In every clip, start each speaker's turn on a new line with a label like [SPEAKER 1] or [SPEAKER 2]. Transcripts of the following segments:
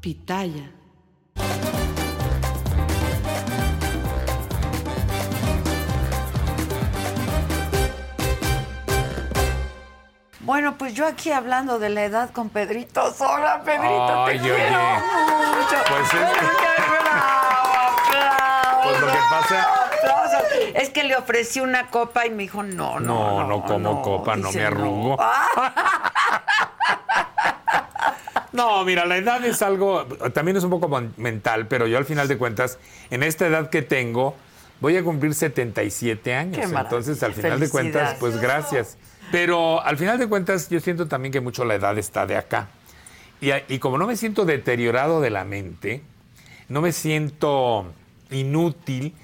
[SPEAKER 1] Pitaya. Bueno, pues yo aquí hablando de la edad con Pedrito Sola, Pedrito,
[SPEAKER 2] Ay,
[SPEAKER 1] te
[SPEAKER 2] oye.
[SPEAKER 1] quiero mucho.
[SPEAKER 2] Pues es-
[SPEAKER 1] Pero qué bravo,
[SPEAKER 2] Pues lo que pasa-
[SPEAKER 1] aplausos, aplausos. Es que le ofrecí una copa y me dijo, no, no.
[SPEAKER 2] No, no como copa, no
[SPEAKER 1] Dice, Ah,
[SPEAKER 2] me arrugo. No, mira, la edad es algo, también es un poco mon- mental, pero yo al final de cuentas, en esta edad que tengo, voy a cumplir 77 años.
[SPEAKER 1] Qué maravilla.
[SPEAKER 2] Entonces, al final de cuentas,
[SPEAKER 1] Felicidades.
[SPEAKER 2] pues gracias. Pero al final de cuentas, yo siento también que mucho la edad está de acá. Y, a- y como no me siento deteriorado de la mente, no me siento inútil,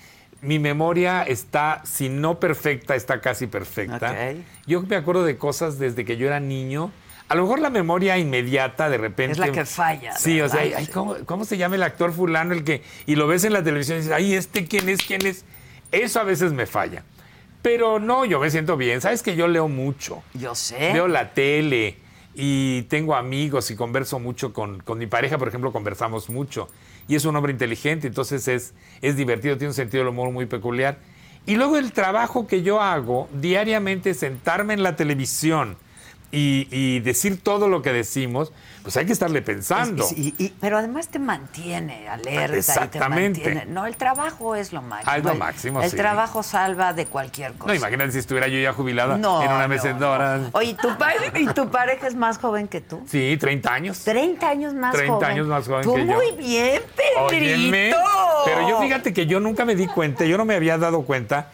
[SPEAKER 2] mi memoria está, si no perfecta, está casi perfecta.
[SPEAKER 1] Ok.
[SPEAKER 2] Yo me acuerdo de cosas desde que yo era niño. A lo mejor la memoria inmediata de repente.
[SPEAKER 1] Es la que falla,
[SPEAKER 2] Sí, o sea,
[SPEAKER 1] ¿verdad?
[SPEAKER 2] ay, ¿cómo, cómo se llama el actor fulano? El que. Y lo ves en la televisión y dices, ay, ¿este quién es? ¿Quién es? Eso a veces me falla. Pero no, yo me siento bien. Sabes que yo leo mucho.
[SPEAKER 1] Yo sé.
[SPEAKER 2] Veo la tele y tengo amigos y converso mucho con, con mi pareja, por ejemplo, conversamos mucho. Y es un hombre inteligente, entonces es, es divertido, tiene un sentido del humor muy peculiar. Y luego el trabajo que yo hago diariamente, es sentarme en la televisión y, y decir todo lo que decimos, pues hay que estarle pensando.
[SPEAKER 1] Es- y- y- pero además te mantiene alerta
[SPEAKER 2] Exactamente.
[SPEAKER 1] y te mantiene. No, el trabajo es lo máximo.
[SPEAKER 2] Algo
[SPEAKER 1] El-
[SPEAKER 2] máximo,
[SPEAKER 1] El
[SPEAKER 2] sí.
[SPEAKER 1] trabajo salva de cualquier cosa.
[SPEAKER 2] No, imagínate si estuviera yo ya jubilada
[SPEAKER 1] No,
[SPEAKER 2] en
[SPEAKER 1] no,
[SPEAKER 2] una
[SPEAKER 1] no.
[SPEAKER 2] mecedora.
[SPEAKER 1] Oye, ¿tu pa- ¿y tu pareja es más joven que tú?
[SPEAKER 2] Sí, 30 años.
[SPEAKER 1] 30 años más
[SPEAKER 2] 30
[SPEAKER 1] joven.
[SPEAKER 2] años más joven
[SPEAKER 1] Tú
[SPEAKER 2] que yo.
[SPEAKER 1] muy bien, Pedrito.
[SPEAKER 2] Óyeme, pero yo fíjate que yo nunca me di cuenta, yo no me había dado cuenta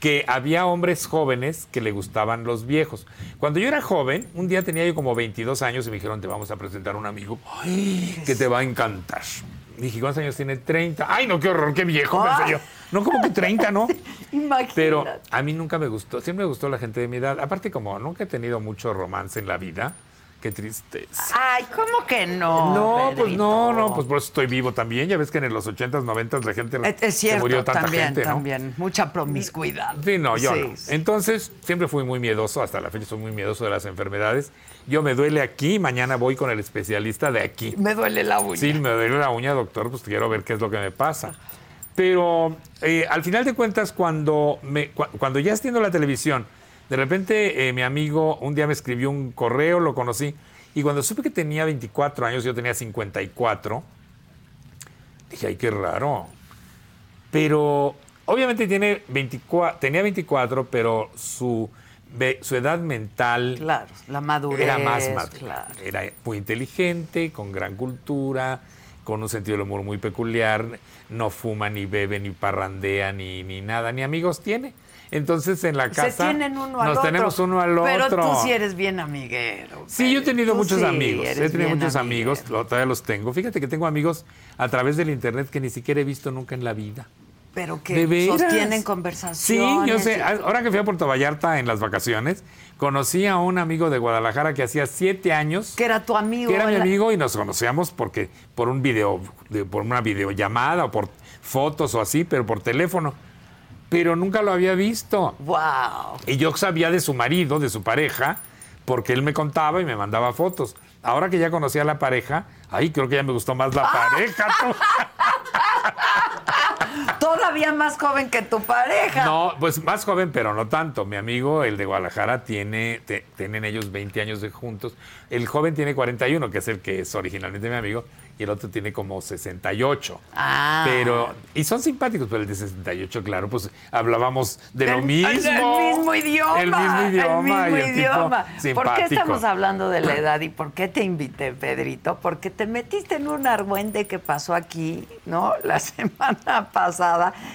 [SPEAKER 2] que había hombres jóvenes que le gustaban los viejos. Cuando yo era joven, un día tenía yo como 22 años y me dijeron, te vamos a presentar un amigo ay, que te va a encantar. Dije, ¿cuántos años tiene? 30. Ay, no, qué horror, qué viejo, pensé yo. No, como que 30, ¿no?
[SPEAKER 1] Imagínate.
[SPEAKER 2] Pero a mí nunca me gustó, siempre me gustó la gente de mi edad. Aparte, como nunca he tenido mucho romance en la vida, qué tristeza.
[SPEAKER 1] Ay, ¿cómo que no?
[SPEAKER 2] No, pues
[SPEAKER 1] Pedrito?
[SPEAKER 2] no, no, pues por eso estoy vivo también. Ya ves que en los 80s, 90s la gente
[SPEAKER 1] Es, es
[SPEAKER 2] se
[SPEAKER 1] cierto,
[SPEAKER 2] murió tanta
[SPEAKER 1] también,
[SPEAKER 2] gente, ¿no?
[SPEAKER 1] también. Mucha promiscuidad.
[SPEAKER 2] Sí, no, yo
[SPEAKER 1] Sí,
[SPEAKER 2] no.
[SPEAKER 1] sí.
[SPEAKER 2] Entonces, siempre fui muy miedoso, hasta la fecha soy muy miedoso de las enfermedades. Yo me duele aquí, mañana voy con el especialista de aquí.
[SPEAKER 1] Me duele la uña.
[SPEAKER 2] Sí, me duele la uña, doctor, pues quiero ver qué es lo que me pasa. Pero eh, al final de cuentas, cuando, me, cua- cuando ya estoy viendo la televisión, de repente eh, mi amigo un día me escribió un correo, lo conocí, y cuando supe que tenía 24 años, yo tenía 54, dije, ay, qué raro. Pero obviamente tiene 24, tenía 24, pero su, ve- su edad mental
[SPEAKER 1] Claro, la madurez.
[SPEAKER 2] era más madura.
[SPEAKER 1] Claro.
[SPEAKER 2] Era muy inteligente, con gran cultura, con un sentido del humor muy peculiar. No fuma, ni bebe, ni parrandea, ni, ni nada, ni amigos tiene. Entonces en la casa
[SPEAKER 1] Se tienen uno al
[SPEAKER 2] nos
[SPEAKER 1] otro.
[SPEAKER 2] tenemos uno al otro.
[SPEAKER 1] Pero tú sí eres bien amiguero.
[SPEAKER 2] Sí, yo he
[SPEAKER 1] Pedro.
[SPEAKER 2] tenido
[SPEAKER 1] Tú
[SPEAKER 2] muchos
[SPEAKER 1] sí
[SPEAKER 2] amigos. He
[SPEAKER 1] eres
[SPEAKER 2] tenido
[SPEAKER 1] bien
[SPEAKER 2] muchos amigos,
[SPEAKER 1] amiguero.
[SPEAKER 2] lo- todavía los tengo. Fíjate que tengo amigos a través del internet que ni siquiera he visto nunca en la vida.
[SPEAKER 1] Pero
[SPEAKER 2] ¿De
[SPEAKER 1] que
[SPEAKER 2] veras?
[SPEAKER 1] sostienen
[SPEAKER 2] Sí,
[SPEAKER 1] conversaciones.
[SPEAKER 2] yo sé. ah, Ahora que fui a Puerto Vallarta en las vacaciones, conocí a un amigo de Guadalajara que hacía siete años.
[SPEAKER 1] Que era tu amigo.
[SPEAKER 2] Que era mi
[SPEAKER 1] la-
[SPEAKER 2] amigo y nos conocíamos porque por un video, de- por una videollamada o por fotos o así, pero por teléfono. Pero nunca lo había visto.
[SPEAKER 1] Wow.
[SPEAKER 2] Y yo sabía de su marido, de su pareja, porque él me contaba y me mandaba fotos. Ahora que ya conocía a la pareja, ay, creo que ya me gustó más la pareja. tú.
[SPEAKER 1] todavía más joven que tu pareja.
[SPEAKER 2] No, pues más joven, pero no tanto. Mi amigo, el de Guadalajara, tiene, te- tienen ellos 20 años de juntos. El joven tiene 41, que es el que es originalmente mi amigo, y el otro tiene como 68.
[SPEAKER 1] Ah.
[SPEAKER 2] Pero, y son simpáticos, pero el de 68, claro, pues hablábamos de lo
[SPEAKER 1] Del-
[SPEAKER 2] mismo.
[SPEAKER 1] El mismo idioma.
[SPEAKER 2] El mismo idioma.
[SPEAKER 1] el mismo
[SPEAKER 2] y el tipo
[SPEAKER 1] idioma. ¿Por qué
[SPEAKER 2] simpático.
[SPEAKER 1] estamos hablando de la edad y por qué te invité, Pedrito? Porque te metiste en un argüende que pasó aquí, ¿no? La semana pasada.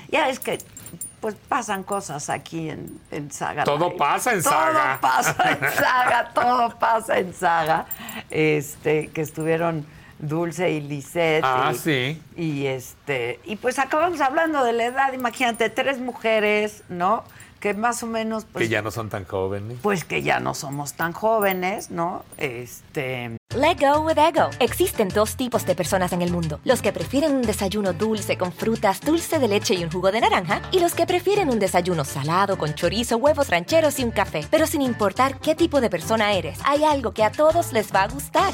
[SPEAKER 1] Ya es que, pues pasan cosas aquí en, en Saga.
[SPEAKER 2] Todo
[SPEAKER 1] Live.
[SPEAKER 2] pasa en
[SPEAKER 1] Todo
[SPEAKER 2] Saga.
[SPEAKER 1] pasa en Saga, todo pasa en Saga. Este, que estuvieron Dulce y Lisette.
[SPEAKER 2] Ah,
[SPEAKER 1] y-
[SPEAKER 2] sí.
[SPEAKER 1] y este, y pues acabamos hablando de la edad, imagínate, tres mujeres, ¿no? Que más o menos, pues,
[SPEAKER 2] que ya no son tan jóvenes.
[SPEAKER 1] pues que ya no somos tan jóvenes, ¿no? Este.
[SPEAKER 3] Let go with ego. Existen dos tipos de personas en el mundo: los que prefieren un desayuno dulce con frutas, dulce de leche y un jugo de naranja, y los que prefieren un desayuno salado con chorizo, huevos rancheros y un café. Pero sin importar qué tipo de persona eres, hay algo que a todos les va a gustar.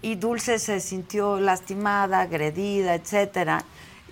[SPEAKER 1] Y Dulce se sintió lastimada, agredida, etcétera.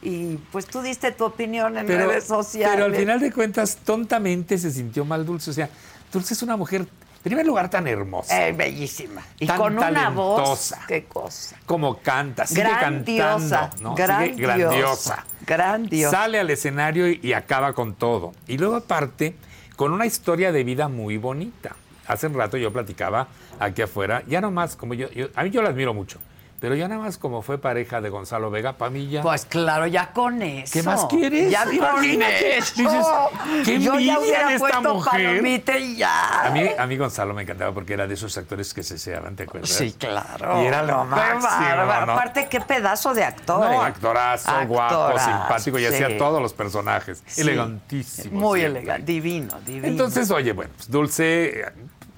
[SPEAKER 1] Y pues tú diste tu opinión en redes sociales.
[SPEAKER 2] pero al final de cuentas, tontamente se sintió mal Dulce. O sea, Dulce es una mujer, en primer lugar, tan hermosa.
[SPEAKER 1] Eh, bellísima. Y
[SPEAKER 2] Tan
[SPEAKER 1] con una voz.
[SPEAKER 2] talentosa.
[SPEAKER 1] Qué cosa.
[SPEAKER 2] Como canta, sigue
[SPEAKER 1] Grandiosa.
[SPEAKER 2] cantando. ¿no? Sigue
[SPEAKER 1] Grandiosa.
[SPEAKER 2] grandiosa.
[SPEAKER 1] Grandiosa.
[SPEAKER 2] Sale al escenario y, y acaba con todo. Y luego aparte, con una historia de vida muy bonita. Hace un rato yo platicaba aquí afuera, ya nomás como yo, yo- a mí yo la admiro mucho, pero ya nada más como fue pareja de Gonzalo Vega, para mí ya...
[SPEAKER 1] Pues claro, ya con eso.
[SPEAKER 2] ¿Qué más quieres?
[SPEAKER 1] Ya con
[SPEAKER 2] Imagínate.
[SPEAKER 1] eso.
[SPEAKER 2] Dices, qué
[SPEAKER 1] Yo
[SPEAKER 2] envidia
[SPEAKER 1] ya hubiera
[SPEAKER 2] de esta
[SPEAKER 1] puesto
[SPEAKER 2] mujer.
[SPEAKER 1] palomita y ya.
[SPEAKER 2] A mí, a mí Gonzalo me encantaba porque era de esos actores que se seaban, ¿te acuerdas?
[SPEAKER 1] Sí, claro.
[SPEAKER 2] Y era lo
[SPEAKER 1] Qué
[SPEAKER 2] máximo,
[SPEAKER 1] bárbaro.
[SPEAKER 2] ¿no?
[SPEAKER 1] Aparte, qué pedazo de actor.
[SPEAKER 2] No,
[SPEAKER 1] ¿eh?
[SPEAKER 2] actorazo, guapo,
[SPEAKER 1] Actorazo,
[SPEAKER 2] simpático, y hacía
[SPEAKER 1] sí.
[SPEAKER 2] todos los personajes.
[SPEAKER 1] Sí.
[SPEAKER 2] Elegantísimo.
[SPEAKER 1] Muy
[SPEAKER 2] siempre.
[SPEAKER 1] elegante, divino, divino.
[SPEAKER 2] Entonces, oye, bueno, pues, Dulce, eh,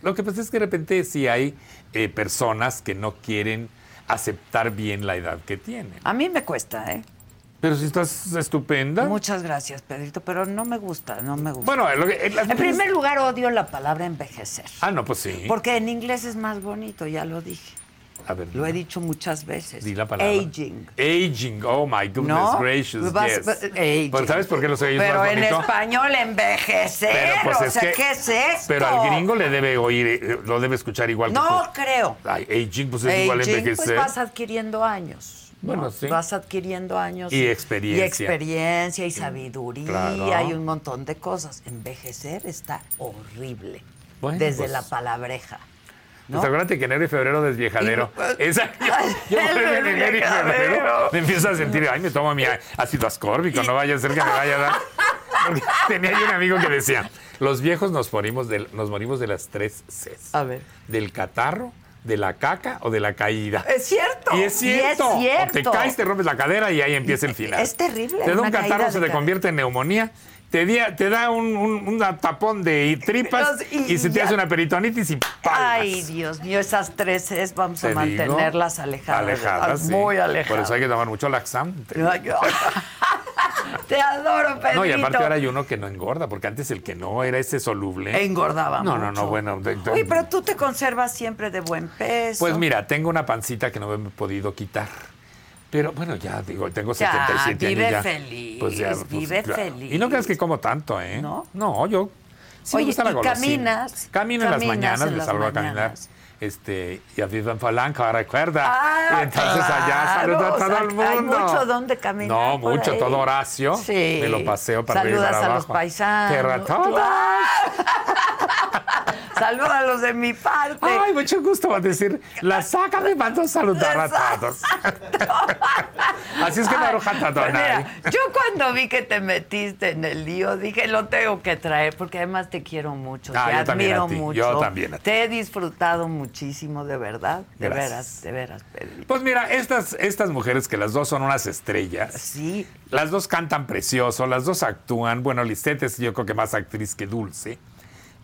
[SPEAKER 2] lo que pasa es que de repente sí hay eh, personas que no quieren aceptar bien la edad que tienen.
[SPEAKER 1] A mí me cuesta, ¿eh?
[SPEAKER 2] Pero si estás estupenda.
[SPEAKER 1] Muchas gracias, Pedrito, pero no me gusta, no me gusta.
[SPEAKER 2] ¿Ah? Bueno, lo que- eh, las
[SPEAKER 1] en
[SPEAKER 2] mujeres-
[SPEAKER 1] primer lugar, odio la palabra envejecer.
[SPEAKER 2] Ah, no, pues sí.
[SPEAKER 1] Porque en inglés es más bonito, ya lo dije.
[SPEAKER 2] A ver,
[SPEAKER 1] Lo he dicho muchas veces.
[SPEAKER 2] di la palabra.
[SPEAKER 1] Aging.
[SPEAKER 2] Aging, oh my goodness
[SPEAKER 1] ¿No?
[SPEAKER 2] gracious,
[SPEAKER 1] Vas-
[SPEAKER 2] yes.
[SPEAKER 1] vas- aging.
[SPEAKER 2] Pero ¿sabes por qué los ellos
[SPEAKER 1] Pero
[SPEAKER 2] más
[SPEAKER 1] en
[SPEAKER 2] bonito?
[SPEAKER 1] español envejecer,
[SPEAKER 2] Pero, pues,
[SPEAKER 1] o
[SPEAKER 2] es
[SPEAKER 1] sea,
[SPEAKER 2] que-
[SPEAKER 1] ¿qué es esto?
[SPEAKER 2] Pero al gringo le debe oír, eh, lo debe escuchar igual
[SPEAKER 1] No
[SPEAKER 2] que tú.
[SPEAKER 1] creo.
[SPEAKER 2] Ay, aging, pues es igual
[SPEAKER 1] Aging,
[SPEAKER 2] envejecer.
[SPEAKER 1] Pues vas adquiriendo años. ¿no?
[SPEAKER 2] Bueno, sí.
[SPEAKER 1] Vas adquiriendo años.
[SPEAKER 2] Y experiencia.
[SPEAKER 1] Y experiencia y sabiduría
[SPEAKER 2] Claro.
[SPEAKER 1] y un montón de cosas. Envejecer está horrible.
[SPEAKER 2] Bueno,
[SPEAKER 1] desde
[SPEAKER 2] pues.
[SPEAKER 1] la palabreja. ¿no?
[SPEAKER 2] Pues acuérdate que enero y febrero desviejadero.
[SPEAKER 1] Y-
[SPEAKER 2] Esa, yo, yo me veo en enero y febrero me empiezo a sentir, ay, me tomo mi ácido ascórbico, no vaya a ser que me vaya a dar. Porque tenía yo un amigo que decía, los viejos nos morimos de, nos morimos de las tres Cs.
[SPEAKER 1] A ver.
[SPEAKER 2] Del catarro, de la caca o de la caída.
[SPEAKER 1] Es cierto.
[SPEAKER 2] Y es cierto.
[SPEAKER 1] Y es cierto.
[SPEAKER 2] O te caes, te rompes la cadera y ahí empieza el final.
[SPEAKER 1] Es terrible,
[SPEAKER 2] Te da
[SPEAKER 1] una
[SPEAKER 2] un
[SPEAKER 1] caída
[SPEAKER 2] catarro,
[SPEAKER 1] de
[SPEAKER 2] se te
[SPEAKER 1] cadera.
[SPEAKER 2] convierte en neumonía. Te, di- te da un, un- un tapón de tripas
[SPEAKER 1] Los- y
[SPEAKER 2] y, se te
[SPEAKER 1] ya.
[SPEAKER 2] hace una peritonitis y palmas.
[SPEAKER 1] Ay, Dios mío, esas tres es, vamos a
[SPEAKER 2] Te digo,
[SPEAKER 1] mantenerlas alejadas.
[SPEAKER 2] Alejadas,
[SPEAKER 1] ah,
[SPEAKER 2] sí.
[SPEAKER 1] Muy
[SPEAKER 2] Por
[SPEAKER 1] alejadas.
[SPEAKER 2] eso hay que tomar mucho laxante.
[SPEAKER 1] Ay, ay. Te adoro, Pedrito.
[SPEAKER 2] No, y aparte ahora hay uno que no engorda, porque antes el que no era ese soluble.
[SPEAKER 1] Engordaba
[SPEAKER 2] No, no, no,
[SPEAKER 1] mucho.
[SPEAKER 2] bueno, de- de-
[SPEAKER 1] Uy, pero tú te conservas siempre de buen peso.
[SPEAKER 2] Pues mira, tengo una pancita que no me he podido quitar. Pero bueno, ya digo, tengo
[SPEAKER 1] Ya,
[SPEAKER 2] 77
[SPEAKER 1] vive
[SPEAKER 2] años. ya. pues,
[SPEAKER 1] feliz, vive feliz.
[SPEAKER 2] Y no creas que como tanto, ¿eh?
[SPEAKER 1] ¿No?
[SPEAKER 2] No, yo. Sí,
[SPEAKER 1] Oye,
[SPEAKER 2] me gusta la
[SPEAKER 1] ¿y
[SPEAKER 2] golosina.
[SPEAKER 1] caminas?
[SPEAKER 2] Camino en las
[SPEAKER 1] Caminas
[SPEAKER 2] mañanas,
[SPEAKER 1] en
[SPEAKER 2] me
[SPEAKER 1] las
[SPEAKER 2] salgo a caminar.
[SPEAKER 1] mañanas.
[SPEAKER 2] Este, y a Viva en Palanca, recuerda.
[SPEAKER 1] Ah,
[SPEAKER 2] y entonces allá
[SPEAKER 1] claro,
[SPEAKER 2] saludo a
[SPEAKER 1] o
[SPEAKER 2] todo
[SPEAKER 1] sea,
[SPEAKER 2] el
[SPEAKER 1] hay
[SPEAKER 2] mundo.
[SPEAKER 1] mucho donde caminar
[SPEAKER 2] No,
[SPEAKER 1] por
[SPEAKER 2] mucho,
[SPEAKER 1] ahí.
[SPEAKER 2] todo Horacio.
[SPEAKER 1] Sí.
[SPEAKER 2] Me lo paseo para arriba y
[SPEAKER 1] Saludas
[SPEAKER 2] para
[SPEAKER 1] a los
[SPEAKER 2] abajo.
[SPEAKER 1] paisanos.
[SPEAKER 2] Tierra, todo.
[SPEAKER 1] Claro. Salúdalos de mi parte.
[SPEAKER 2] Ay, mucho gusto va a decir. La saca me mandó saludar a todos. Así es que
[SPEAKER 1] Ay,
[SPEAKER 2] Maruja
[SPEAKER 1] pues
[SPEAKER 2] Tatonay.
[SPEAKER 1] mira, yo cuando vi que te metiste en el lío, dije, lo tengo que traer, porque además te quiero mucho,
[SPEAKER 2] Ah,
[SPEAKER 1] te
[SPEAKER 2] yo también
[SPEAKER 1] admiro
[SPEAKER 2] a ti,
[SPEAKER 1] mucho.
[SPEAKER 2] yo también a ti.
[SPEAKER 1] Te he disfrutado muchísimo, de verdad. De
[SPEAKER 2] Gracias.
[SPEAKER 1] veras, de veras, Pedrito.
[SPEAKER 2] Pues mira, estas, estas mujeres que las dos son unas estrellas.
[SPEAKER 1] Sí,
[SPEAKER 2] Las dos cantan precioso, las dos actúan. Bueno, Lisette es yo creo que más actriz que Dulce.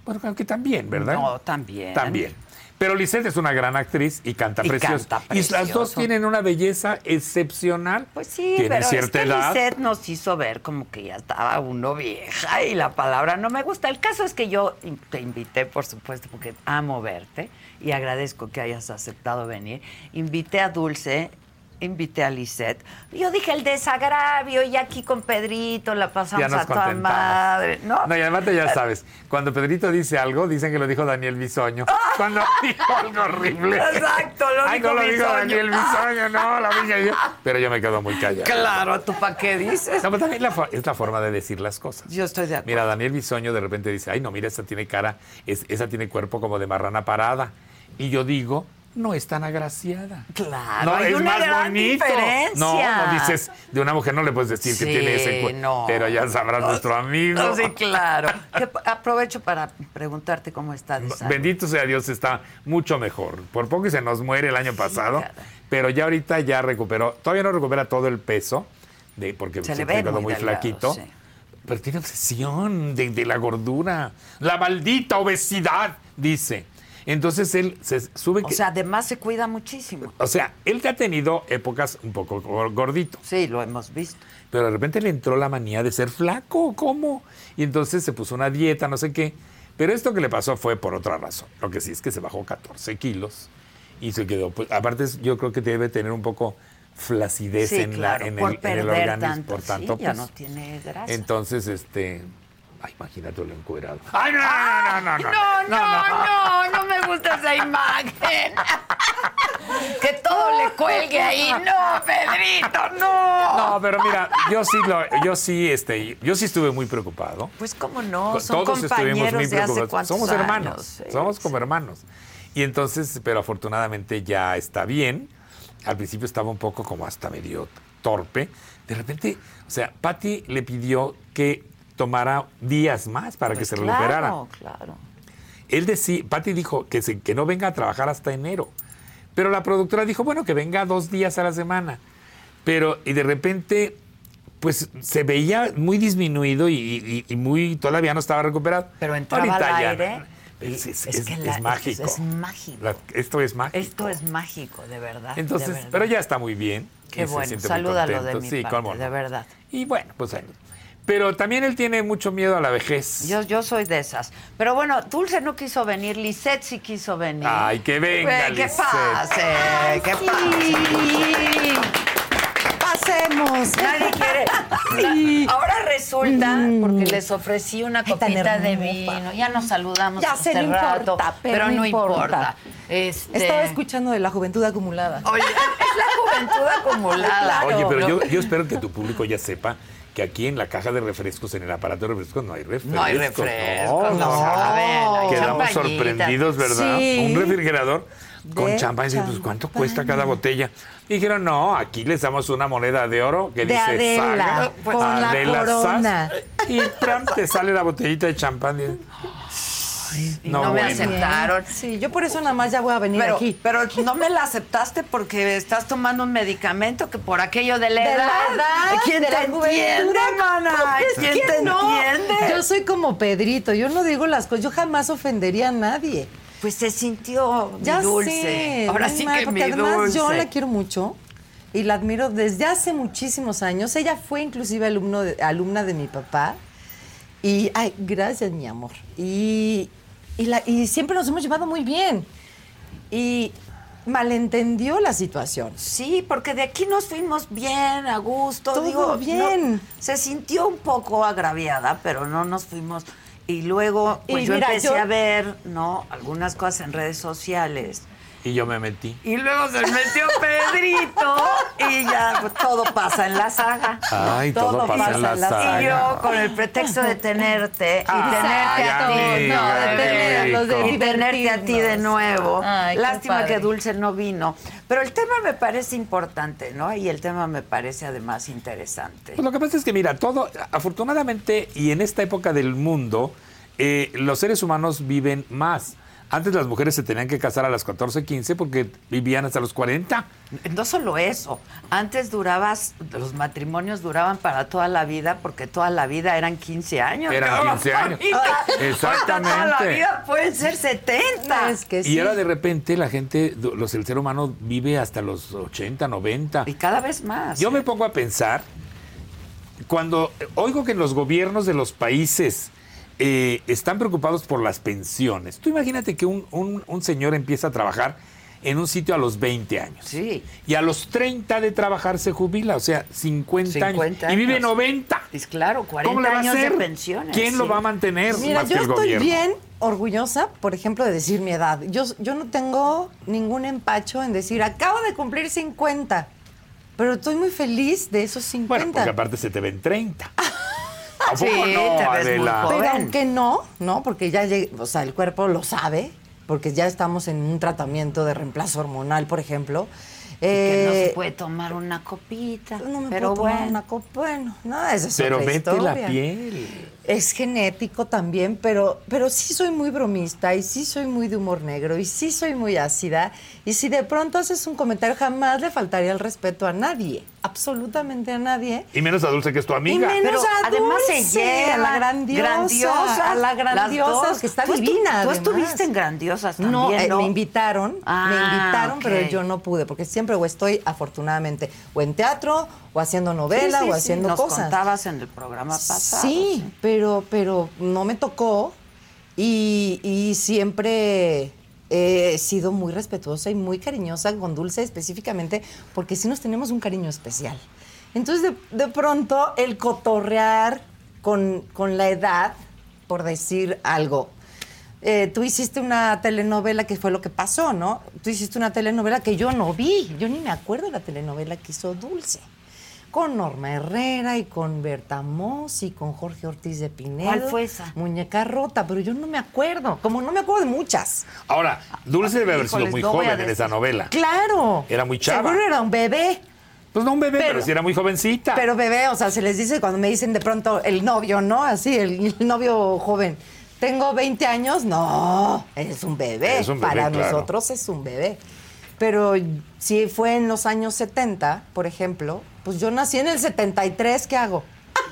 [SPEAKER 2] Bueno, aunque también, ¿verdad?
[SPEAKER 1] no, también.
[SPEAKER 2] También. Pero Lisette es una gran actriz y canta
[SPEAKER 1] Y
[SPEAKER 2] precioso.
[SPEAKER 1] canta
[SPEAKER 2] Y las dos
[SPEAKER 1] precioso.
[SPEAKER 2] tienen una belleza excepcional.
[SPEAKER 1] Pues sí,
[SPEAKER 2] Tienen
[SPEAKER 1] pero es
[SPEAKER 2] cierta
[SPEAKER 1] que
[SPEAKER 2] edad.
[SPEAKER 1] Lisette nos hizo ver como que ya estaba uno vieja y la palabra no me gusta. El caso es que yo in- te invité, por supuesto, porque amo verte y agradezco que hayas aceptado venir. Invité a Dulce, invité a Lisette. Yo dije el desagravio y aquí con Pedrito la
[SPEAKER 2] Ya
[SPEAKER 1] pasamos
[SPEAKER 2] nos
[SPEAKER 1] a toda
[SPEAKER 2] contentamos.
[SPEAKER 1] madre. No,
[SPEAKER 2] y además te ya sabes, cuando Pedrito dice algo, dicen que lo dijo Daniel Bisoño. Cuando dijo algo horrible.
[SPEAKER 1] Exacto, lo
[SPEAKER 2] Ay,
[SPEAKER 1] dijo
[SPEAKER 2] no lo dijo
[SPEAKER 1] Bisoño.
[SPEAKER 2] Daniel Bisoño, no, lo dije yo. Pero yo me quedo muy callado.
[SPEAKER 1] claro, ¿tú para qué dices?
[SPEAKER 2] No, pero también la fo- es la forma de decir las cosas.
[SPEAKER 1] Yo estoy de acuerdo.
[SPEAKER 2] Mira, Daniel Bisoño de repente dice, ay, no, mira, esa tiene cara, es- esa tiene cuerpo como de marrana parada. Y yo digo, no es tan agraciada.
[SPEAKER 1] Claro, hay una gran diferencia.
[SPEAKER 2] No, no dices, de una mujer no le puedes decir que
[SPEAKER 1] Sí,
[SPEAKER 2] tiene ese cuerpo.
[SPEAKER 1] no.
[SPEAKER 2] Pero ya sabrás nuestro amigo.
[SPEAKER 1] No, sí, claro. Que p- aprovecho para preguntarte cómo está de salud.
[SPEAKER 2] Bendito sea Dios, está mucho mejor. Por poco y se nos muere el año pasado,
[SPEAKER 1] caray.
[SPEAKER 2] pero ya ahorita ya recuperó. Todavía no recupera todo el peso, de, porque
[SPEAKER 1] Se
[SPEAKER 2] se,
[SPEAKER 1] le
[SPEAKER 2] ha
[SPEAKER 1] ve
[SPEAKER 2] quedado
[SPEAKER 1] muy
[SPEAKER 2] muy
[SPEAKER 1] delgado,
[SPEAKER 2] flaquito.
[SPEAKER 1] sí.
[SPEAKER 2] Pero tiene obsesión de, de la gordura. La maldita obesidad, dice. Entonces él se sube.
[SPEAKER 1] O
[SPEAKER 2] que-
[SPEAKER 1] sea, además se cuida muchísimo.
[SPEAKER 2] o sea, él ya ha tenido épocas un poco gor- gordito.
[SPEAKER 1] Sí, lo hemos visto.
[SPEAKER 2] Pero de repente le entró la manía de ser flaco, ¿cómo? Y entonces se puso una dieta, no sé qué. Pero esto que le pasó fue por otra razón. Lo que sí es que se bajó 14 kilos y se quedó. Pues, aparte, es- yo creo que debe tener un poco flacidez
[SPEAKER 1] Sí,
[SPEAKER 2] en,
[SPEAKER 1] claro,
[SPEAKER 2] la, en,
[SPEAKER 1] por
[SPEAKER 2] el, en el
[SPEAKER 1] perder
[SPEAKER 2] organismo.
[SPEAKER 1] tanto,
[SPEAKER 2] por tanto,
[SPEAKER 1] sí, ya
[SPEAKER 2] pues,
[SPEAKER 1] no tiene grasa.
[SPEAKER 2] Entonces, este. Ay, imagínate lo encuerado. ¡Ay, no, no, no, no! no,
[SPEAKER 1] no, no, no me gusta esa imagen. que todo le cuelgue ahí. No, Pedrito, no.
[SPEAKER 2] No, pero mira, yo sí, lo, yo sí, este, yo sí estuve muy preocupado.
[SPEAKER 1] Pues cómo no,
[SPEAKER 2] Co-
[SPEAKER 1] son
[SPEAKER 2] todos estuvimos muy
[SPEAKER 1] compañeros de hace
[SPEAKER 2] preocupados.
[SPEAKER 1] cuántos
[SPEAKER 2] Somos
[SPEAKER 1] años,
[SPEAKER 2] hermanos,
[SPEAKER 1] sí.
[SPEAKER 2] somos como hermanos. Y entonces, pero afortunadamente ya está bien. Al principio estaba un poco como hasta medio torpe. De repente, o sea, Patty le pidió que tomara días más para
[SPEAKER 1] Pues
[SPEAKER 2] que se
[SPEAKER 1] claro,
[SPEAKER 2] recuperara.
[SPEAKER 1] Claro,
[SPEAKER 2] Él decía, Patty dijo que, se- que no venga a trabajar hasta enero. Pero la productora dijo, bueno, que venga dos días a la semana. Pero, y de repente, pues se veía muy disminuido y, y- y muy, todavía no estaba recuperado.
[SPEAKER 1] Pero entraba
[SPEAKER 2] Ahorita
[SPEAKER 1] al
[SPEAKER 2] ya,
[SPEAKER 1] aire
[SPEAKER 2] no, no, Es, es-
[SPEAKER 1] y- es
[SPEAKER 2] es-
[SPEAKER 1] que
[SPEAKER 2] es
[SPEAKER 1] la- es-
[SPEAKER 2] mágico.
[SPEAKER 1] es mágico.
[SPEAKER 2] La- esto es mágico.
[SPEAKER 1] Esto es mágico, de verdad. de
[SPEAKER 2] Entonces,
[SPEAKER 1] verdad.
[SPEAKER 2] pero ya está muy bien.
[SPEAKER 1] Qué
[SPEAKER 2] y se
[SPEAKER 1] bueno,
[SPEAKER 2] siente muy
[SPEAKER 1] salúdalo de
[SPEAKER 2] contento.
[SPEAKER 1] mi
[SPEAKER 2] Sí,
[SPEAKER 1] parte,
[SPEAKER 2] cómo no.
[SPEAKER 1] de verdad.
[SPEAKER 2] Y bueno, pues ahí. Pero también él tiene mucho miedo a la vejez.
[SPEAKER 1] Yo, yo soy de esas. Pero bueno, Dulce no quiso venir, Lisette sí quiso venir.
[SPEAKER 2] Ay, que venga,
[SPEAKER 1] Eh, Que
[SPEAKER 2] Lisette.
[SPEAKER 1] pase, que pase.
[SPEAKER 4] Pasemos.
[SPEAKER 1] Nadie quiere. Ahora resulta, porque les ofrecí una
[SPEAKER 4] Mm. Ay, tan
[SPEAKER 1] copita de
[SPEAKER 4] hermosa.
[SPEAKER 1] vino. Ya nos saludamos
[SPEAKER 4] Ya
[SPEAKER 1] hace
[SPEAKER 4] sé, no
[SPEAKER 1] rato,
[SPEAKER 4] importa, pero
[SPEAKER 1] pero
[SPEAKER 4] no
[SPEAKER 1] no importa.
[SPEAKER 4] importa.
[SPEAKER 1] Este-
[SPEAKER 4] Estaba escuchando de la juventud acumulada.
[SPEAKER 1] Oye, es la juventud acumulada.
[SPEAKER 2] Oye, pero
[SPEAKER 1] Lo-
[SPEAKER 2] yo, yo espero que tu público ya sepa que aquí en la caja de refrescos, en el aparato de refrescos, no hay refrescos.
[SPEAKER 1] No hay refrescos, no,
[SPEAKER 2] no.
[SPEAKER 1] saben. hay
[SPEAKER 2] Quedamos
[SPEAKER 1] champañita.
[SPEAKER 2] sorprendidos, ¿verdad?
[SPEAKER 4] Sí.
[SPEAKER 2] Un refrigerador con
[SPEAKER 4] De
[SPEAKER 2] champán. Y dice, Pues, ¿cuánto
[SPEAKER 4] champán.
[SPEAKER 2] cuesta cada botella? Y dijeron, no, aquí les damos una moneda de oro que
[SPEAKER 4] De
[SPEAKER 2] dice
[SPEAKER 4] Adela,
[SPEAKER 2] saga,
[SPEAKER 4] pues, con la
[SPEAKER 2] Sass".
[SPEAKER 4] corona.
[SPEAKER 2] Y Trump te sale la botellita de champán. y dices, "Ay,
[SPEAKER 1] no me
[SPEAKER 2] bueno".
[SPEAKER 1] acepta. Aceptaron.
[SPEAKER 4] Sí, yo por eso nada más ya voy a venir
[SPEAKER 1] Pero,
[SPEAKER 4] aquí.
[SPEAKER 1] pero no me la aceptaste porque estás tomando un medicamento que por aquello de la
[SPEAKER 4] De la
[SPEAKER 1] edad.
[SPEAKER 4] edad,
[SPEAKER 1] ¿Quién
[SPEAKER 4] de
[SPEAKER 1] te
[SPEAKER 4] la
[SPEAKER 1] entiende,
[SPEAKER 4] juventud.
[SPEAKER 1] mana?
[SPEAKER 4] Es
[SPEAKER 1] ¿Quién
[SPEAKER 4] que
[SPEAKER 1] te
[SPEAKER 4] no.
[SPEAKER 1] entiende?
[SPEAKER 4] Yo soy como Pedrito, yo no digo las cosas, yo jamás ofendería a nadie.
[SPEAKER 1] Pues se sintió mi
[SPEAKER 4] Ya
[SPEAKER 1] dulce.
[SPEAKER 4] sé,
[SPEAKER 1] Ahora
[SPEAKER 4] no
[SPEAKER 1] sí
[SPEAKER 4] mal,
[SPEAKER 1] que mi
[SPEAKER 4] porque además
[SPEAKER 1] dulce.
[SPEAKER 4] yo la quiero mucho y la admiro desde hace muchísimos años. Ella fue inclusive alumno de- alumna de mi papá y ay, gracias mi amor. Y, y la- y siempre nos hemos llevado muy bien y malentendió la situación.
[SPEAKER 1] Sí, porque de aquí nos fuimos bien, a gusto.
[SPEAKER 4] Todo
[SPEAKER 1] digo,
[SPEAKER 4] bien.
[SPEAKER 1] no- se sintió un poco agraviada, pero no nos fuimos. Y luego pues
[SPEAKER 4] Y
[SPEAKER 1] yo
[SPEAKER 4] mira,
[SPEAKER 1] empecé
[SPEAKER 4] yo-
[SPEAKER 1] a ver, ¿no? Algunas cosas en redes sociales.
[SPEAKER 2] Y Y yo me metí.
[SPEAKER 1] Y luego se metió Pedrito y ya pues, todo pasa en la saga.
[SPEAKER 2] Ay, Ah, todo, pasa, en la saga.
[SPEAKER 1] Y yo con el pretexto de tenerte y tenerte a
[SPEAKER 2] Ay,
[SPEAKER 1] ti,
[SPEAKER 2] amiga,
[SPEAKER 1] no, de
[SPEAKER 2] qué
[SPEAKER 1] tener-
[SPEAKER 2] rico.
[SPEAKER 4] los de
[SPEAKER 1] y tenerte a ti de
[SPEAKER 4] divertirnos.
[SPEAKER 1] nuevo.
[SPEAKER 4] Ay, qué
[SPEAKER 1] Lástima
[SPEAKER 4] padre.
[SPEAKER 1] que Dulce no vino. Pero el tema me parece importante, ¿no? Y el tema me parece además interesante.
[SPEAKER 2] Pues lo que pasa es que, mira, todo, afortunadamente y en esta época del mundo, eh, los seres humanos viven más. Antes las mujeres se tenían que casar a las 14, 15 porque vivían hasta los 40.
[SPEAKER 1] No solo eso, antes durabas, los matrimonios duraban para toda la vida porque toda la vida eran 15 años.
[SPEAKER 2] Eran
[SPEAKER 1] cabrón.
[SPEAKER 2] 15 años.
[SPEAKER 1] Ahorita-
[SPEAKER 2] Exactamente.
[SPEAKER 1] ahorita Toda la vida pueden ser 70.
[SPEAKER 4] Es que
[SPEAKER 2] y
[SPEAKER 4] sí.
[SPEAKER 2] ahora de repente la gente, du- los, el ser humano vive hasta los 80, 90.
[SPEAKER 1] Y cada vez más.
[SPEAKER 2] Yo me pongo a pensar, cuando eh, oigo que los gobiernos de los países eh, están preocupados por las pensiones, tú imagínate que un, un- un señor empieza a trabajar en un sitio a los 20 años.
[SPEAKER 1] Sí.
[SPEAKER 2] Y a los 30 de trabajar se jubila, o sea, 50,
[SPEAKER 1] 50
[SPEAKER 2] años. Y vive
[SPEAKER 1] años.
[SPEAKER 2] 90.
[SPEAKER 1] Pues claro, 40
[SPEAKER 2] ¿Cómo le va
[SPEAKER 1] años
[SPEAKER 2] a hacer?
[SPEAKER 1] de pensiones.
[SPEAKER 2] ¿Quién lo
[SPEAKER 1] sí.
[SPEAKER 2] va a mantener
[SPEAKER 4] Mira,
[SPEAKER 2] más
[SPEAKER 4] yo
[SPEAKER 2] que el
[SPEAKER 4] estoy
[SPEAKER 2] gobierno?
[SPEAKER 4] bien orgullosa, por ejemplo, de decir mi edad. Yo, yo no tengo ningún empacho en decir, acabo de cumplir 50, pero estoy muy feliz de esos 50.
[SPEAKER 2] Bueno, porque aparte se te ven 30. ¿A poco
[SPEAKER 1] Sí, te
[SPEAKER 2] no,
[SPEAKER 1] ves muy
[SPEAKER 2] Adela?
[SPEAKER 1] joven.
[SPEAKER 4] Pero
[SPEAKER 1] Joven.
[SPEAKER 4] aunque no, ¿no? Porque ya llegué- o sea, el cuerpo lo sabe, porque ya estamos en un tratamiento de reemplazo hormonal, por ejemplo.
[SPEAKER 1] Que no
[SPEAKER 4] Eh, pues,
[SPEAKER 1] se puede tomar una copita.
[SPEAKER 4] no me
[SPEAKER 1] pero
[SPEAKER 4] puedo tomar
[SPEAKER 1] bueno.
[SPEAKER 4] una copa. Bueno, no, esa es
[SPEAKER 2] Pero
[SPEAKER 4] otra
[SPEAKER 2] vete la
[SPEAKER 4] historia.
[SPEAKER 2] piel.
[SPEAKER 4] Es genético también, pero, pero sí soy muy bromista y sí soy muy de humor negro y sí soy muy ácida. Y si de pronto haces un comentario, jamás le faltaría el respeto a nadie, absolutamente a nadie.
[SPEAKER 2] Y menos a Dulce, que es tu amiga.
[SPEAKER 4] menos
[SPEAKER 1] Pero
[SPEAKER 4] a
[SPEAKER 1] además se
[SPEAKER 4] Dulce,
[SPEAKER 1] llega
[SPEAKER 4] a la grandiosa, a la grandiosa, que está divina,
[SPEAKER 1] Tú
[SPEAKER 4] además.
[SPEAKER 1] estuviste en grandiosas también,
[SPEAKER 4] No,
[SPEAKER 1] ¿no?
[SPEAKER 4] eh, me invitaron, me
[SPEAKER 1] Ah,
[SPEAKER 4] invitaron,
[SPEAKER 1] ok.
[SPEAKER 4] pero yo no pude, porque siempre o estoy afortunadamente o en teatro, o haciendo novela,
[SPEAKER 1] Sí, sí,
[SPEAKER 4] o
[SPEAKER 1] sí,
[SPEAKER 4] haciendo
[SPEAKER 1] nos
[SPEAKER 4] cosas.
[SPEAKER 1] contabas en el programa pasado.
[SPEAKER 4] Sí, pero, pero no me tocó y, y siempre he sido muy respetuosa y muy cariñosa con Dulce específicamente porque sí nos tenemos un cariño especial. Entonces de, de pronto el cotorrear con, con la edad, por decir algo. eh, tú hiciste una telenovela que fue lo que pasó, ¿no? Tú hiciste una telenovela que yo no vi, yo ni me acuerdo de la telenovela que hizo Dulce con Norma Herrera y con Berta Moss y con Jorge Ortiz de Pinedo.
[SPEAKER 1] ¿Cuál fue esa?
[SPEAKER 4] Muñeca rota, pero yo no me acuerdo, como no me acuerdo de muchas.
[SPEAKER 2] Ahora, Dulce debe haber sido
[SPEAKER 1] Híjoles,
[SPEAKER 2] muy
[SPEAKER 1] no voy a
[SPEAKER 2] joven en
[SPEAKER 1] decir.
[SPEAKER 2] esa novela.
[SPEAKER 4] Claro.
[SPEAKER 2] Era muy chava.
[SPEAKER 4] Seguro era un bebé.
[SPEAKER 2] Pues no un bebé, pero,
[SPEAKER 4] Pero-
[SPEAKER 2] sí era muy jovencita.
[SPEAKER 4] Pero bebé, o sea, se les dice cuando me dicen de pronto el novio, ¿no? Así, el, el novio joven. Tengo 20 años, no, es un bebé.
[SPEAKER 2] Es un bebé,
[SPEAKER 4] Para
[SPEAKER 2] claro.
[SPEAKER 4] nosotros es un bebé. Pero si fue en los años 70, por ejemplo, pues yo nací en el 73, ¿qué hago?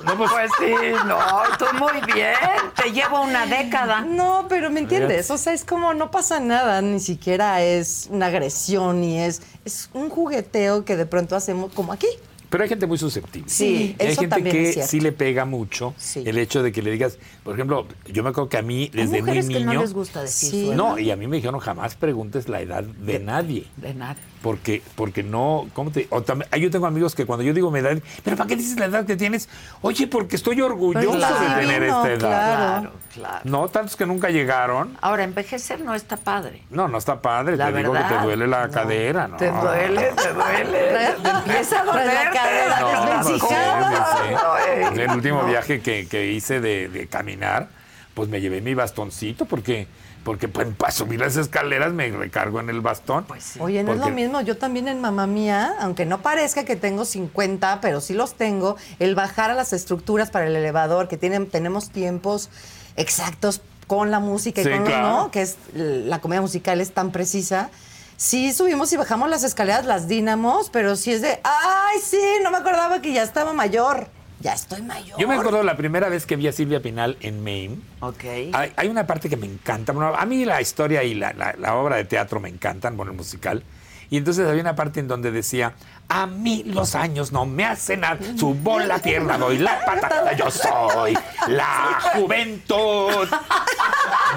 [SPEAKER 2] No, pues,
[SPEAKER 1] Pues sí, no, tú muy bien. Te llevo una década.
[SPEAKER 4] No, pero ¿me entiendes? O sea, es como no pasa nada, ni siquiera es una agresión ni es es un jugueteo que de pronto hacemos como aquí.
[SPEAKER 2] pero hay gente muy susceptible.
[SPEAKER 4] Sí,
[SPEAKER 2] Y hay
[SPEAKER 4] eso
[SPEAKER 2] gente
[SPEAKER 4] también
[SPEAKER 2] que
[SPEAKER 4] es cierto.
[SPEAKER 2] sí le pega mucho
[SPEAKER 4] Sí.
[SPEAKER 2] el hecho de que le digas, por ejemplo, yo me acuerdo que a mí desde
[SPEAKER 1] Hay mujeres
[SPEAKER 2] muy
[SPEAKER 1] que
[SPEAKER 2] niño
[SPEAKER 1] no les gusta decir
[SPEAKER 4] Sí.
[SPEAKER 1] su edad.
[SPEAKER 2] No, y a mí me dijeron jamás preguntes la edad de, nadie.
[SPEAKER 1] De nada.
[SPEAKER 2] Porque, porque no, ¿cómo te.? O también, ah, yo tengo amigos que cuando yo digo mi edad, ¿pero para qué dices la edad que tienes? Oye, porque estoy orgulloso
[SPEAKER 4] claro.
[SPEAKER 2] de tener
[SPEAKER 4] Divino,
[SPEAKER 2] esta edad.
[SPEAKER 4] claro.
[SPEAKER 1] Claro, Pues claro.
[SPEAKER 2] No, tantos que nunca llegaron.
[SPEAKER 1] Ahora, envejecer no está padre.
[SPEAKER 2] No, no está padre.
[SPEAKER 1] La
[SPEAKER 2] te digo que
[SPEAKER 1] verdad,
[SPEAKER 2] te duele la
[SPEAKER 1] no.
[SPEAKER 2] cadera, ¿no?
[SPEAKER 1] Te duele, te duele. Te empieza a
[SPEAKER 4] Trae la
[SPEAKER 1] doler.
[SPEAKER 4] cadera
[SPEAKER 2] No,
[SPEAKER 4] Es
[SPEAKER 2] pues,
[SPEAKER 4] desvencijada.
[SPEAKER 2] sí, sí, sí. El último viaje que, que hice de, de caminar, pues me llevé mi bastoncito porque, porque pues, para subir las escaleras me recargo en el bastón. Pues
[SPEAKER 4] Oye, no es lo mismo, yo también en mamá mía, aunque no parezca que tengo 50, pero sí los tengo, el bajar a las estructuras para el elevador, que tienen, tenemos tiempos exactos con la música y
[SPEAKER 2] Sí,
[SPEAKER 4] con
[SPEAKER 2] claro.
[SPEAKER 4] ¿no? que es la comedia musical es tan precisa. Sí subimos y bajamos las escaleras, las dinamos, pero sí es de, ay, sí, no me acordaba que ya estaba mayor. Ya estoy mayor.
[SPEAKER 2] Yo me acuerdo la primera vez que vi a Silvia Pinal en Maine.
[SPEAKER 1] Ok.
[SPEAKER 2] Hay, hay una parte que me encanta. Bueno, a mí la historia y la, la- la obra de teatro me encantan, bueno, el musical. Y entonces había una parte en donde decía, a mí los años no me hacen nada, subo la pierna, doy la patada, yo soy la juventud.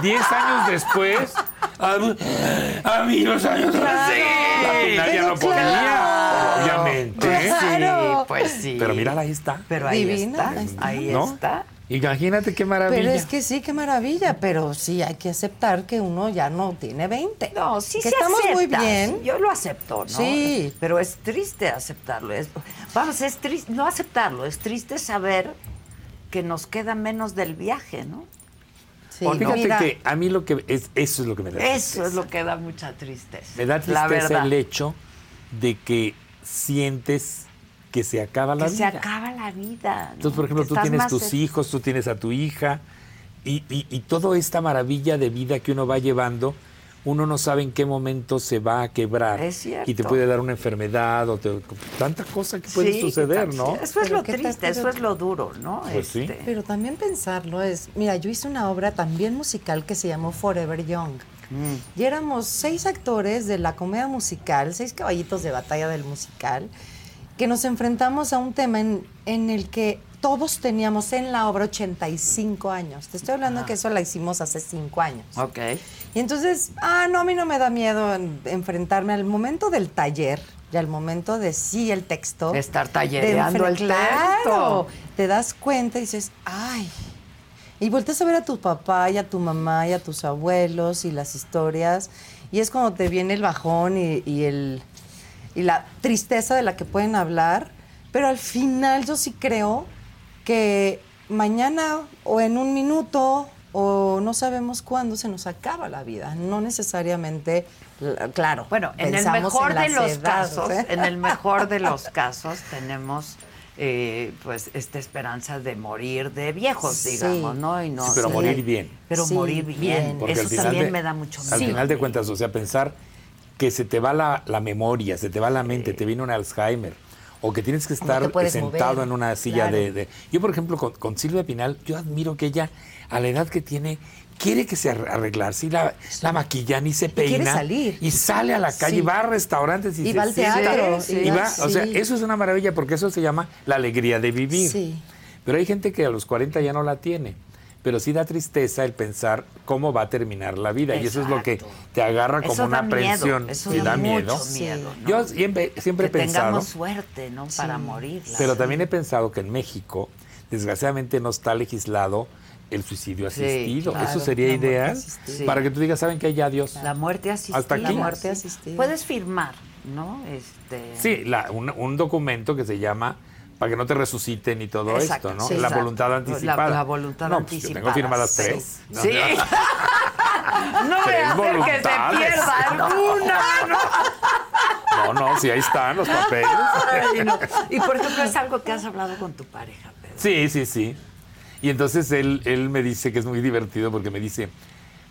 [SPEAKER 2] Diez años después, a, mí- a mí los años no me hacen nada. La final ya
[SPEAKER 4] pero
[SPEAKER 2] no podía,
[SPEAKER 4] claro.
[SPEAKER 2] obviamente.
[SPEAKER 1] Pues sí,
[SPEAKER 4] Claro.
[SPEAKER 1] pues sí.
[SPEAKER 2] Pero mírala, ahí está.
[SPEAKER 1] Pero ahí
[SPEAKER 4] Divina,
[SPEAKER 1] está.
[SPEAKER 4] ahí
[SPEAKER 1] Ahí
[SPEAKER 2] ¿No?
[SPEAKER 1] está.
[SPEAKER 2] Imagínate qué maravilla.
[SPEAKER 4] Pero es que sí, qué maravilla, pero sí hay que aceptar que uno ya no tiene 20.
[SPEAKER 1] No, sí
[SPEAKER 4] que
[SPEAKER 1] se
[SPEAKER 4] estamos muy
[SPEAKER 1] acepta,
[SPEAKER 4] bien.
[SPEAKER 1] sí, Yo lo acepto, ¿no?
[SPEAKER 4] Sí.
[SPEAKER 1] Pero es triste aceptarlo. es- vamos, es triste, no aceptarlo, es triste saber que nos queda menos del viaje, ¿no?
[SPEAKER 4] Sí,
[SPEAKER 1] O
[SPEAKER 2] Fíjate
[SPEAKER 4] mira,
[SPEAKER 2] que a mí lo que es, eso es lo que me da.
[SPEAKER 1] Eso
[SPEAKER 2] tristeza.
[SPEAKER 1] es lo que da mucha tristeza.
[SPEAKER 2] Me da
[SPEAKER 1] la
[SPEAKER 2] tristeza
[SPEAKER 1] verdad,
[SPEAKER 2] el hecho de que sientes que se acaba la
[SPEAKER 1] que se
[SPEAKER 2] vida.
[SPEAKER 1] acaba la vida. ¿no?
[SPEAKER 2] Entonces, por ejemplo,
[SPEAKER 1] Que
[SPEAKER 2] tú
[SPEAKER 1] estás
[SPEAKER 2] tienes
[SPEAKER 1] más
[SPEAKER 2] tus
[SPEAKER 1] cerca.
[SPEAKER 2] hijos, tú tienes a tu hija y, y- y toda esta maravilla de vida que uno va llevando, uno no sabe en qué momento se va a quebrar.
[SPEAKER 1] Es cierto.
[SPEAKER 2] Y te puede dar una enfermedad o te- tanta cosa que puede
[SPEAKER 1] Sí,
[SPEAKER 2] suceder,
[SPEAKER 1] que
[SPEAKER 2] ¿no?
[SPEAKER 1] tam- Eso es
[SPEAKER 4] Pero
[SPEAKER 1] lo
[SPEAKER 4] qué tal,
[SPEAKER 1] triste,
[SPEAKER 4] pero-
[SPEAKER 1] eso es lo duro, ¿no? Este,
[SPEAKER 2] Pues sí.
[SPEAKER 4] Pero también pensarlo es, mira, yo hice una obra también musical que se llamó Forever Young. Y éramos seis actores de la comedia musical, seis caballitos de batalla del musical, que nos enfrentamos a un tema en, en el que todos teníamos en la obra 85 años. Te estoy hablando que eso la hicimos hace cinco años.
[SPEAKER 1] Ok.
[SPEAKER 4] Y entonces, ah, no, a mí no me da miedo en- enfrentarme al momento del taller y al momento de sí el texto.
[SPEAKER 1] De estar
[SPEAKER 4] tallereando
[SPEAKER 1] tallereando el texto.
[SPEAKER 4] Te das cuenta y dices, ay. Y volteas a ver a tu papá y a tu mamá y a tus abuelos y las historias. Y es cuando te viene el bajón y, y el, y la tristeza de la que pueden hablar. Pero al final yo sí creo que mañana o en un minuto o no sabemos cuándo se nos acaba la vida. No necesariamente, l- claro.
[SPEAKER 1] Bueno, en el
[SPEAKER 4] pensamos
[SPEAKER 1] mejor de
[SPEAKER 4] las
[SPEAKER 1] los
[SPEAKER 4] edades,
[SPEAKER 1] casos,
[SPEAKER 4] ¿eh?
[SPEAKER 1] en el mejor de los casos tenemos eh, pues esta esperanza de morir de viejos,
[SPEAKER 4] Sí.
[SPEAKER 1] digamos, ¿no? Y no
[SPEAKER 2] Sí, pero
[SPEAKER 1] sí.
[SPEAKER 2] morir bien.
[SPEAKER 1] Pero
[SPEAKER 4] Sí,
[SPEAKER 1] morir bien.
[SPEAKER 4] bien.
[SPEAKER 2] Porque al
[SPEAKER 1] Eso
[SPEAKER 2] final
[SPEAKER 1] también
[SPEAKER 2] de-
[SPEAKER 1] me da mucho miedo.
[SPEAKER 2] Al final de cuentas, o sea, pensar que se te va la, la memoria, se te va la mente, te viene un Alzheimer, o que tienes que estar
[SPEAKER 4] te puedes
[SPEAKER 2] sentado
[SPEAKER 4] mover,
[SPEAKER 2] en una silla
[SPEAKER 4] claro.
[SPEAKER 2] de, de- Yo, por ejemplo, con, con Silvia Pinal, yo admiro que ella, a la edad que tiene, quiere que se arre- arreglar, sí, la, la maquillan y se peina.
[SPEAKER 4] salir.
[SPEAKER 2] Y sale a la calle,
[SPEAKER 4] Sí.
[SPEAKER 2] y va a restaurantes y,
[SPEAKER 4] Y
[SPEAKER 2] se
[SPEAKER 4] va al
[SPEAKER 2] sienta,
[SPEAKER 4] teatro,
[SPEAKER 1] sí,
[SPEAKER 2] y
[SPEAKER 4] va-
[SPEAKER 2] va, o sea,
[SPEAKER 4] sí.
[SPEAKER 2] eso es una maravilla porque eso se llama la alegría de vivir.
[SPEAKER 4] Sí.
[SPEAKER 2] Pero hay gente que a los 40 ya no la tiene. Pero sí da tristeza el pensar cómo va a terminar la vida. Y eso es lo que
[SPEAKER 1] Exacto.
[SPEAKER 2] te agarra como
[SPEAKER 1] Eso da
[SPEAKER 2] una
[SPEAKER 1] miedo,
[SPEAKER 2] presión.
[SPEAKER 1] eso
[SPEAKER 2] Sí,
[SPEAKER 1] da
[SPEAKER 2] da
[SPEAKER 1] mucho
[SPEAKER 2] miedo.
[SPEAKER 1] miedo, ¿no?
[SPEAKER 2] Yo siempre, siempre he
[SPEAKER 1] que
[SPEAKER 2] pensado,
[SPEAKER 1] tengamos suerte, ¿no? Para morir. la
[SPEAKER 2] pero
[SPEAKER 1] verdad.
[SPEAKER 2] también he pensado que en México, desgraciadamente, no está legislado el suicidio
[SPEAKER 1] Sí,
[SPEAKER 2] asistido.
[SPEAKER 1] claro,
[SPEAKER 2] eso sería
[SPEAKER 4] la muerte
[SPEAKER 2] ideal
[SPEAKER 4] asistida.
[SPEAKER 2] para que tú digas, ¿saben que Ya adiós.
[SPEAKER 1] la muerte asistida.
[SPEAKER 2] Hasta aquí.
[SPEAKER 4] La muerte asistida.
[SPEAKER 1] Puedes firmar, ¿no? Este
[SPEAKER 2] Sí, la- un, un documento que se llama para que no te resuciten y todo
[SPEAKER 1] Exacto,
[SPEAKER 2] esto, ¿no?
[SPEAKER 1] sí,
[SPEAKER 2] la
[SPEAKER 1] exacto.
[SPEAKER 2] voluntad anticipada.
[SPEAKER 1] La, la voluntad
[SPEAKER 2] no, pues,
[SPEAKER 1] anticipada.
[SPEAKER 2] Yo tengo firmadas
[SPEAKER 1] sí.
[SPEAKER 2] tres.
[SPEAKER 1] Sí. no voy a hacer que se
[SPEAKER 2] Tres voluntades.
[SPEAKER 1] pierda alguna.
[SPEAKER 2] No, no, sí, ahí están los papeles.
[SPEAKER 1] Ay, no. Y por ejemplo, es algo que has hablado con tu pareja, Pedro.
[SPEAKER 2] Sí, sí, sí. Y entonces él, él me dice que es muy divertido porque me dice,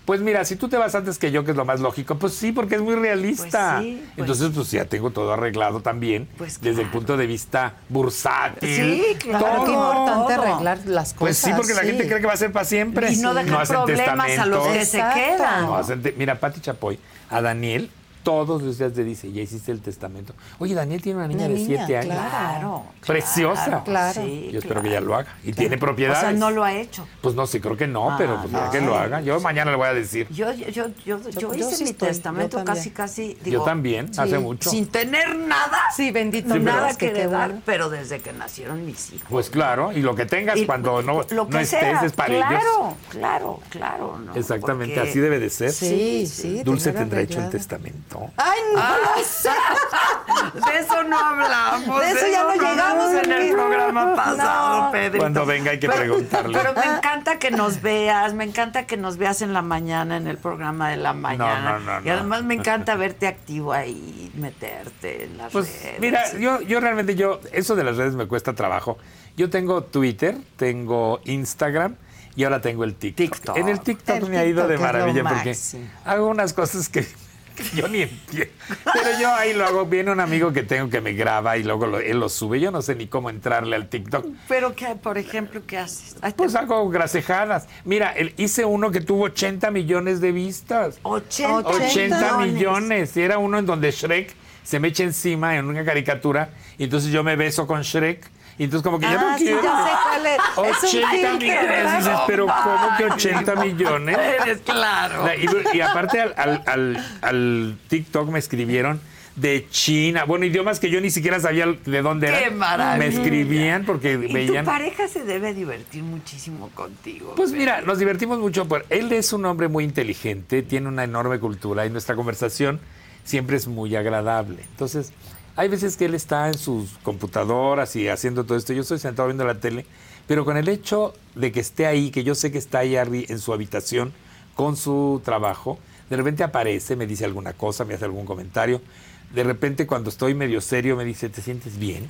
[SPEAKER 2] pues mira, si tú te vas antes que yo, que es lo más lógico, pues sí, porque es muy realista.
[SPEAKER 1] Pues sí, pues
[SPEAKER 2] entonces, pues ya tengo todo arreglado también,
[SPEAKER 1] Pues
[SPEAKER 2] desde el
[SPEAKER 1] claro.
[SPEAKER 2] punto de vista bursátil.
[SPEAKER 1] Sí, claro,
[SPEAKER 4] Claro,
[SPEAKER 2] todo.
[SPEAKER 4] qué importante
[SPEAKER 1] Todo.
[SPEAKER 4] arreglar las cosas.
[SPEAKER 2] Pues sí, porque la gente cree que va a ser para siempre.
[SPEAKER 1] Y no
[SPEAKER 2] deja
[SPEAKER 1] dejar problemas a los que se
[SPEAKER 4] Exacto.
[SPEAKER 1] quedan.
[SPEAKER 2] No, hacen te- mira, Pati Chapoy, a Daniel todos los días le dice, ya hiciste el testamento. Oye, Daniel tiene una niña
[SPEAKER 4] Una
[SPEAKER 2] de
[SPEAKER 4] niña,
[SPEAKER 2] siete años.
[SPEAKER 1] Claro.
[SPEAKER 2] Preciosa.
[SPEAKER 4] Claro.
[SPEAKER 1] Sí,
[SPEAKER 2] Yo
[SPEAKER 1] claro.
[SPEAKER 2] espero que ya lo haga. Y tiene
[SPEAKER 1] O
[SPEAKER 2] propiedades.
[SPEAKER 1] sea, no lo ha hecho.
[SPEAKER 2] Pues no sé, creo que no,
[SPEAKER 1] Ah,
[SPEAKER 2] pero pues ya
[SPEAKER 1] no.
[SPEAKER 2] que lo haga. Yo mañana le voy a decir.
[SPEAKER 1] Yo, yo, yo, yo, yo
[SPEAKER 4] yo
[SPEAKER 1] hice
[SPEAKER 4] sí
[SPEAKER 1] mi
[SPEAKER 4] estoy,
[SPEAKER 1] testamento
[SPEAKER 4] yo
[SPEAKER 1] casi,
[SPEAKER 4] también.
[SPEAKER 1] casi. digo,
[SPEAKER 2] yo también,
[SPEAKER 4] sí,
[SPEAKER 2] hace mucho.
[SPEAKER 1] Sin tener nada.
[SPEAKER 4] Sí, bendito
[SPEAKER 2] Sí, pero-
[SPEAKER 1] nada
[SPEAKER 4] Dios,
[SPEAKER 1] que
[SPEAKER 4] qué
[SPEAKER 1] heredar,
[SPEAKER 4] bueno.
[SPEAKER 1] pero desde que nacieron mis hijos.
[SPEAKER 2] Pues claro, y lo que tengas
[SPEAKER 1] Y
[SPEAKER 2] cuando no,
[SPEAKER 1] lo que
[SPEAKER 2] no estés
[SPEAKER 1] sea,
[SPEAKER 2] es para
[SPEAKER 1] claro,
[SPEAKER 2] ellos.
[SPEAKER 1] Claro, claro, ¿no?
[SPEAKER 2] Exactamente,
[SPEAKER 1] Porque-
[SPEAKER 2] así debe de ser.
[SPEAKER 4] Sí, sí.
[SPEAKER 2] Dulce
[SPEAKER 4] tener
[SPEAKER 2] tendrá hecho el
[SPEAKER 4] arreglado.
[SPEAKER 2] testamento.
[SPEAKER 4] Ay, no lo sé.
[SPEAKER 1] De eso no hablamos.
[SPEAKER 4] De eso ya no llegamos,
[SPEAKER 1] hablamos en el
[SPEAKER 4] Enrique.
[SPEAKER 1] programa pasado,
[SPEAKER 4] No.
[SPEAKER 1] Pedrito.
[SPEAKER 2] Cuando venga hay que preguntarle.
[SPEAKER 1] Pero me encanta que nos veas, me encanta que nos veas en la mañana, en el programa de la mañana.
[SPEAKER 2] No, no, no,
[SPEAKER 1] y además
[SPEAKER 2] no.
[SPEAKER 1] me encanta verte activo ahí, meterte en las
[SPEAKER 2] Pues
[SPEAKER 1] redes.
[SPEAKER 2] mira, yo, yo realmente yo, eso de las redes me cuesta trabajo. Yo tengo Twitter, tengo Instagram y ahora tengo el TikTok.
[SPEAKER 1] TikTok.
[SPEAKER 2] En el TikTok
[SPEAKER 4] El
[SPEAKER 2] me ha ido
[SPEAKER 4] TikTok
[SPEAKER 2] de
[SPEAKER 4] es lo
[SPEAKER 2] maravilla porque
[SPEAKER 4] máximo.
[SPEAKER 2] hago unas cosas que que yo ni entiendo. Pero yo ahí lo hago. Viene un amigo que tengo que me graba y luego lo- él lo sube. Yo no sé ni cómo entrarle al TikTok.
[SPEAKER 1] Pero que, por ejemplo, ¿qué haces? Ay, te-
[SPEAKER 2] Pues hago grasejadas. Mira, el- hice uno que tuvo 80 millones de vistas.
[SPEAKER 1] 80,
[SPEAKER 2] 80 millones. Y era uno en donde Shrek se me echa encima en una caricatura. Y entonces yo me beso con Shrek. Y entonces como que yo no
[SPEAKER 4] Ah, sí,
[SPEAKER 2] quiero.
[SPEAKER 4] ya sé cuál es. Es un
[SPEAKER 2] 80
[SPEAKER 4] filtro,
[SPEAKER 2] millones. Dices,
[SPEAKER 4] claro.
[SPEAKER 2] pero ¿cómo que 80 millones?
[SPEAKER 1] Eres claro.
[SPEAKER 2] Y, y aparte al, al- al- al TikTok me escribieron. de China, bueno, idiomas que yo ni siquiera sabía de dónde
[SPEAKER 1] ¡Qué
[SPEAKER 2] eran.
[SPEAKER 1] maravilla!
[SPEAKER 2] Me escribían porque
[SPEAKER 1] Y
[SPEAKER 2] veían.
[SPEAKER 1] tu pareja se debe divertir muchísimo contigo. ¿eh?
[SPEAKER 2] Pues
[SPEAKER 1] Fer.
[SPEAKER 2] mira, nos divertimos mucho. Pero él es un hombre muy inteligente, tiene una enorme cultura y nuestra conversación siempre es muy agradable. Entonces, hay veces que él está en sus computadoras y haciendo todo esto. Yo estoy sentado viendo la tele, pero con el hecho de que esté ahí, que yo sé que está ahí arri- en su habitación con su trabajo, de repente aparece, me dice alguna cosa, me hace algún comentario. De repente, cuando estoy medio serio, me dice, ¿te sientes bien?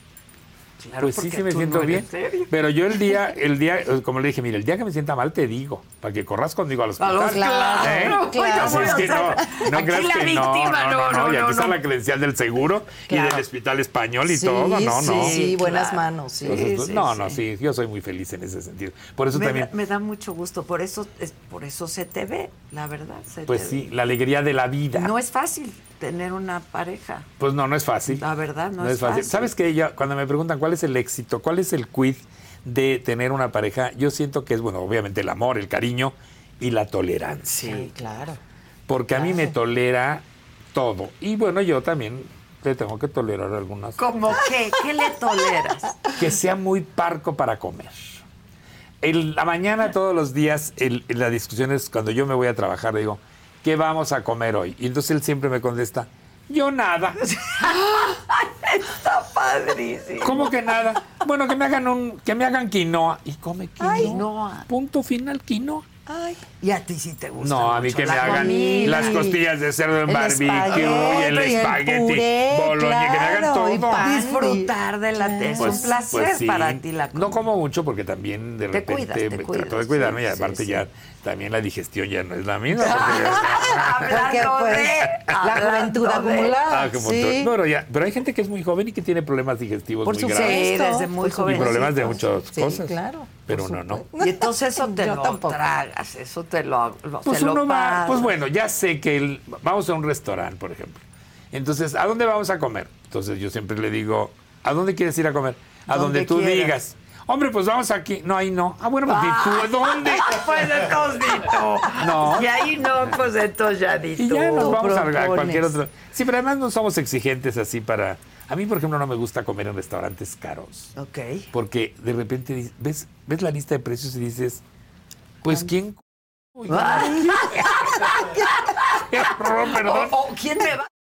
[SPEAKER 1] Claro,
[SPEAKER 2] Pues sí,
[SPEAKER 1] porque
[SPEAKER 2] sí me
[SPEAKER 1] tú
[SPEAKER 2] siento
[SPEAKER 1] no
[SPEAKER 2] bien.
[SPEAKER 1] eres serio.
[SPEAKER 2] Pero yo el día, el día, eh, como le dije, mira, el día que me sienta mal te digo, para que corras conmigo a los
[SPEAKER 1] A los
[SPEAKER 4] claro,
[SPEAKER 1] claro,
[SPEAKER 4] claro.
[SPEAKER 2] Así ¿Eh? Pues, es que no, no
[SPEAKER 1] Aquí
[SPEAKER 2] creas
[SPEAKER 1] la
[SPEAKER 2] que no,
[SPEAKER 1] víctima, no,
[SPEAKER 2] no, no, no, y
[SPEAKER 1] no,
[SPEAKER 2] aquí
[SPEAKER 1] no,
[SPEAKER 2] está
[SPEAKER 1] no.
[SPEAKER 2] la credencial del seguro y
[SPEAKER 4] Claro.
[SPEAKER 2] del hospital español y todo, no, no.
[SPEAKER 4] Sí, sí, buenas
[SPEAKER 1] claro.
[SPEAKER 4] manos, sí.
[SPEAKER 2] Entonces, pues,
[SPEAKER 1] sí,
[SPEAKER 2] no,
[SPEAKER 1] sí.
[SPEAKER 2] no, sí, yo soy muy feliz en ese sentido. Por eso
[SPEAKER 1] me,
[SPEAKER 2] también,
[SPEAKER 1] da, me da mucho gusto, por eso es, por eso se te ve, la verdad. se
[SPEAKER 2] pues
[SPEAKER 1] te
[SPEAKER 2] sí, la alegría de la vida.
[SPEAKER 1] ve. No es fácil tener una pareja.
[SPEAKER 2] Pues no, no es fácil.
[SPEAKER 1] La verdad, no es fácil.
[SPEAKER 2] ¿Sabes qué? Yo, cuando me preguntan cuál es el éxito, cuál es el quid de tener una pareja, yo siento que es, bueno, obviamente el amor, el cariño y la tolerancia.
[SPEAKER 4] Sí, claro.
[SPEAKER 2] Porque a mí me tolera todo. Y bueno, yo también le tengo que tolerar algunas
[SPEAKER 1] ¿Cómo qué? ¿Qué le toleras?
[SPEAKER 2] que sea muy parco para comer. En la mañana todos los días, el- en las discusiones, cuando yo me voy a trabajar, le digo, ¿qué vamos a comer hoy? Y entonces él siempre me contesta, yo nada.
[SPEAKER 1] Está padrísimo.
[SPEAKER 2] ¿Cómo que nada? Bueno, que me hagan un, que me hagan quinoa. Y come quinoa.
[SPEAKER 1] Ay, no.
[SPEAKER 2] Punto final, quinoa.
[SPEAKER 4] Ay,
[SPEAKER 1] Y a ti sí te gusta.
[SPEAKER 2] No, a mí
[SPEAKER 1] mucho
[SPEAKER 2] que me
[SPEAKER 1] la
[SPEAKER 2] hagan
[SPEAKER 4] comida.
[SPEAKER 2] las costillas de cerdo en
[SPEAKER 4] El
[SPEAKER 2] barbecue, el
[SPEAKER 4] espagueti, el
[SPEAKER 2] espagueti,
[SPEAKER 4] puré,
[SPEAKER 2] boloña, que me hagan
[SPEAKER 4] claro,
[SPEAKER 2] todo.
[SPEAKER 4] y pan.
[SPEAKER 1] Disfrutar de la es
[SPEAKER 2] Pues-
[SPEAKER 1] un placer
[SPEAKER 2] pues sí.
[SPEAKER 1] para ti la comida.
[SPEAKER 2] No como mucho porque también de
[SPEAKER 1] Te
[SPEAKER 2] repente
[SPEAKER 1] cuidas, te
[SPEAKER 2] me
[SPEAKER 1] cuidas,
[SPEAKER 2] trato de cuidarme
[SPEAKER 1] sí,
[SPEAKER 2] y
[SPEAKER 1] sí,
[SPEAKER 2] aparte
[SPEAKER 1] sí.
[SPEAKER 2] ya también la digestión ya no es la misma. porque-
[SPEAKER 4] porque
[SPEAKER 1] Hablando de-
[SPEAKER 4] pues la
[SPEAKER 1] hablando
[SPEAKER 4] juventud
[SPEAKER 1] de-
[SPEAKER 4] acumulada.
[SPEAKER 2] Ah, como
[SPEAKER 4] sí.
[SPEAKER 2] todo. Pero ya- pero hay gente que es muy joven y que tiene problemas digestivos
[SPEAKER 4] Por
[SPEAKER 2] Pues muy
[SPEAKER 4] supuesto.
[SPEAKER 2] graves.
[SPEAKER 1] Sí, desde muy
[SPEAKER 2] Y
[SPEAKER 4] Y
[SPEAKER 1] joven.
[SPEAKER 2] problemas de muchas
[SPEAKER 4] Sí,
[SPEAKER 2] cosas.
[SPEAKER 4] claro,
[SPEAKER 2] Pero
[SPEAKER 4] por
[SPEAKER 2] uno no.
[SPEAKER 1] Y entonces eso te
[SPEAKER 4] Yo
[SPEAKER 1] lo
[SPEAKER 4] tampoco.
[SPEAKER 1] tragas, eso te lo, lo-
[SPEAKER 2] Pues
[SPEAKER 1] se lo
[SPEAKER 2] uno va,
[SPEAKER 1] pasas.
[SPEAKER 2] pues bueno, ya sé que el- vamos a un restaurante, por ejemplo. Entonces, ¿a dónde vamos a comer? Entonces yo siempre le digo, ¿a dónde quieres ir a comer? A
[SPEAKER 1] Donde
[SPEAKER 2] donde tú
[SPEAKER 1] quieras.
[SPEAKER 2] digas. Hombre, pues vamos aquí. No, ahí no. Ah, bueno, pues ¿y tú dónde?
[SPEAKER 1] Pues entonces di tú.
[SPEAKER 2] No.
[SPEAKER 1] Y ahí no, pues entonces ya di
[SPEAKER 2] Y ya
[SPEAKER 1] tú.
[SPEAKER 2] nos vamos a- a,
[SPEAKER 4] propones.
[SPEAKER 2] cualquier otro. Sí, pero además no somos exigentes así para. A mí, por ejemplo, no me gusta comer en restaurantes caros.
[SPEAKER 1] Ok.
[SPEAKER 2] Porque de repente dices- ves, ves la lista de precios y dices, pues quién. Uy, qué horror,
[SPEAKER 1] O-
[SPEAKER 2] perdón.
[SPEAKER 1] o, ¿Quién me va?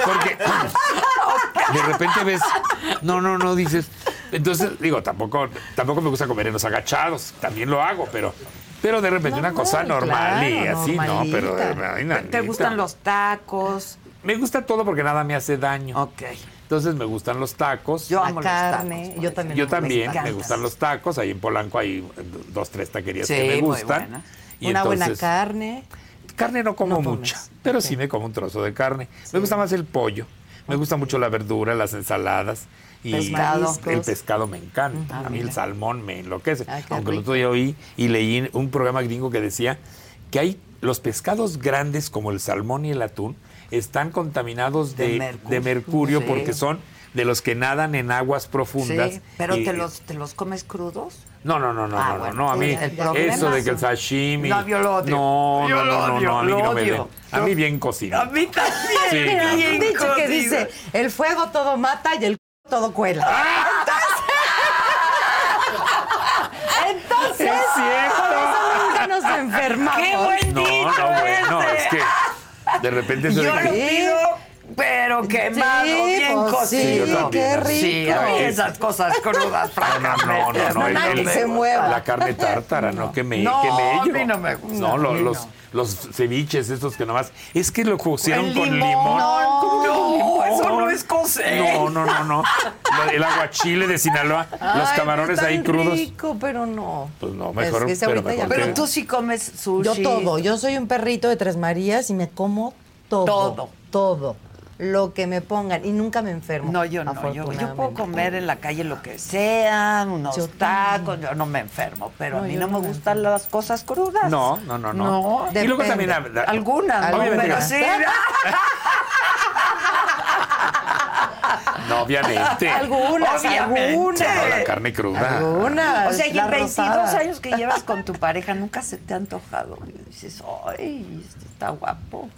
[SPEAKER 2] Porque de repente ves, no, no, no, dices. Entonces, digo, tampoco, tampoco me gusta comer en los agachados, también lo hago, pero, pero de repente una cosa
[SPEAKER 4] Normal,
[SPEAKER 2] normal y
[SPEAKER 4] claro,
[SPEAKER 2] así,
[SPEAKER 4] normalita.
[SPEAKER 2] ¿no? Pero ay, nanita.
[SPEAKER 1] ¿Te gustan los tacos?
[SPEAKER 2] Me gusta todo porque nada me hace daño.
[SPEAKER 1] Ok.
[SPEAKER 2] Entonces me gustan los tacos.
[SPEAKER 1] Yo
[SPEAKER 4] La
[SPEAKER 1] amo los
[SPEAKER 4] carne,
[SPEAKER 1] tacos, por
[SPEAKER 4] yo también.
[SPEAKER 2] Yo
[SPEAKER 4] me
[SPEAKER 2] también,
[SPEAKER 4] encanta.
[SPEAKER 2] me
[SPEAKER 1] encantan.
[SPEAKER 2] gustan los tacos. Ahí en Polanco hay dos, tres taquerías
[SPEAKER 1] Sí,
[SPEAKER 2] que me
[SPEAKER 1] muy
[SPEAKER 2] gustan.
[SPEAKER 1] buenas.
[SPEAKER 4] Una buena
[SPEAKER 2] entonces-
[SPEAKER 4] carne.
[SPEAKER 2] Carne no como
[SPEAKER 4] No comes.
[SPEAKER 2] mucha, pero sí me como un trozo de carne. Me gusta más el pollo. Me gusta mucho la verdura, las ensaladas y
[SPEAKER 4] Pescado.
[SPEAKER 2] el pescado me encanta.
[SPEAKER 4] Ah,
[SPEAKER 2] a mí el
[SPEAKER 4] mira.
[SPEAKER 2] salmón me enloquece.
[SPEAKER 4] Ah, qué
[SPEAKER 2] Aunque el otro
[SPEAKER 4] rico.
[SPEAKER 2] día oí y leí un programa gringo que decía que hay los pescados grandes como el salmón y el atún están contaminados
[SPEAKER 1] De
[SPEAKER 2] de,
[SPEAKER 1] mercurio.
[SPEAKER 2] de mercurio
[SPEAKER 1] Sí.
[SPEAKER 2] porque son de los que nadan en aguas profundas.
[SPEAKER 1] Sí, pero
[SPEAKER 2] y-
[SPEAKER 1] te los, te los comes crudos.
[SPEAKER 2] no, no, no, no,
[SPEAKER 1] Ah,
[SPEAKER 2] no,
[SPEAKER 1] bueno,
[SPEAKER 2] no, a mí
[SPEAKER 1] el problema
[SPEAKER 2] eso de que el
[SPEAKER 1] son-
[SPEAKER 2] sashimi.
[SPEAKER 1] No, yo lo odio.
[SPEAKER 2] No,
[SPEAKER 1] Yo
[SPEAKER 2] no,
[SPEAKER 1] lo
[SPEAKER 2] no, no,
[SPEAKER 1] odio,
[SPEAKER 2] no, a mí
[SPEAKER 1] lo
[SPEAKER 2] que no me
[SPEAKER 1] odio.
[SPEAKER 2] den. A mí bien cocido.
[SPEAKER 1] mí también.
[SPEAKER 2] Sí,
[SPEAKER 4] Pero hay
[SPEAKER 2] claro.
[SPEAKER 4] un dicho que dice, el fuego todo mata y el c- todo cuela.
[SPEAKER 2] Ah.
[SPEAKER 4] Entonces,
[SPEAKER 2] ¡Es
[SPEAKER 4] por
[SPEAKER 2] cierto!
[SPEAKER 4] eso nunca nos enfermamos.
[SPEAKER 1] ¡Qué buen
[SPEAKER 2] No,
[SPEAKER 1] dicho
[SPEAKER 2] no,
[SPEAKER 1] ese!
[SPEAKER 2] bueno, De repente se
[SPEAKER 1] Yo
[SPEAKER 2] le-
[SPEAKER 1] lo
[SPEAKER 4] Sí.
[SPEAKER 1] pido, pero quemado,
[SPEAKER 4] Sí,
[SPEAKER 1] bien
[SPEAKER 4] pues sí,
[SPEAKER 1] cocido.
[SPEAKER 2] Sí, yo
[SPEAKER 4] qué
[SPEAKER 2] también.
[SPEAKER 4] rico.
[SPEAKER 1] Sí, a mí esas cosas crudas,
[SPEAKER 2] No, no,
[SPEAKER 1] francamente.
[SPEAKER 2] no, no,
[SPEAKER 4] Nada
[SPEAKER 2] el-
[SPEAKER 4] que
[SPEAKER 2] el-
[SPEAKER 4] se mueva.
[SPEAKER 2] La carne tártara, no, que me,
[SPEAKER 1] No,
[SPEAKER 2] que
[SPEAKER 1] a
[SPEAKER 2] mello.
[SPEAKER 1] mí no me gusta.
[SPEAKER 2] No, lo-
[SPEAKER 1] A mí
[SPEAKER 2] los,
[SPEAKER 1] no.
[SPEAKER 2] los ceviches, estos que nomás. Es que lo pusieron
[SPEAKER 1] El
[SPEAKER 2] con
[SPEAKER 1] limón.
[SPEAKER 2] limón.
[SPEAKER 1] No,
[SPEAKER 2] ¿Cómo que con limón?
[SPEAKER 1] eso no es cocer.
[SPEAKER 2] No, no, no, no. Lo- El aguachile de Sinaloa, los
[SPEAKER 4] Ay,
[SPEAKER 2] camarones
[SPEAKER 4] no es
[SPEAKER 2] ahí
[SPEAKER 4] tan
[SPEAKER 2] crudos.
[SPEAKER 4] rico, pero no.
[SPEAKER 2] Pues no, mejor-
[SPEAKER 4] Es que
[SPEAKER 2] pero
[SPEAKER 4] ahorita
[SPEAKER 2] mejor
[SPEAKER 4] ya-
[SPEAKER 2] que-
[SPEAKER 1] Pero tú sí comes
[SPEAKER 4] Yo
[SPEAKER 1] sushi.
[SPEAKER 4] todo. Yo soy un perrito de Tres Marías y me como todo.
[SPEAKER 1] Todo.
[SPEAKER 4] Todo. Lo que me pongan. Y nunca me enfermo.
[SPEAKER 1] No, yo no. Yo,
[SPEAKER 4] afortunadamente.
[SPEAKER 1] yo puedo comer en la calle lo que sea, unos
[SPEAKER 4] Yo
[SPEAKER 1] tacos. Yo no me enfermo, pero a
[SPEAKER 4] No,
[SPEAKER 1] mí
[SPEAKER 4] yo
[SPEAKER 1] no,
[SPEAKER 4] no
[SPEAKER 1] me
[SPEAKER 4] me
[SPEAKER 1] gustan
[SPEAKER 4] enfermo.
[SPEAKER 1] las cosas crudas.
[SPEAKER 2] No, no, no, no.
[SPEAKER 1] No,
[SPEAKER 2] y luego también
[SPEAKER 4] depende.
[SPEAKER 2] habla-
[SPEAKER 1] Algunas, no,
[SPEAKER 2] Obviamente.
[SPEAKER 1] pero sí. ¡ah!
[SPEAKER 2] No, obviamente.
[SPEAKER 4] Algunas,
[SPEAKER 1] Obviamente.
[SPEAKER 4] algunas.
[SPEAKER 2] No, la carne cruda.
[SPEAKER 4] Algunas.
[SPEAKER 1] O sea, y
[SPEAKER 4] la
[SPEAKER 1] en 22
[SPEAKER 4] rosada.
[SPEAKER 1] años que llevas con tu pareja, nunca se te ha antojado. Y dices, ay, este está guapo.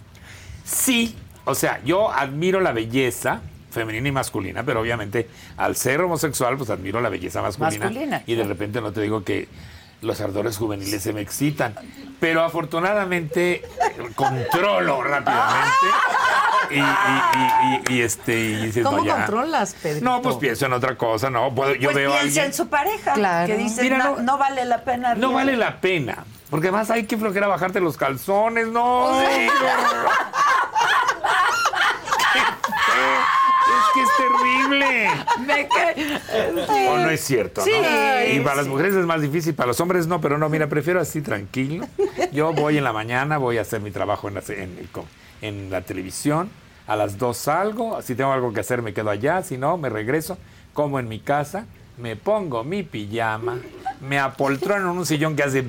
[SPEAKER 2] Sí, o sea, yo admiro la belleza femenina y masculina, pero obviamente al ser homosexual, pues admiro la belleza masculina.
[SPEAKER 1] Masculina.
[SPEAKER 2] Y de repente no te digo que los ardores juveniles se me excitan, pero afortunadamente eh, controlo rápidamente. Y, y- y- y- y, este, y dices,
[SPEAKER 4] ¿Cómo
[SPEAKER 2] no, ya.
[SPEAKER 4] controlas, Pedrito?
[SPEAKER 2] No, pues pienso en otra cosa, no. Puedo- yo
[SPEAKER 1] pues
[SPEAKER 2] veo a
[SPEAKER 1] piensa
[SPEAKER 2] alguien.
[SPEAKER 1] en su pareja.
[SPEAKER 4] Claro.
[SPEAKER 1] Que dices,
[SPEAKER 2] Mira,
[SPEAKER 1] no,
[SPEAKER 2] no-
[SPEAKER 1] no vale la pena.
[SPEAKER 2] No vale la pena. Porque además hay que flojera bajarte los calzones, no. qué horror. Qué feo. es que es terrible.
[SPEAKER 1] ¿De qué?
[SPEAKER 2] O no es cierto, ¿no?
[SPEAKER 1] Sí,
[SPEAKER 2] Y para las
[SPEAKER 1] sí.
[SPEAKER 2] mujeres es más difícil, para los hombres no, pero no, mira, prefiero así tranquilo. Yo voy en la mañana, voy a hacer mi trabajo en la, se- en el co- en la televisión, a las dos salgo, si tengo algo que hacer me quedo allá, si no, me regreso, como en mi casa, me pongo mi pijama, me apoltrono en un sillón que hace...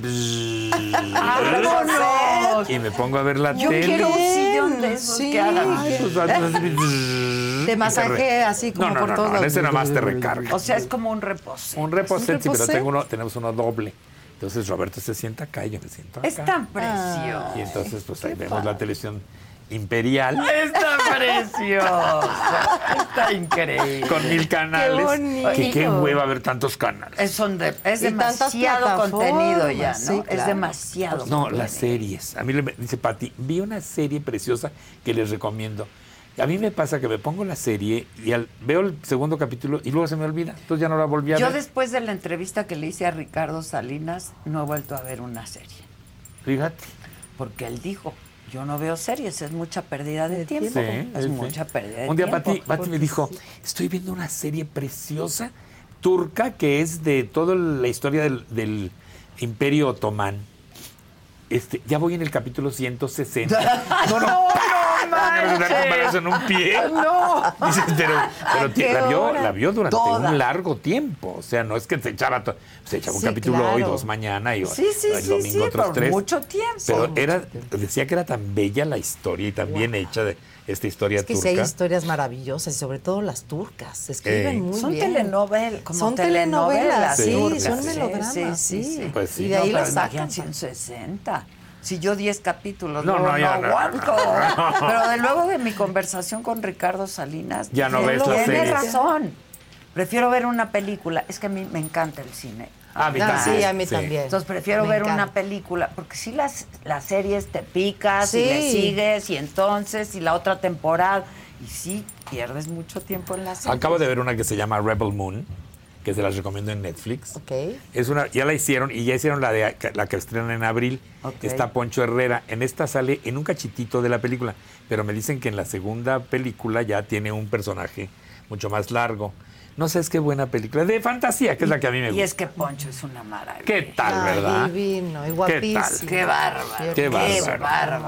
[SPEAKER 1] Ah, ¡Vámonos!
[SPEAKER 2] y me pongo a ver la
[SPEAKER 4] Yo
[SPEAKER 2] tele.
[SPEAKER 1] Quiero
[SPEAKER 4] quiero
[SPEAKER 1] un sillón de
[SPEAKER 4] Bien,
[SPEAKER 1] esos
[SPEAKER 4] sí.
[SPEAKER 1] que hagan.
[SPEAKER 2] Ay, pues, hace-
[SPEAKER 4] Te masajea así como
[SPEAKER 2] no, no,
[SPEAKER 4] por
[SPEAKER 2] no,
[SPEAKER 4] todos
[SPEAKER 2] No,
[SPEAKER 4] lados.
[SPEAKER 2] ese nada más te recarga.
[SPEAKER 1] O sea, es como un reposo.
[SPEAKER 2] Un reposete, sí, pero
[SPEAKER 4] reposé.
[SPEAKER 2] tengo uno, tenemos uno doble. Entonces Roberto se sienta acá y yo me siento acá.
[SPEAKER 1] Es tan precioso.
[SPEAKER 2] Y entonces pues ahí vemos la televisión imperial
[SPEAKER 1] Está precioso. Está increíble.
[SPEAKER 2] con mil canales.
[SPEAKER 4] bonito.
[SPEAKER 2] que qué hueva ver tantos canales.
[SPEAKER 1] Es, un de- es
[SPEAKER 4] Y tantas
[SPEAKER 1] demasiado contenido ya, ¿no?
[SPEAKER 4] plataformas, sí,
[SPEAKER 1] Es
[SPEAKER 4] claro.
[SPEAKER 1] demasiado.
[SPEAKER 2] No,
[SPEAKER 1] contenido.
[SPEAKER 2] las series. A mí le me- dice Pati, vi una serie preciosa que les recomiendo. A mí me pasa que me pongo la serie y al- veo el segundo capítulo y luego se me olvida. Entonces ya no la volví a
[SPEAKER 1] Yo
[SPEAKER 2] ver.
[SPEAKER 1] después de la entrevista que le hice a Ricardo Salinas, no he vuelto a ver una serie.
[SPEAKER 2] Fíjate.
[SPEAKER 1] Porque él dijo, yo no veo series, es mucha pérdida de tiempo.
[SPEAKER 2] Sí,
[SPEAKER 1] es
[SPEAKER 2] sí.
[SPEAKER 1] mucha pérdida de
[SPEAKER 2] Un día
[SPEAKER 1] tiempo.
[SPEAKER 2] Pati, Pati me dijo, estoy viendo una serie preciosa turca que es de toda la historia del, del Imperio Otomán. Este, ya voy en el capítulo 160. No,
[SPEAKER 1] ¡No, no
[SPEAKER 2] no, no, una
[SPEAKER 1] manches!
[SPEAKER 2] comparación en un pie.
[SPEAKER 1] ¡No!
[SPEAKER 2] Dices, pero, pero
[SPEAKER 4] qué
[SPEAKER 2] la, vio,
[SPEAKER 4] hora?
[SPEAKER 2] la vio durante
[SPEAKER 1] Toda.
[SPEAKER 2] un largo tiempo. O sea, no es que se echaba, to- se echaba un
[SPEAKER 4] Sí,
[SPEAKER 2] capítulo hoy,
[SPEAKER 4] claro.
[SPEAKER 2] dos mañana y hoy-
[SPEAKER 1] Sí, sí,
[SPEAKER 2] el
[SPEAKER 1] sí,
[SPEAKER 2] domingo
[SPEAKER 1] sí,
[SPEAKER 2] otros
[SPEAKER 1] por
[SPEAKER 2] tres.
[SPEAKER 1] mucho tiempo.
[SPEAKER 2] Pero
[SPEAKER 1] Por
[SPEAKER 2] era, decía que era tan bella la historia y tan bien hecha de esta historia
[SPEAKER 4] Es que sí
[SPEAKER 2] turca.
[SPEAKER 4] hay historias maravillosas y sobre todo las turcas. Se escriben
[SPEAKER 2] Ey.
[SPEAKER 4] muy
[SPEAKER 1] Son
[SPEAKER 4] bien.
[SPEAKER 1] telenovel- como
[SPEAKER 4] son
[SPEAKER 1] telenovelas
[SPEAKER 4] telenovelas, sí,
[SPEAKER 2] turcas,
[SPEAKER 4] son
[SPEAKER 2] sí,
[SPEAKER 4] melodramas, sí.
[SPEAKER 2] Pues sí.
[SPEAKER 4] Y de ahí
[SPEAKER 1] No,
[SPEAKER 4] las
[SPEAKER 1] pero
[SPEAKER 4] sacan.
[SPEAKER 1] imagínate, 160. Si yo 10 capítulos,
[SPEAKER 2] No,
[SPEAKER 1] luego no,
[SPEAKER 2] no, ya no,
[SPEAKER 1] aguanto.
[SPEAKER 2] no, no.
[SPEAKER 1] Pero de luego de mi conversación con Ricardo Salinas,
[SPEAKER 2] Ya no
[SPEAKER 1] dije,
[SPEAKER 2] ves la
[SPEAKER 1] Tienes
[SPEAKER 2] serie.
[SPEAKER 1] razón. Prefiero ver una película. Es que a mí me encanta el cine.
[SPEAKER 2] A mí
[SPEAKER 4] Ah,
[SPEAKER 2] también,
[SPEAKER 4] sí, a mí
[SPEAKER 2] sí.
[SPEAKER 4] también.
[SPEAKER 1] Entonces prefiero
[SPEAKER 4] Me
[SPEAKER 1] ver
[SPEAKER 4] encanta.
[SPEAKER 1] una película, porque si las, las series te picas y le
[SPEAKER 4] Sí.
[SPEAKER 1] sigues y entonces y la otra temporada. Y sí, pierdes mucho tiempo en la serie.
[SPEAKER 2] Acabo de ver una que se llama Rebel Moon, que se las recomiendo en Netflix.
[SPEAKER 4] Ok.
[SPEAKER 2] Es una, ya la hicieron y ya hicieron la de la que estrenan en abril.
[SPEAKER 1] Ok.
[SPEAKER 2] Está Poncho Herrera. En esta sale en un cachitito de la película, pero me dicen que en la segunda película ya tiene un personaje mucho más largo. No sé, es qué buena película. De fantasía, que es la que a mí me
[SPEAKER 1] Y es
[SPEAKER 2] gusta.
[SPEAKER 1] que Poncho es una maravilla.
[SPEAKER 2] ¿Qué tal,
[SPEAKER 4] Ay,
[SPEAKER 2] verdad?
[SPEAKER 4] divino y
[SPEAKER 2] tal?
[SPEAKER 4] guapísimo.
[SPEAKER 1] Qué bárbaro.
[SPEAKER 4] Qué
[SPEAKER 1] Qué bárbaro.
[SPEAKER 2] bárbaro.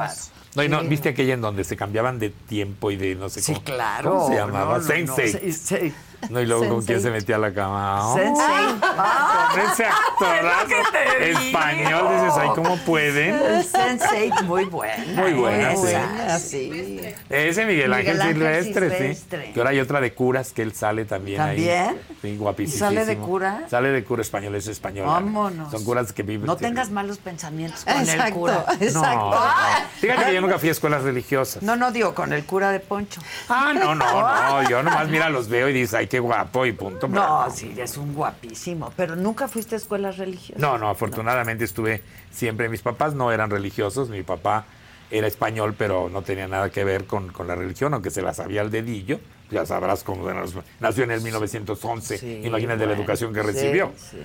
[SPEAKER 2] No, y no, ¿Viste aquella en donde se cambiaban de tiempo y de no sé
[SPEAKER 1] Sí,
[SPEAKER 2] cómo-
[SPEAKER 1] claro.
[SPEAKER 2] ¿Cómo se
[SPEAKER 1] No,
[SPEAKER 2] llamaba?
[SPEAKER 1] no, no.
[SPEAKER 2] Sensei. No,
[SPEAKER 1] Sí, sí.
[SPEAKER 2] y luego con quién
[SPEAKER 4] Sense8.
[SPEAKER 2] se metía a la
[SPEAKER 4] Ah.
[SPEAKER 2] cama. Oh,
[SPEAKER 1] Sensei.
[SPEAKER 2] Con ese actorazo
[SPEAKER 1] te digo.
[SPEAKER 2] español, dices, ay, ¿cómo pueden?
[SPEAKER 1] El Sensei, muy buena. eh.
[SPEAKER 2] Muy buena,
[SPEAKER 4] Qué
[SPEAKER 2] Ah, sí.
[SPEAKER 4] buena, ah, sí.
[SPEAKER 2] Ese Miguel Ángel,
[SPEAKER 1] Ángel
[SPEAKER 2] Silvestre,
[SPEAKER 1] Silvestre.
[SPEAKER 2] sí. Que ahora hay otra de curas que él sale también, ahí.
[SPEAKER 1] ¿También?
[SPEAKER 2] Sí, guapísimo.
[SPEAKER 1] ¿Y sale de cura?
[SPEAKER 2] Sale de cura español, es español.
[SPEAKER 1] Vámonos.
[SPEAKER 2] Son curas que viven.
[SPEAKER 1] No tengas malos pensamientos con el
[SPEAKER 4] Exacto,
[SPEAKER 1] cura.
[SPEAKER 2] No,
[SPEAKER 4] exacto.
[SPEAKER 2] no. Fíjate que yo nunca fui a escuelas religiosas.
[SPEAKER 1] No, no digo con el cura de Poncho.
[SPEAKER 2] Ah, no, no, no. Yo nomás mira, los veo y dices, ay, qué guapo y punto. pero
[SPEAKER 1] No, sí, es un guapísimo. Pero nunca fuiste a escuelas religiosas.
[SPEAKER 2] No, no, afortunadamente estuve siempre. Mis papás no eran religiosos. Mi papá era español, pero no tenía nada que ver con, con la religión, aunque se la sabía al dedillo. Ya sabrás cómo bueno, nació en el 1911,
[SPEAKER 1] Sí,
[SPEAKER 2] imagínate la
[SPEAKER 1] bueno,
[SPEAKER 2] educación que
[SPEAKER 1] sí,
[SPEAKER 2] recibió.
[SPEAKER 1] sí.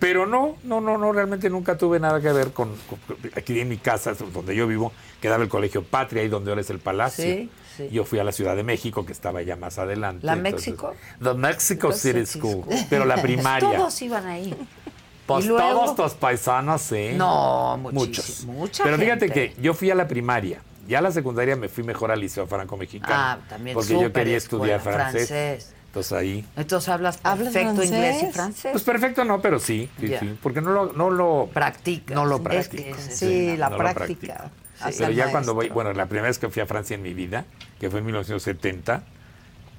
[SPEAKER 2] Pero no, no, no, no, realmente nunca tuve nada que ver con, con- con- aquí en mi casa, donde yo vivo, quedaba el Colegio Patria y donde ahora es el Palacio.
[SPEAKER 1] Sí, sí.
[SPEAKER 2] Yo fui a la Ciudad de México, que estaba ya más adelante.
[SPEAKER 1] ¿La México?
[SPEAKER 2] The Mexico
[SPEAKER 1] The
[SPEAKER 2] City
[SPEAKER 1] City
[SPEAKER 2] School,
[SPEAKER 1] School.
[SPEAKER 2] pero la primaria.
[SPEAKER 1] Todos iban ahí.
[SPEAKER 2] Pues
[SPEAKER 1] ¿Y luego?
[SPEAKER 2] todos tus paisanos, sí.
[SPEAKER 1] No,
[SPEAKER 2] muchos.
[SPEAKER 1] muchísimo, mucha
[SPEAKER 2] Pero fíjate
[SPEAKER 1] gente.
[SPEAKER 2] que yo fui a la primaria. Ya a la secundaria me fui mejor al Liceo Franco Mexicano.
[SPEAKER 1] Ah, también
[SPEAKER 2] Porque yo
[SPEAKER 1] súper
[SPEAKER 2] quería estudiar
[SPEAKER 1] escuela,
[SPEAKER 2] francés.
[SPEAKER 1] francés.
[SPEAKER 2] Entonces ahí.
[SPEAKER 1] Entonces hablas
[SPEAKER 4] ¿Hablas
[SPEAKER 1] perfecto
[SPEAKER 4] francés?
[SPEAKER 1] inglés y francés.
[SPEAKER 2] Pues perfecto, no, pero sí. sí,
[SPEAKER 1] Ya.
[SPEAKER 2] sí, porque no lo, no lo
[SPEAKER 1] Practicas.
[SPEAKER 2] No lo
[SPEAKER 1] Es que
[SPEAKER 2] practico.
[SPEAKER 1] ese es
[SPEAKER 4] Sí,
[SPEAKER 2] no,
[SPEAKER 4] la
[SPEAKER 2] no lo
[SPEAKER 4] práctica.
[SPEAKER 2] practico.
[SPEAKER 4] hacia
[SPEAKER 2] Pero
[SPEAKER 4] el
[SPEAKER 2] ya cuando voy,
[SPEAKER 4] maestro.
[SPEAKER 2] bueno, la primera vez que fui a Francia en mi vida, que fue en 1970,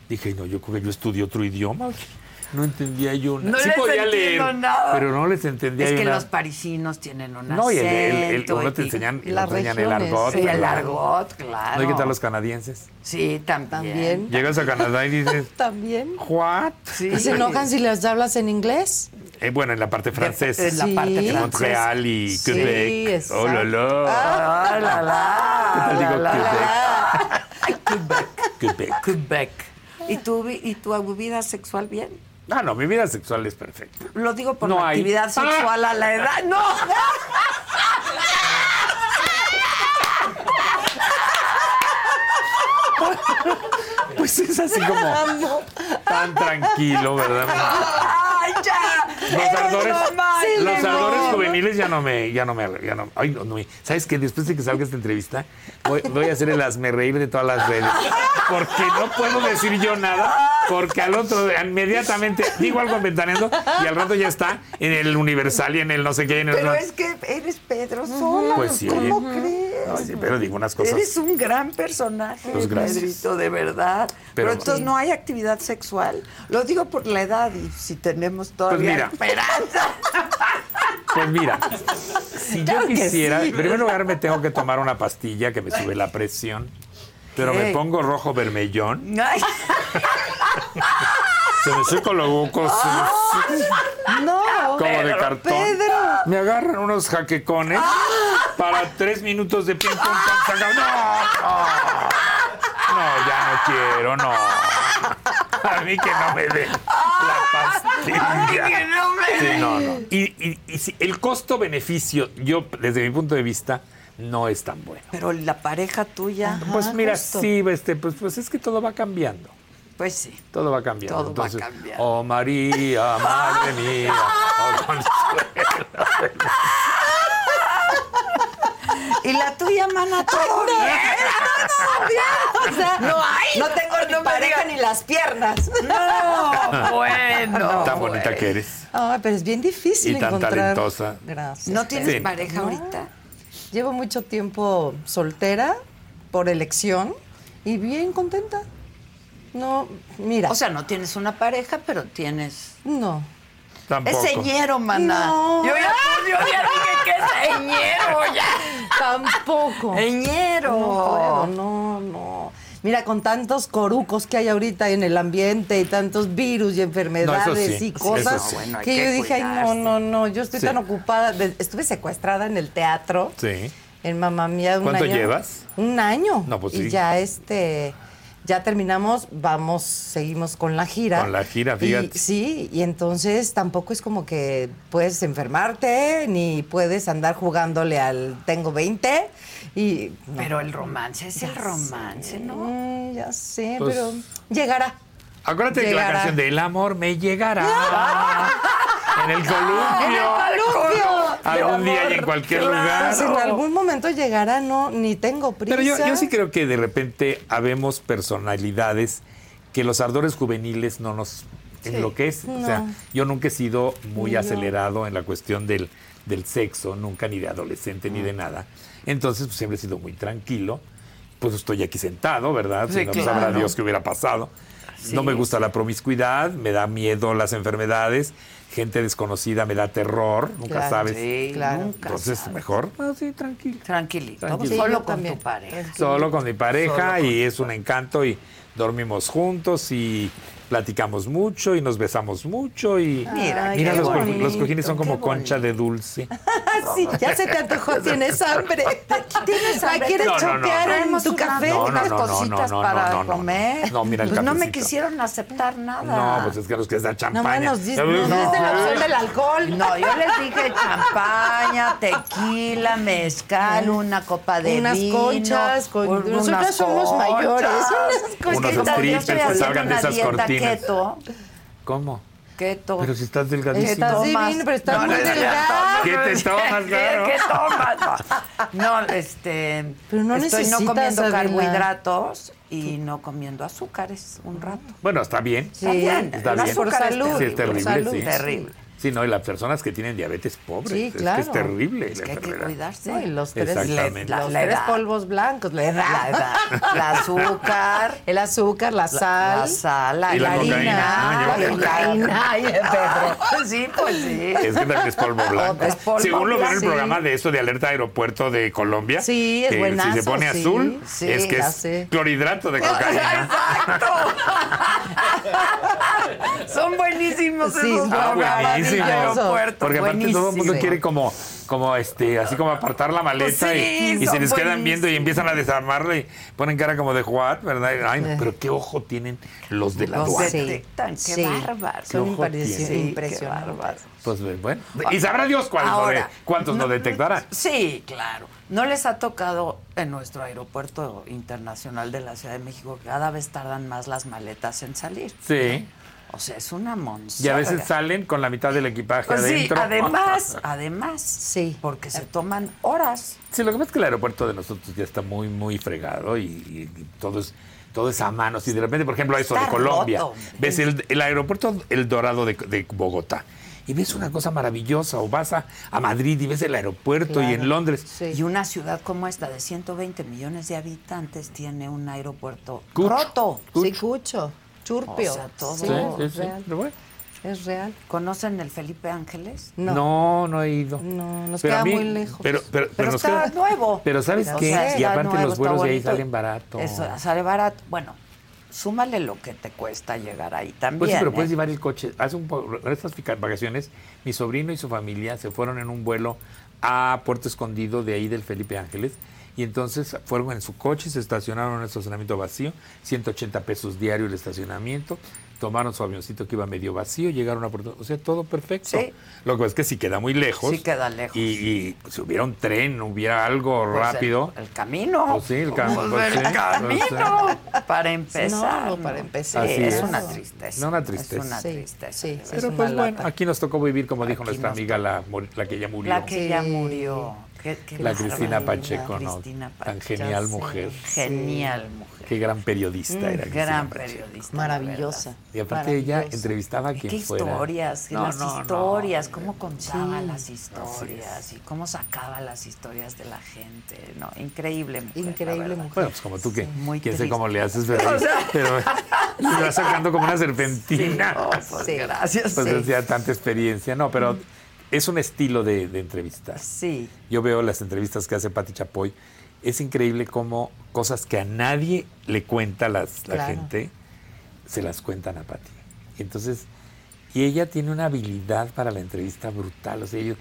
[SPEAKER 2] dije, no, yo creo que yo estudié otro idioma. oye. No entendía yo nada.
[SPEAKER 1] No
[SPEAKER 2] sí
[SPEAKER 1] les
[SPEAKER 2] podía leer,
[SPEAKER 1] entiendo nada.
[SPEAKER 2] pero no les entendía
[SPEAKER 1] Es
[SPEAKER 2] yo
[SPEAKER 1] que
[SPEAKER 2] nada.
[SPEAKER 1] los parisinos tienen un
[SPEAKER 2] No, y el, el, el-
[SPEAKER 1] acento
[SPEAKER 2] uno te
[SPEAKER 1] y-
[SPEAKER 2] enseñan, y
[SPEAKER 4] Las
[SPEAKER 2] no te enseñan el
[SPEAKER 4] regiones,
[SPEAKER 2] argot.
[SPEAKER 4] sí,
[SPEAKER 1] Sí, el
[SPEAKER 2] ¿verdad?
[SPEAKER 1] argot, claro.
[SPEAKER 2] No hay que tal los canadienses.
[SPEAKER 1] Sí, también.
[SPEAKER 4] También.
[SPEAKER 2] Llegas a Canadá y dices,
[SPEAKER 4] También.
[SPEAKER 2] ¿what?
[SPEAKER 1] Sí.
[SPEAKER 4] ¿Y se enojan si les hablas en inglés?
[SPEAKER 2] Eh, bueno, en la parte francesa.
[SPEAKER 1] En la
[SPEAKER 4] Sí.
[SPEAKER 1] parte francesa.
[SPEAKER 2] Montreal y
[SPEAKER 4] Sí,
[SPEAKER 2] Quebec.
[SPEAKER 4] exacto.
[SPEAKER 2] oh, la, la.
[SPEAKER 1] Ah, la, la,
[SPEAKER 2] ¿Qué tal digo
[SPEAKER 1] la, la,
[SPEAKER 2] Quebec?
[SPEAKER 1] la.
[SPEAKER 2] Quebec.
[SPEAKER 1] Quebec. ¿Y tu, vi- ¿Y tu vida sexual bien?
[SPEAKER 2] Ah, no, mi vida sexual es perfecta.
[SPEAKER 1] Lo digo por
[SPEAKER 2] No
[SPEAKER 1] la
[SPEAKER 2] hay. Ah.
[SPEAKER 1] actividad sexual a la edad. ¡No!
[SPEAKER 2] Pues es así como tan tranquilo, ¿verdad?
[SPEAKER 1] ¡Ay, ya!
[SPEAKER 2] Los
[SPEAKER 1] ¡Eres
[SPEAKER 2] ardores,
[SPEAKER 1] lo máximo!
[SPEAKER 2] los ardores juveniles ya no me, ya no me, ya no, ay, no, no me- ¿Sabes qué? Después de que salga esta entrevista, voy, voy a hacer el hazme reír de todas las redes. Porque no puedo decir yo nada, porque al otro, inmediatamente, digo algo ventaneando y al rato ya está en el Universal y en el no sé qué. y En el
[SPEAKER 1] Pero
[SPEAKER 2] no-
[SPEAKER 1] es que
[SPEAKER 4] eh,
[SPEAKER 1] eres Pedro Sola.
[SPEAKER 2] Pues sí,
[SPEAKER 1] ¿Cómo
[SPEAKER 2] oye.
[SPEAKER 1] crees?
[SPEAKER 2] Ay, sí, pero digo unas cosas.
[SPEAKER 1] Eres un gran personaje,
[SPEAKER 2] Pues gracias.
[SPEAKER 1] Pedrito, de verdad. Pero,
[SPEAKER 2] Pero-
[SPEAKER 1] entonces no hay actividad sexual. Lo digo por la edad y si tenemos todavía
[SPEAKER 2] Pues mira.
[SPEAKER 1] esperanza.
[SPEAKER 2] Pues mira, si
[SPEAKER 1] Claro
[SPEAKER 2] yo
[SPEAKER 1] que
[SPEAKER 2] quisiera,
[SPEAKER 1] sí.
[SPEAKER 2] en primer lugar me tengo que tomar una pastilla que me sube la presión, pero
[SPEAKER 1] ¿Qué?
[SPEAKER 2] me pongo rojo vermellón,
[SPEAKER 1] Ay,
[SPEAKER 2] se me seco los huecos, se me
[SPEAKER 4] No.
[SPEAKER 2] como de cartón.
[SPEAKER 4] Pedro.
[SPEAKER 2] Me agarran unos jaquecones para tres minutos de ping pong. pan, saca- No, no, no, ya no quiero, no. A mí que no me den la pastilla.
[SPEAKER 1] que no me
[SPEAKER 2] Sí, no, no. Y, y- y si el costo-beneficio, yo desde mi punto de vista, no es tan bueno.
[SPEAKER 1] Pero la pareja tuya,
[SPEAKER 2] Pues mira,
[SPEAKER 4] justo.
[SPEAKER 2] sí, este, pues, pues es que todo va cambiando.
[SPEAKER 1] pues sí.
[SPEAKER 2] Todo va cambiando.
[SPEAKER 1] Todo va cambiando.
[SPEAKER 2] Oh María, madre mía. oh, Consuelo.
[SPEAKER 1] Y la tuya, mana, todo bien.
[SPEAKER 4] O sea,
[SPEAKER 1] No hay.
[SPEAKER 4] No tengo ni
[SPEAKER 1] No me
[SPEAKER 4] pareja
[SPEAKER 1] digas.
[SPEAKER 4] ni las piernas.
[SPEAKER 1] No, bueno.
[SPEAKER 2] Tan bonita que eres.
[SPEAKER 4] Ah, pero es bien difícil
[SPEAKER 2] Y tan
[SPEAKER 4] encontrar.
[SPEAKER 2] talentosa.
[SPEAKER 4] Gracias.
[SPEAKER 1] ¿No tienes
[SPEAKER 2] Sí.
[SPEAKER 1] pareja ahorita?
[SPEAKER 4] Llevo mucho tiempo soltera por elección y bien contenta. No, mira.
[SPEAKER 1] O sea, no tienes una pareja, pero tienes.
[SPEAKER 4] no.
[SPEAKER 2] Tampoco.
[SPEAKER 1] Es señero, maná.
[SPEAKER 4] No. Ah.
[SPEAKER 1] Yo, ya, yo ya dije que es señero, ya.
[SPEAKER 4] Tampoco.
[SPEAKER 1] Señero.
[SPEAKER 4] No, puedo, no, no. Mira, con tantos corucos que hay ahorita en el ambiente y tantos virus y
[SPEAKER 2] No,
[SPEAKER 4] enfermedades
[SPEAKER 2] eso sí,
[SPEAKER 4] y cosas
[SPEAKER 2] eso sí.
[SPEAKER 1] Bueno, hay
[SPEAKER 4] que,
[SPEAKER 1] que
[SPEAKER 4] yo dije, ay, no,
[SPEAKER 1] cuidarse.
[SPEAKER 4] no, no, yo estoy
[SPEAKER 2] Sí.
[SPEAKER 4] tan ocupada. de- estuve secuestrada en el teatro.
[SPEAKER 2] Sí.
[SPEAKER 4] En Mamá Mía. un
[SPEAKER 2] ¿Cuánto
[SPEAKER 4] año-
[SPEAKER 2] llevas?
[SPEAKER 4] Un año.
[SPEAKER 2] No, pues
[SPEAKER 4] Y
[SPEAKER 2] sí.
[SPEAKER 4] ya este... Ya terminamos, vamos, seguimos con la gira.
[SPEAKER 2] Con la gira,
[SPEAKER 4] Y-
[SPEAKER 2] fíjate.
[SPEAKER 4] sí, y entonces tampoco es como que puedes enfermarte, ni puedes andar jugándole al tengo 20. Y no.
[SPEAKER 1] Pero el romance es el romance, ¿no?
[SPEAKER 4] Mm, ya sé,
[SPEAKER 2] Pues-
[SPEAKER 4] pero llegará.
[SPEAKER 2] Acuérdate de la
[SPEAKER 4] Llegará.
[SPEAKER 2] canción de El amor me llegará. En el columpio. Algún día y en cualquier lugar.
[SPEAKER 4] Pues en algún momento llegará, no, ni tengo prisa.
[SPEAKER 2] Pero yo, yo sí creo que de repente habemos personalidades que los ardores juveniles no nos enloquecen. O sea,
[SPEAKER 4] No.
[SPEAKER 2] yo nunca he sido muy
[SPEAKER 4] Yo.
[SPEAKER 2] acelerado en la cuestión del, del sexo, nunca ni de adolescente ni de nada. Entonces, pues, siempre he sido muy tranquilo. Pues estoy aquí sentado, ¿verdad?
[SPEAKER 1] Sí,
[SPEAKER 2] si no, pues,
[SPEAKER 1] claro.
[SPEAKER 2] sabrá Dios qué hubiera pasado. no me gusta la promiscuidad, me da miedo las enfermedades, gente desconocida me da terror, nunca
[SPEAKER 4] Claro,
[SPEAKER 2] sabes.
[SPEAKER 1] Sí,
[SPEAKER 4] Claro.
[SPEAKER 1] nunca.
[SPEAKER 2] Entonces,
[SPEAKER 1] sabes.
[SPEAKER 2] mejor. ah, sí, tranquilo.
[SPEAKER 1] Tranquilito.
[SPEAKER 2] Tranquilo. Sí,
[SPEAKER 1] Solo
[SPEAKER 4] yo
[SPEAKER 1] con
[SPEAKER 4] también.
[SPEAKER 1] tu pareja.
[SPEAKER 2] Solo con mi pareja y es un encanto y dormimos juntos y platicamos mucho y nos besamos mucho y
[SPEAKER 1] Mira,
[SPEAKER 2] mira
[SPEAKER 1] qué
[SPEAKER 2] los, co-
[SPEAKER 1] bonito,
[SPEAKER 2] los cojines son
[SPEAKER 1] qué
[SPEAKER 2] como
[SPEAKER 1] bonito.
[SPEAKER 2] concha de dulce.
[SPEAKER 4] Ah, sí, ya se te antojó, tienes hambre.
[SPEAKER 1] ¿Tienes hambre?
[SPEAKER 4] ¿La quieres
[SPEAKER 2] No, no, no,
[SPEAKER 4] chopear
[SPEAKER 2] no.
[SPEAKER 4] en tu café?
[SPEAKER 2] No, no,
[SPEAKER 1] unas
[SPEAKER 2] no, no,
[SPEAKER 1] cositas
[SPEAKER 2] no, no,
[SPEAKER 1] para
[SPEAKER 2] no, no, no.
[SPEAKER 1] comer.
[SPEAKER 2] No, mira el
[SPEAKER 1] Pues no me
[SPEAKER 2] cafecito.
[SPEAKER 1] quisieron aceptar nada.
[SPEAKER 2] No, pues es que a los que les dan
[SPEAKER 4] No
[SPEAKER 2] champaña.
[SPEAKER 4] más nos diste nos diste la opción del alcohol.
[SPEAKER 1] No, yo les dije champaña, tequila, mezcal, una copa de
[SPEAKER 4] Unas
[SPEAKER 1] vino.
[SPEAKER 4] conchas, con- nosotras somos mayores, unas conchas.
[SPEAKER 2] Unos
[SPEAKER 1] Yo estoy
[SPEAKER 2] strippers que
[SPEAKER 1] haciendo
[SPEAKER 2] salgan de
[SPEAKER 1] una
[SPEAKER 2] esas
[SPEAKER 1] dieta
[SPEAKER 2] cortinas.
[SPEAKER 1] Keto,
[SPEAKER 2] ¿Cómo?
[SPEAKER 1] keto.
[SPEAKER 2] Pero si estás
[SPEAKER 4] Estás
[SPEAKER 2] delgadísimo.
[SPEAKER 4] divino, pero estás
[SPEAKER 1] No,
[SPEAKER 4] muy
[SPEAKER 1] no, no, no,
[SPEAKER 4] delgado.
[SPEAKER 2] ¿Qué te tomas,
[SPEAKER 1] ¿Qué,
[SPEAKER 2] claro?
[SPEAKER 1] qué tomas? No, No, este.
[SPEAKER 4] Pero no
[SPEAKER 1] estoy no
[SPEAKER 4] necesitas,
[SPEAKER 1] comiendo
[SPEAKER 4] Adela.
[SPEAKER 1] carbohidratos y no comiendo azúcares un rato.
[SPEAKER 2] Bueno, está bien.
[SPEAKER 4] Sí,
[SPEAKER 1] También,
[SPEAKER 2] Está
[SPEAKER 1] el
[SPEAKER 2] bien.
[SPEAKER 1] azúcar
[SPEAKER 4] Por
[SPEAKER 1] es
[SPEAKER 4] salud,
[SPEAKER 2] Sí, es terrible,
[SPEAKER 4] por salud.
[SPEAKER 2] sí.
[SPEAKER 1] Terrible.
[SPEAKER 2] Sí, no, y las personas que tienen diabetes pobres.
[SPEAKER 4] Sí,
[SPEAKER 2] Es que
[SPEAKER 4] claro.
[SPEAKER 2] es terrible
[SPEAKER 1] Es
[SPEAKER 2] la
[SPEAKER 1] que hay que
[SPEAKER 2] enfermedad.
[SPEAKER 1] cuidarse.
[SPEAKER 4] No, y los tres,
[SPEAKER 2] Exactamente.
[SPEAKER 4] los
[SPEAKER 1] La
[SPEAKER 4] tres
[SPEAKER 1] edad.
[SPEAKER 4] polvos blancos, la edad.
[SPEAKER 1] La edad, la azúcar,
[SPEAKER 4] El azúcar, la sal.
[SPEAKER 1] la sal, la,
[SPEAKER 2] Y la
[SPEAKER 1] harina,
[SPEAKER 2] cocaína. Ah,
[SPEAKER 1] la
[SPEAKER 2] yo-
[SPEAKER 1] cocaína.
[SPEAKER 4] Ay, Pedro.
[SPEAKER 1] Sí, pues sí.
[SPEAKER 2] Es que también es polvo blanco.
[SPEAKER 1] Es polvo
[SPEAKER 2] Según lo veo en el
[SPEAKER 4] blanco,
[SPEAKER 2] programa de eso de Alerta Aeropuerto de Colombia.
[SPEAKER 4] Sí, es
[SPEAKER 2] que
[SPEAKER 4] buenazo,
[SPEAKER 2] Si se pone
[SPEAKER 4] sí,
[SPEAKER 2] azul,
[SPEAKER 4] sí,
[SPEAKER 2] es que
[SPEAKER 4] ya
[SPEAKER 2] es
[SPEAKER 4] sé.
[SPEAKER 2] clorhidrato de cocaína.
[SPEAKER 1] Son buenísimos
[SPEAKER 4] Sí,
[SPEAKER 1] esos
[SPEAKER 4] ah,
[SPEAKER 1] programas del
[SPEAKER 4] buenísimo.
[SPEAKER 1] aeropuerto.
[SPEAKER 2] Porque aparte todo el mundo
[SPEAKER 1] buenísimo.
[SPEAKER 2] quiere como, como este, así como apartar la maleta
[SPEAKER 1] Pues sí,
[SPEAKER 2] y, y se
[SPEAKER 1] son
[SPEAKER 2] les quedan viendo y
[SPEAKER 1] buenísimos.
[SPEAKER 2] empiezan a desarmarla y ponen cara como de jugar, ¿verdad? Y, Ay, no, pero qué ojo tienen los de la
[SPEAKER 1] Los
[SPEAKER 2] aduana.
[SPEAKER 1] de- detectan, qué bárbaros.
[SPEAKER 4] Son
[SPEAKER 2] Qué ojo
[SPEAKER 4] impareci-
[SPEAKER 2] tiene.
[SPEAKER 1] Sí, qué bárbaros.
[SPEAKER 4] impresionantes.
[SPEAKER 2] Pues bueno. Y sabrá Dios cuáles no
[SPEAKER 1] Ahora,
[SPEAKER 2] de- cuántos no, detectarán.
[SPEAKER 1] Sí, claro. ¿No les ha tocado en nuestro aeropuerto internacional de la Ciudad de México que cada vez tardan más las maletas en salir?
[SPEAKER 2] Sí.
[SPEAKER 1] O sea, es una
[SPEAKER 2] Y
[SPEAKER 1] monstruo.
[SPEAKER 2] a veces salen con la mitad del equipaje
[SPEAKER 1] Pues Sí,
[SPEAKER 2] adentro.
[SPEAKER 1] además, además.
[SPEAKER 4] Sí.
[SPEAKER 1] Porque se toman horas.
[SPEAKER 2] Sí, lo que pasa es que el aeropuerto de nosotros ya está muy, muy fregado y, y- y todo es todo es a mano. Si de repente, por ejemplo, eso de
[SPEAKER 1] Está
[SPEAKER 2] Colombia,
[SPEAKER 1] roto, hombre.
[SPEAKER 2] ves el, el aeropuerto El Dorado de, de Bogotá y ves una cosa maravillosa o vas a, a Madrid y ves el aeropuerto y en
[SPEAKER 4] Claro.
[SPEAKER 2] Londres.
[SPEAKER 4] Sí.
[SPEAKER 1] Y una ciudad como esta de 120 millones de habitantes tiene un aeropuerto
[SPEAKER 2] Cucho.
[SPEAKER 1] roto.
[SPEAKER 4] Sí, cucho, churpio.
[SPEAKER 1] O sea, todo.
[SPEAKER 4] Sí,
[SPEAKER 2] Sí, sí,
[SPEAKER 4] es
[SPEAKER 2] sí.
[SPEAKER 4] real.
[SPEAKER 2] Pero bueno,
[SPEAKER 4] Es real.
[SPEAKER 1] ¿Conocen el Felipe Ángeles?
[SPEAKER 2] No.
[SPEAKER 4] No.
[SPEAKER 2] no, he ido.
[SPEAKER 4] No, nos
[SPEAKER 2] a
[SPEAKER 4] queda muy lejos.
[SPEAKER 2] Pero, pero, pero
[SPEAKER 1] Pero
[SPEAKER 2] nos
[SPEAKER 1] está
[SPEAKER 2] queda-
[SPEAKER 1] nuevo.
[SPEAKER 2] Pero ¿sabes
[SPEAKER 1] O
[SPEAKER 2] qué?
[SPEAKER 1] sea,
[SPEAKER 2] y
[SPEAKER 1] está
[SPEAKER 2] aparte
[SPEAKER 1] nuevo,
[SPEAKER 2] los
[SPEAKER 1] está
[SPEAKER 2] vuelos de ahí
[SPEAKER 1] bonito.
[SPEAKER 2] salen baratos.
[SPEAKER 1] Eso, sale barato. Bueno, súmale lo que te cuesta llegar ahí también.
[SPEAKER 2] Pues sí, pero
[SPEAKER 1] ¿eh?
[SPEAKER 2] puedes llevar el coche. Hace un po- en estas fica- vacaciones, mi sobrino y su familia se fueron en un vuelo a Puerto Escondido de ahí del Felipe Ángeles. Y entonces fueron en su coche, se estacionaron en un estacionamiento vacío, 180 pesos diario el estacionamiento, tomaron su avioncito que iba medio vacío, llegaron a Puerto O sea, todo perfecto.
[SPEAKER 1] Sí.
[SPEAKER 2] Lo que es que si queda muy lejos.
[SPEAKER 1] Sí queda lejos.
[SPEAKER 2] Y, y si hubiera un tren, hubiera algo
[SPEAKER 1] Pues el-
[SPEAKER 2] rápido.
[SPEAKER 1] El, camino.
[SPEAKER 2] Pues sí, el cam-
[SPEAKER 1] Pues
[SPEAKER 2] pues
[SPEAKER 1] el
[SPEAKER 2] sí,
[SPEAKER 1] camino. Para empezar.
[SPEAKER 4] No, no, para empezar.
[SPEAKER 1] Sí,
[SPEAKER 2] Así
[SPEAKER 1] es,
[SPEAKER 2] es.
[SPEAKER 1] una tristeza.
[SPEAKER 2] No, una tristeza.
[SPEAKER 1] Es una
[SPEAKER 4] Sí,
[SPEAKER 1] tristeza.
[SPEAKER 4] sí,
[SPEAKER 1] de
[SPEAKER 4] sí.
[SPEAKER 1] verdad.
[SPEAKER 2] pero
[SPEAKER 4] una
[SPEAKER 2] pues bueno,
[SPEAKER 4] lata.
[SPEAKER 2] aquí nos tocó vivir, como dijo
[SPEAKER 1] Aquí
[SPEAKER 2] nuestra
[SPEAKER 1] nos
[SPEAKER 2] amiga, la, mor- la que ya murió.
[SPEAKER 1] La que ya
[SPEAKER 4] Sí.
[SPEAKER 1] murió. Qué- qué
[SPEAKER 2] La
[SPEAKER 1] bárbaro.
[SPEAKER 2] Cristina
[SPEAKER 4] barbaridad,
[SPEAKER 2] Pacheco, ¿no?
[SPEAKER 1] Cristina
[SPEAKER 2] Tan
[SPEAKER 1] Pacheco.
[SPEAKER 2] genial
[SPEAKER 4] sí.
[SPEAKER 2] mujer.
[SPEAKER 1] Genial mujer.
[SPEAKER 2] Qué gran periodista era. Cristina
[SPEAKER 1] Mm, Gran
[SPEAKER 2] Pacheco.
[SPEAKER 1] periodista.
[SPEAKER 4] Maravillosa.
[SPEAKER 1] de verdad.
[SPEAKER 2] Y aparte ella
[SPEAKER 4] Maravillosa.
[SPEAKER 2] entrevistaba a
[SPEAKER 1] Qué
[SPEAKER 2] quien fuera.
[SPEAKER 1] historias,
[SPEAKER 2] No,
[SPEAKER 1] las
[SPEAKER 2] no, no.
[SPEAKER 1] historias, cómo contaba
[SPEAKER 4] Sí,
[SPEAKER 1] las historias y cómo sacaba las historias de la gente, no, increíble mujer. la
[SPEAKER 4] Increíble
[SPEAKER 1] verdad.
[SPEAKER 4] mujer.
[SPEAKER 2] Bueno, pues como tú que
[SPEAKER 1] muy
[SPEAKER 2] quién sé
[SPEAKER 1] triste.
[SPEAKER 2] cómo le haces, pero, pero le vas sacando como una serpentina.
[SPEAKER 1] No, pues
[SPEAKER 4] Sí.
[SPEAKER 1] gracias.
[SPEAKER 2] Pues
[SPEAKER 1] sí.
[SPEAKER 2] decía tanta experiencia, no, pero es un estilo de, de entrevistar.
[SPEAKER 1] Sí.
[SPEAKER 2] Yo veo las entrevistas que hace Pati Chapoy. Es increíble cómo cosas que a nadie le cuenta las- la
[SPEAKER 4] Claro.
[SPEAKER 2] gente, se las cuentan a Pati. Y entonces, y ella tiene una habilidad para la entrevista brutal. O sea, yo,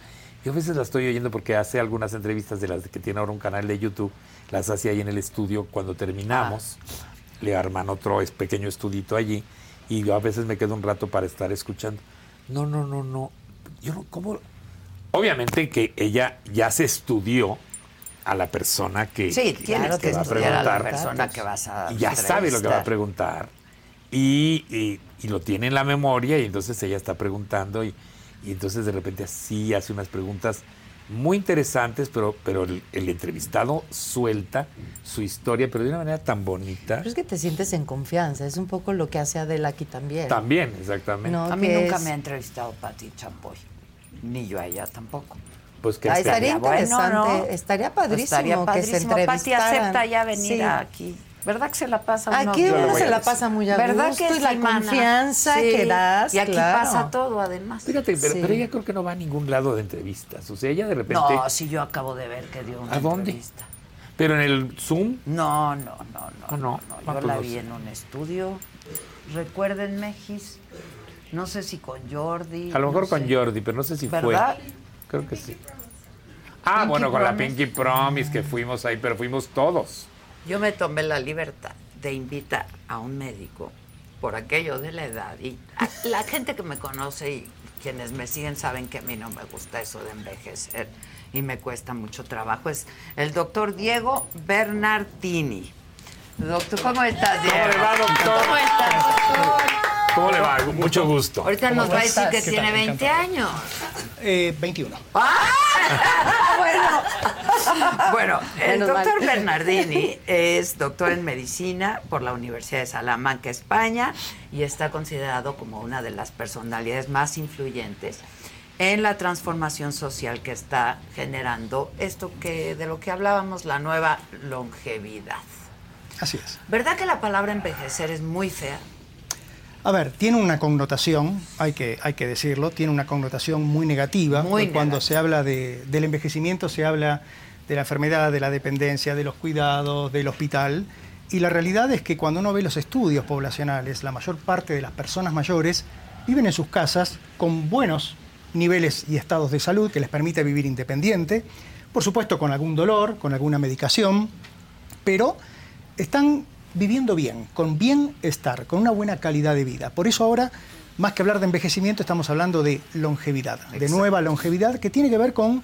[SPEAKER 2] yo a veces la estoy oyendo porque hace algunas entrevistas de las que tiene ahora un canal de YouTube, las hace ahí en el estudio cuando terminamos. Le arman otro es- pequeño estudito allí y yo a veces me quedo un rato para estar escuchando. No, no, no, no. Yo no, ¿cómo? Obviamente que ella ya se estudió a la persona que,
[SPEAKER 1] Sí,
[SPEAKER 2] que-
[SPEAKER 1] tienes que
[SPEAKER 2] va a
[SPEAKER 1] estudiar a la
[SPEAKER 2] preguntar.
[SPEAKER 1] persona que vas a
[SPEAKER 2] Y ya sabe lo que va a
[SPEAKER 1] entrevistar.
[SPEAKER 2] preguntar y, y- y lo tiene en la memoria y entonces ella está preguntando y, y entonces de repente así hace unas preguntas muy interesantes, pero, pero el, el entrevistado suelta su historia, pero de una manera tan bonita.
[SPEAKER 4] Pero es que te sientes en confianza. Es un poco lo que hace Adela aquí también.
[SPEAKER 2] También, exactamente.
[SPEAKER 4] No,
[SPEAKER 1] A mí
[SPEAKER 4] que
[SPEAKER 1] nunca
[SPEAKER 4] es-
[SPEAKER 1] me ha entrevistado Pati Chapoy, ni yo a ella tampoco.
[SPEAKER 2] Pues que
[SPEAKER 4] Ah,
[SPEAKER 2] esté
[SPEAKER 4] estaría
[SPEAKER 2] allá.
[SPEAKER 1] bueno,
[SPEAKER 4] interesante.
[SPEAKER 1] ¿no?
[SPEAKER 4] Estaría padrísimo
[SPEAKER 1] Estaría
[SPEAKER 4] que se
[SPEAKER 1] padrísimo. Pati
[SPEAKER 4] entrevistaran.
[SPEAKER 1] acepta ya venir
[SPEAKER 4] Sí.
[SPEAKER 1] aquí. ¿Verdad que se la pasa uno?
[SPEAKER 4] Aquí
[SPEAKER 2] lo
[SPEAKER 4] uno
[SPEAKER 2] voy
[SPEAKER 4] se
[SPEAKER 2] a
[SPEAKER 4] la
[SPEAKER 2] decir.
[SPEAKER 4] pasa muy a
[SPEAKER 1] ¿Verdad
[SPEAKER 4] gusto
[SPEAKER 1] que
[SPEAKER 4] y la
[SPEAKER 1] sí, mana?
[SPEAKER 4] confianza
[SPEAKER 1] Sí.
[SPEAKER 4] que das.
[SPEAKER 1] Y aquí
[SPEAKER 4] claro.
[SPEAKER 1] pasa todo, además.
[SPEAKER 2] Fíjate, pero,
[SPEAKER 4] Sí.
[SPEAKER 2] pero ella creo que no va a ningún lado de entrevistas. O sea, ella de repente.
[SPEAKER 1] No, si yo acabo de ver que dio una
[SPEAKER 2] ¿A dónde?
[SPEAKER 1] entrevista.
[SPEAKER 2] Pero en el Zoom.
[SPEAKER 1] No, no, no, no.
[SPEAKER 2] Ah, no.
[SPEAKER 1] no,
[SPEAKER 2] Ah,
[SPEAKER 1] Yo
[SPEAKER 2] pues
[SPEAKER 1] la
[SPEAKER 2] no
[SPEAKER 1] vi
[SPEAKER 2] sé.
[SPEAKER 1] en un estudio. Recuérdenme, Gis. No sé si con Jordi.
[SPEAKER 2] A lo
[SPEAKER 1] no
[SPEAKER 2] mejor con
[SPEAKER 1] sé.
[SPEAKER 2] Jordi, pero no sé si
[SPEAKER 1] ¿Verdad?
[SPEAKER 2] fue. Creo que sí. Ah,
[SPEAKER 4] Pinky
[SPEAKER 2] bueno, con la
[SPEAKER 4] Promise.
[SPEAKER 2] Pinky Promise que fuimos ahí, pero fuimos todos.
[SPEAKER 1] Yo me tomé la libertad de invitar a un médico por aquello de la edad. Y a- la gente que me conoce y quienes me siguen saben que a mí no me gusta eso de envejecer y me cuesta mucho trabajo. Es el doctor Diego Bernardini. Doctor, ¿cómo estás, Diego?
[SPEAKER 2] ¿Cómo le va, doctor?
[SPEAKER 1] ¿Cómo estás, doctor?
[SPEAKER 2] ¿Cómo le va? Mucho gusto.
[SPEAKER 1] Ahorita nos va a decir
[SPEAKER 5] estás?
[SPEAKER 1] que
[SPEAKER 5] ¿Qué
[SPEAKER 1] tiene
[SPEAKER 5] tal?
[SPEAKER 1] 20 años. Ah,
[SPEAKER 5] Eh, 21.
[SPEAKER 1] Bueno, el
[SPEAKER 4] Menos mal.
[SPEAKER 1] doctor Bernardini es doctor en medicina por la Universidad de Salamanca, España, y está considerado como una de las personalidades más influyentes en la transformación social que está generando esto que de lo que hablábamos, la nueva longevidad.
[SPEAKER 5] Así es.
[SPEAKER 1] ¿Verdad que la palabra envejecer es muy fea?
[SPEAKER 5] A ver, tiene una connotación, hay que, hay que decirlo, tiene una connotación muy negativa.
[SPEAKER 1] Muy
[SPEAKER 5] porque cuando
[SPEAKER 1] negativa.
[SPEAKER 5] se habla de- del envejecimiento se habla de la enfermedad, de la dependencia, de los cuidados, del hospital. Y la realidad es que cuando uno ve los estudios poblacionales, la mayor parte de las personas mayores viven en sus casas con buenos niveles y estados de salud que les permite vivir independiente, por supuesto con algún dolor, con alguna medicación, pero están viviendo bien, con bienestar, con una buena calidad de vida. Por eso ahora, más que hablar de envejecimiento, estamos hablando de longevidad, de
[SPEAKER 1] Exacto.
[SPEAKER 5] nueva longevidad, que tiene que ver con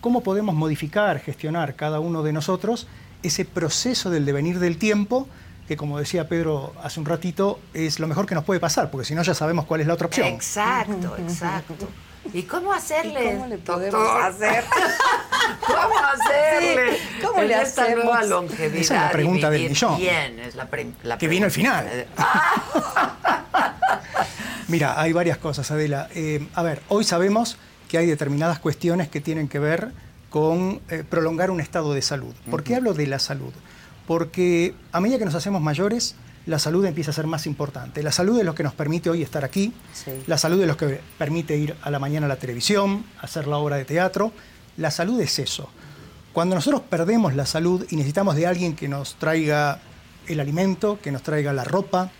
[SPEAKER 5] cómo podemos modificar, gestionar cada uno de nosotros ese proceso del devenir del tiempo, que como decía Pedro hace un ratito, es lo mejor que nos puede pasar, porque si no ya sabemos cuál es la otra opción.
[SPEAKER 1] Exacto, exacto. ¿Y cómo hacerle?
[SPEAKER 4] ¿Y cómo le podemos
[SPEAKER 1] doctor?
[SPEAKER 4] hacer?
[SPEAKER 1] ¿Cómo hacerle?
[SPEAKER 4] Sí, ¿cómo
[SPEAKER 1] en
[SPEAKER 4] le
[SPEAKER 1] esta
[SPEAKER 4] hacemos?
[SPEAKER 1] nueva longevidad?
[SPEAKER 5] Esa es la
[SPEAKER 1] y
[SPEAKER 5] pregunta del
[SPEAKER 1] vivir
[SPEAKER 5] millón.
[SPEAKER 1] Bien, es la, pre- la
[SPEAKER 5] Que vino al
[SPEAKER 1] pregunta.
[SPEAKER 5] final. Mira, hay varias cosas, Adela. Eh, a ver, hoy sabemos que hay determinadas cuestiones que tienen que ver con eh, prolongar un estado de salud. ¿Por qué hablo de la salud? Porque a medida que nos hacemos mayores, la salud empieza a ser más importante. La salud es lo que nos permite hoy estar aquí,
[SPEAKER 4] Sí.
[SPEAKER 5] la salud es lo que permite ir a la mañana a la televisión, hacer la obra de teatro. La salud es eso. Cuando nosotros perdemos la salud y necesitamos de alguien que nos traiga el alimento, que nos traiga la ropa,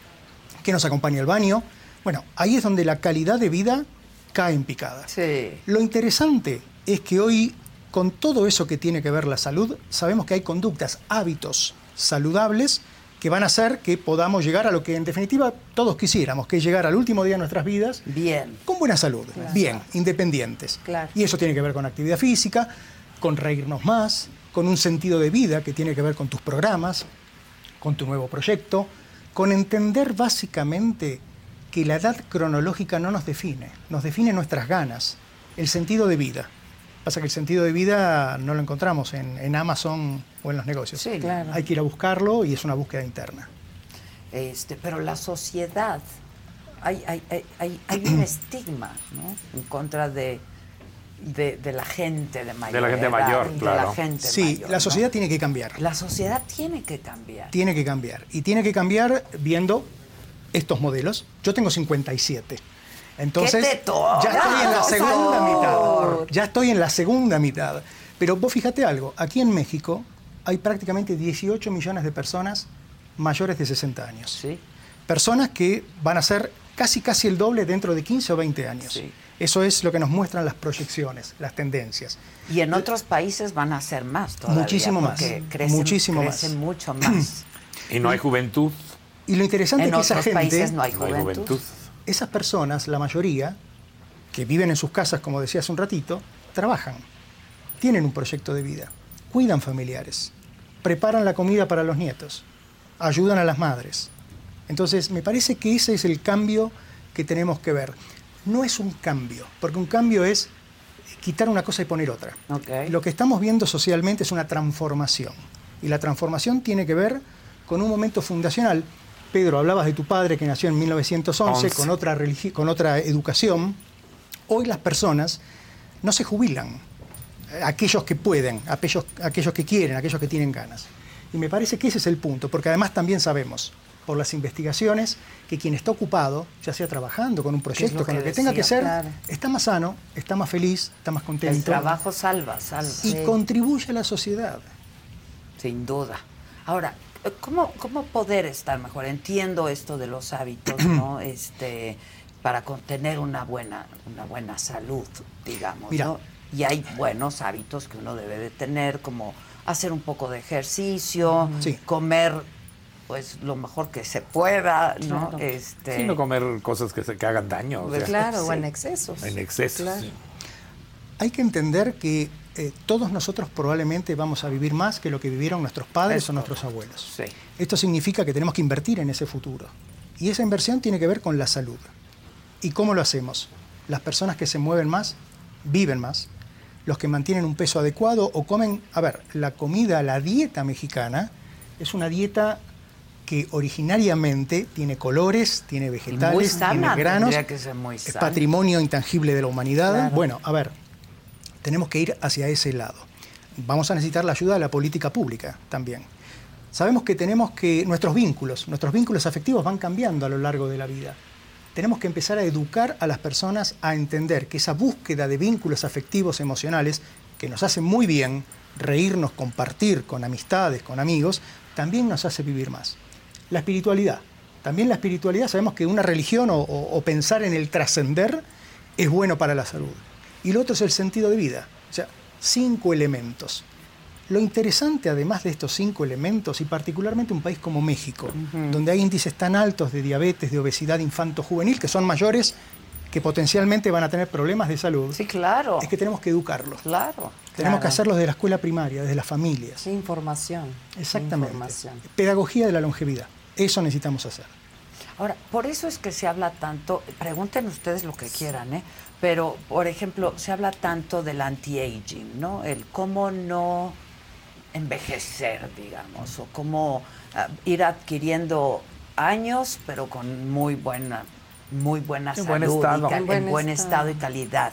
[SPEAKER 5] que nos acompañe al baño, bueno, ahí es donde la calidad de vida cae en picada.
[SPEAKER 1] Sí.
[SPEAKER 5] Lo interesante es que hoy, con todo eso que tiene que ver la salud, sabemos que hay conductas, hábitos saludables que van a hacer que podamos llegar a lo que en definitiva todos quisiéramos, que es llegar al último día de nuestras vidas
[SPEAKER 1] Bien.
[SPEAKER 5] con buena salud, bien, independientes.
[SPEAKER 4] Claro.
[SPEAKER 5] Y eso tiene que ver con actividad física, con reírnos más, con un sentido de vida que tiene que ver con tus programas, con tu nuevo proyecto, con entender básicamente que la edad cronológica no nos define, nos define nuestras ganas, el sentido de vida. Pasa que el sentido de vida no lo encontramos en, en Amazon o en los negocios.
[SPEAKER 1] Sí,
[SPEAKER 4] claro.
[SPEAKER 5] Hay que ir a buscarlo y es una búsqueda interna.
[SPEAKER 1] Este, pero la sociedad, hay, hay, hay- hay, hay un estigma, ¿no? En contra de, de, de la gente de mayor.
[SPEAKER 2] De la gente
[SPEAKER 1] edad,
[SPEAKER 2] mayor,
[SPEAKER 1] de
[SPEAKER 2] claro.
[SPEAKER 1] la gente
[SPEAKER 5] Sí,
[SPEAKER 1] mayor,
[SPEAKER 5] la
[SPEAKER 1] ¿no?
[SPEAKER 5] sociedad tiene que cambiar.
[SPEAKER 1] La sociedad tiene que cambiar.
[SPEAKER 5] Tiene que cambiar. Y tiene que cambiar viendo estos modelos. Yo tengo 57. Entonces,
[SPEAKER 1] ¡Qué teto!
[SPEAKER 5] ya estoy en la
[SPEAKER 1] ¡Por
[SPEAKER 5] segunda
[SPEAKER 1] favor!
[SPEAKER 5] mitad. Ya estoy en la segunda mitad. Pero vos fíjate algo, aquí en México hay prácticamente 18 millones de personas mayores de 60 años.
[SPEAKER 1] Sí.
[SPEAKER 5] Personas que van a ser casi casi el doble dentro de 15 o 20 años.
[SPEAKER 1] Sí.
[SPEAKER 5] Eso es lo que nos muestran las proyecciones, las tendencias.
[SPEAKER 1] Y en otros países van a ser más todavía.
[SPEAKER 5] Muchísimo más,
[SPEAKER 1] porque Crecen,
[SPEAKER 5] muchísimo más.
[SPEAKER 1] crecen mucho más.
[SPEAKER 2] Y no hay juventud.
[SPEAKER 5] Y lo interesante
[SPEAKER 1] en
[SPEAKER 5] es que esa
[SPEAKER 1] otros
[SPEAKER 5] gente
[SPEAKER 1] países no hay
[SPEAKER 2] No hay
[SPEAKER 1] juventud.
[SPEAKER 2] juventud.
[SPEAKER 5] esas personas, la mayoría, que viven en sus casas, como decía hace un ratito, trabajan, tienen un proyecto de vida, cuidan familiares, preparan la comida para los nietos, ayudan a las madres. Entonces, me parece que ese es el cambio que tenemos que ver. No es un cambio, porque un cambio es quitar una cosa y poner otra.
[SPEAKER 1] Ok.
[SPEAKER 5] Lo que estamos viendo socialmente es una transformación. Y la transformación tiene que ver con un momento fundacional. Pedro, hablabas de tu padre que nació en 1911
[SPEAKER 2] Once.
[SPEAKER 5] con otra, religi- con otra educación. Hoy las personas no se jubilan. Eh, Aquellos que pueden, aquellos, aquellos que quieren, aquellos que tienen ganas. Y me parece que ese es el punto, porque además también sabemos por las investigaciones que quien está ocupado, ya sea trabajando con un proyecto,
[SPEAKER 1] lo
[SPEAKER 5] con
[SPEAKER 1] que
[SPEAKER 5] lo que tenga que
[SPEAKER 1] decía,
[SPEAKER 5] ser,
[SPEAKER 4] claro.
[SPEAKER 5] está más sano, está más feliz, está más contento
[SPEAKER 1] El trabajo salva, salva.
[SPEAKER 5] y contribuye a la sociedad.
[SPEAKER 1] Sin duda. Ahora, ¿cómo, ¿cómo poder estar mejor? Entiendo esto de los hábitos, ¿no? Este, para contener una buena, una buena salud, digamos,
[SPEAKER 5] Mira,
[SPEAKER 1] ¿no? y hay buenos hábitos que uno debe de tener, como hacer un poco de ejercicio,
[SPEAKER 5] Sí.
[SPEAKER 1] comer pues lo mejor que se pueda, ¿no?
[SPEAKER 4] Claro.
[SPEAKER 1] Este,
[SPEAKER 2] Sí, no comer cosas que, se, que hagan daño. o
[SPEAKER 1] Pues
[SPEAKER 2] sea,
[SPEAKER 4] Claro,
[SPEAKER 1] Sí.
[SPEAKER 4] o en excesos.
[SPEAKER 2] En exceso.
[SPEAKER 4] Claro.
[SPEAKER 2] sí.
[SPEAKER 5] Hay que entender que eh, todos nosotros probablemente vamos a vivir más que lo que vivieron nuestros padres
[SPEAKER 1] Eso.
[SPEAKER 5] o nuestros abuelos.
[SPEAKER 1] sí.
[SPEAKER 5] Esto significa que tenemos que invertir en ese futuro. Y esa inversión tiene que ver con la salud. ¿Y cómo lo hacemos? Las personas que se mueven más viven más. Los que mantienen un peso adecuado o comen, a ver, la comida, la dieta mexicana es una dieta que originariamente tiene colores, tiene vegetales,
[SPEAKER 1] sana,
[SPEAKER 5] tiene granos,
[SPEAKER 1] tendría que ser muy
[SPEAKER 5] es
[SPEAKER 1] sana.
[SPEAKER 5] patrimonio intangible de la humanidad.
[SPEAKER 4] Claro.
[SPEAKER 5] Bueno, a ver, tenemos que ir hacia ese lado. Vamos a necesitar la ayuda de la política pública también. Sabemos que tenemos que nuestros vínculos, nuestros vínculos afectivos van cambiando a lo largo de la vida. Tenemos que empezar a educar a las personas a entender que esa búsqueda de vínculos afectivos emocionales que nos hace muy bien reírnos, compartir con amistades, con amigos, también nos hace vivir más. La espiritualidad. También la espiritualidad, sabemos que una religión o, o- o pensar en el trascender es bueno para la salud. Y lo otro es el sentido de vida. O sea, cinco elementos. Lo interesante, además de estos cinco elementos, y particularmente un país como México, donde hay índices tan altos de diabetes, de obesidad infanto-juvenil, que son mayores, que potencialmente van a tener problemas de salud,
[SPEAKER 1] Sí, claro,
[SPEAKER 5] es que tenemos que educarlos.
[SPEAKER 1] claro.
[SPEAKER 5] Tenemos que
[SPEAKER 4] claro.
[SPEAKER 5] hacerlos desde la escuela primaria, desde las familias.
[SPEAKER 4] Sí, Información.
[SPEAKER 5] Exactamente.
[SPEAKER 4] Información.
[SPEAKER 5] Pedagogía de la longevidad. Eso necesitamos hacer.
[SPEAKER 1] Ahora, por eso es que se habla tanto, pregunten ustedes lo que quieran, ¿eh? Pero, por ejemplo, se habla tanto del anti-aging, ¿no? El cómo no envejecer, digamos, o cómo ah, ir adquiriendo años, pero con muy buena, muy buena
[SPEAKER 2] En
[SPEAKER 1] salud,
[SPEAKER 2] buen
[SPEAKER 1] y
[SPEAKER 2] estado.
[SPEAKER 1] ca-
[SPEAKER 4] En
[SPEAKER 1] en
[SPEAKER 4] buen
[SPEAKER 1] buen,
[SPEAKER 4] estado.
[SPEAKER 1] estado y calidad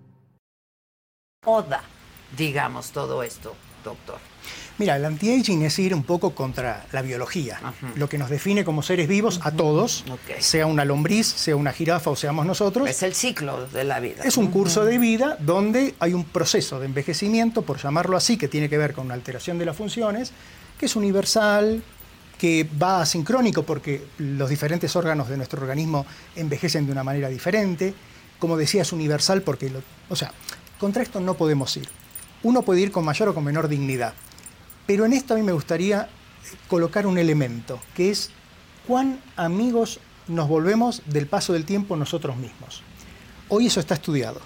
[SPEAKER 1] moda, digamos, todo esto, doctor.
[SPEAKER 5] Mira, el anti-aging es ir un poco contra la biología, lo que nos define como seres vivos a todos,
[SPEAKER 1] Ok.
[SPEAKER 5] sea una lombriz, sea una jirafa o seamos nosotros.
[SPEAKER 1] Es el ciclo de la vida.
[SPEAKER 5] Pues Es un curso de vida donde hay un proceso de envejecimiento, por llamarlo así, que tiene que ver con una alteración de las funciones, que es universal, que va asincrónico porque los diferentes órganos de nuestro organismo envejecen de una manera diferente. Como decía, es universal porque, lo- o sea, contra esto no podemos ir. Uno puede ir con mayor o con menor dignidad. Pero en esto a mí me gustaría colocar un elemento, que es cuán amigos nos volvemos del paso del tiempo nosotros mismos. Hoy eso está estudiado.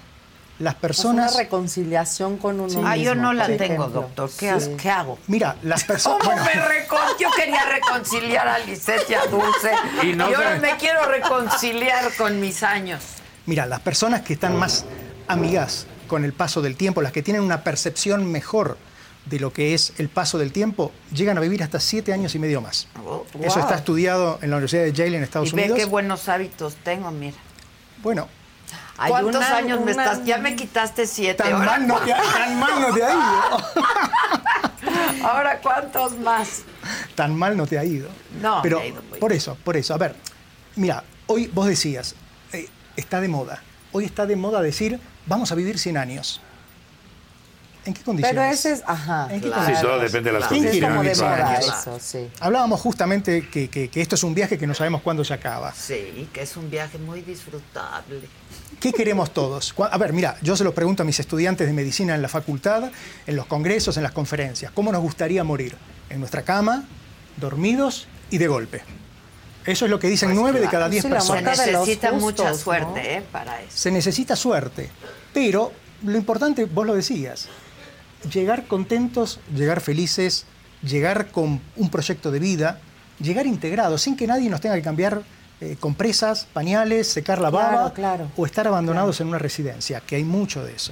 [SPEAKER 5] Las
[SPEAKER 4] Personas...
[SPEAKER 5] personas...
[SPEAKER 4] Una reconciliación con uno
[SPEAKER 5] Sí.
[SPEAKER 4] mismo.
[SPEAKER 1] Ah, yo no la
[SPEAKER 4] por
[SPEAKER 1] tengo,
[SPEAKER 4] ejemplo.
[SPEAKER 1] doctor. ¿Qué,
[SPEAKER 4] Sí.
[SPEAKER 1] has- ¿Qué hago?
[SPEAKER 5] Mira, las personas...
[SPEAKER 1] ¿Cómo
[SPEAKER 5] Oh, bueno,
[SPEAKER 1] me recon... Yo quería reconciliar a Lisette y a Dulce.
[SPEAKER 2] Y
[SPEAKER 1] Y,
[SPEAKER 2] no
[SPEAKER 1] ahora
[SPEAKER 2] se-
[SPEAKER 1] me quiero reconciliar con mis años.
[SPEAKER 5] Mira, las personas que están más amigas con el paso del tiempo, las que tienen una percepción mejor de lo que es el paso del tiempo, llegan a vivir hasta siete años y medio más.
[SPEAKER 1] Oh,
[SPEAKER 5] Eso
[SPEAKER 1] wow.
[SPEAKER 5] está estudiado en la Universidad de Yale en Estados
[SPEAKER 1] Y ve
[SPEAKER 5] Unidos.
[SPEAKER 1] qué buenos hábitos tengo, mira.
[SPEAKER 5] Bueno,
[SPEAKER 1] Ay, ¿Cuántos
[SPEAKER 4] una-
[SPEAKER 1] años me
[SPEAKER 4] una-
[SPEAKER 1] estás? Ya me quitaste siete.
[SPEAKER 5] tan
[SPEAKER 1] Ahora,
[SPEAKER 5] mal no te ha, tan mal no te ha ido.
[SPEAKER 1] ahora ¿cuántos más?
[SPEAKER 5] Tan mal no te ha ido.
[SPEAKER 1] No,
[SPEAKER 5] Pero
[SPEAKER 1] me ha ido muy
[SPEAKER 5] por eso, por eso. A ver, mira, hoy vos decías, eh, está de moda. Hoy está de moda decir, vamos a vivir 100 años. ¿En qué condiciones? Ah,
[SPEAKER 4] Pero ese es, ajá.
[SPEAKER 5] ¿En qué
[SPEAKER 4] claro.
[SPEAKER 2] Sí, todo depende de las
[SPEAKER 5] Sí,
[SPEAKER 4] Es como de
[SPEAKER 2] condiciones.
[SPEAKER 4] moda
[SPEAKER 1] Claro.
[SPEAKER 4] eso, sí.
[SPEAKER 5] Hablábamos justamente que, que- que esto es un viaje que no sabemos cuándo se acaba.
[SPEAKER 1] Sí, que es un viaje muy disfrutable.
[SPEAKER 5] ¿Qué queremos todos? Cu- A ver, mira, yo se lo pregunto a mis estudiantes de medicina en la facultad, en los congresos, en las conferencias. ¿Cómo nos gustaría morir? ¿En nuestra cama, dormidos y de golpe? Eso es lo que dicen
[SPEAKER 1] Pues
[SPEAKER 5] nueve de cada diez
[SPEAKER 4] Sí, la
[SPEAKER 1] Se
[SPEAKER 5] personas.
[SPEAKER 4] marca de los
[SPEAKER 1] necesita mucha
[SPEAKER 4] justos,
[SPEAKER 1] suerte
[SPEAKER 4] ¿no?
[SPEAKER 1] ¿eh? para eso.
[SPEAKER 5] Se necesita suerte, pero lo importante, vos lo decías, llegar contentos, llegar felices, llegar con un proyecto de vida, llegar integrados, sin que nadie nos tenga que cambiar eh, compresas, pañales, secar la
[SPEAKER 4] Claro,
[SPEAKER 5] baba
[SPEAKER 4] claro.
[SPEAKER 5] o estar abandonados en una residencia, que hay mucho de eso.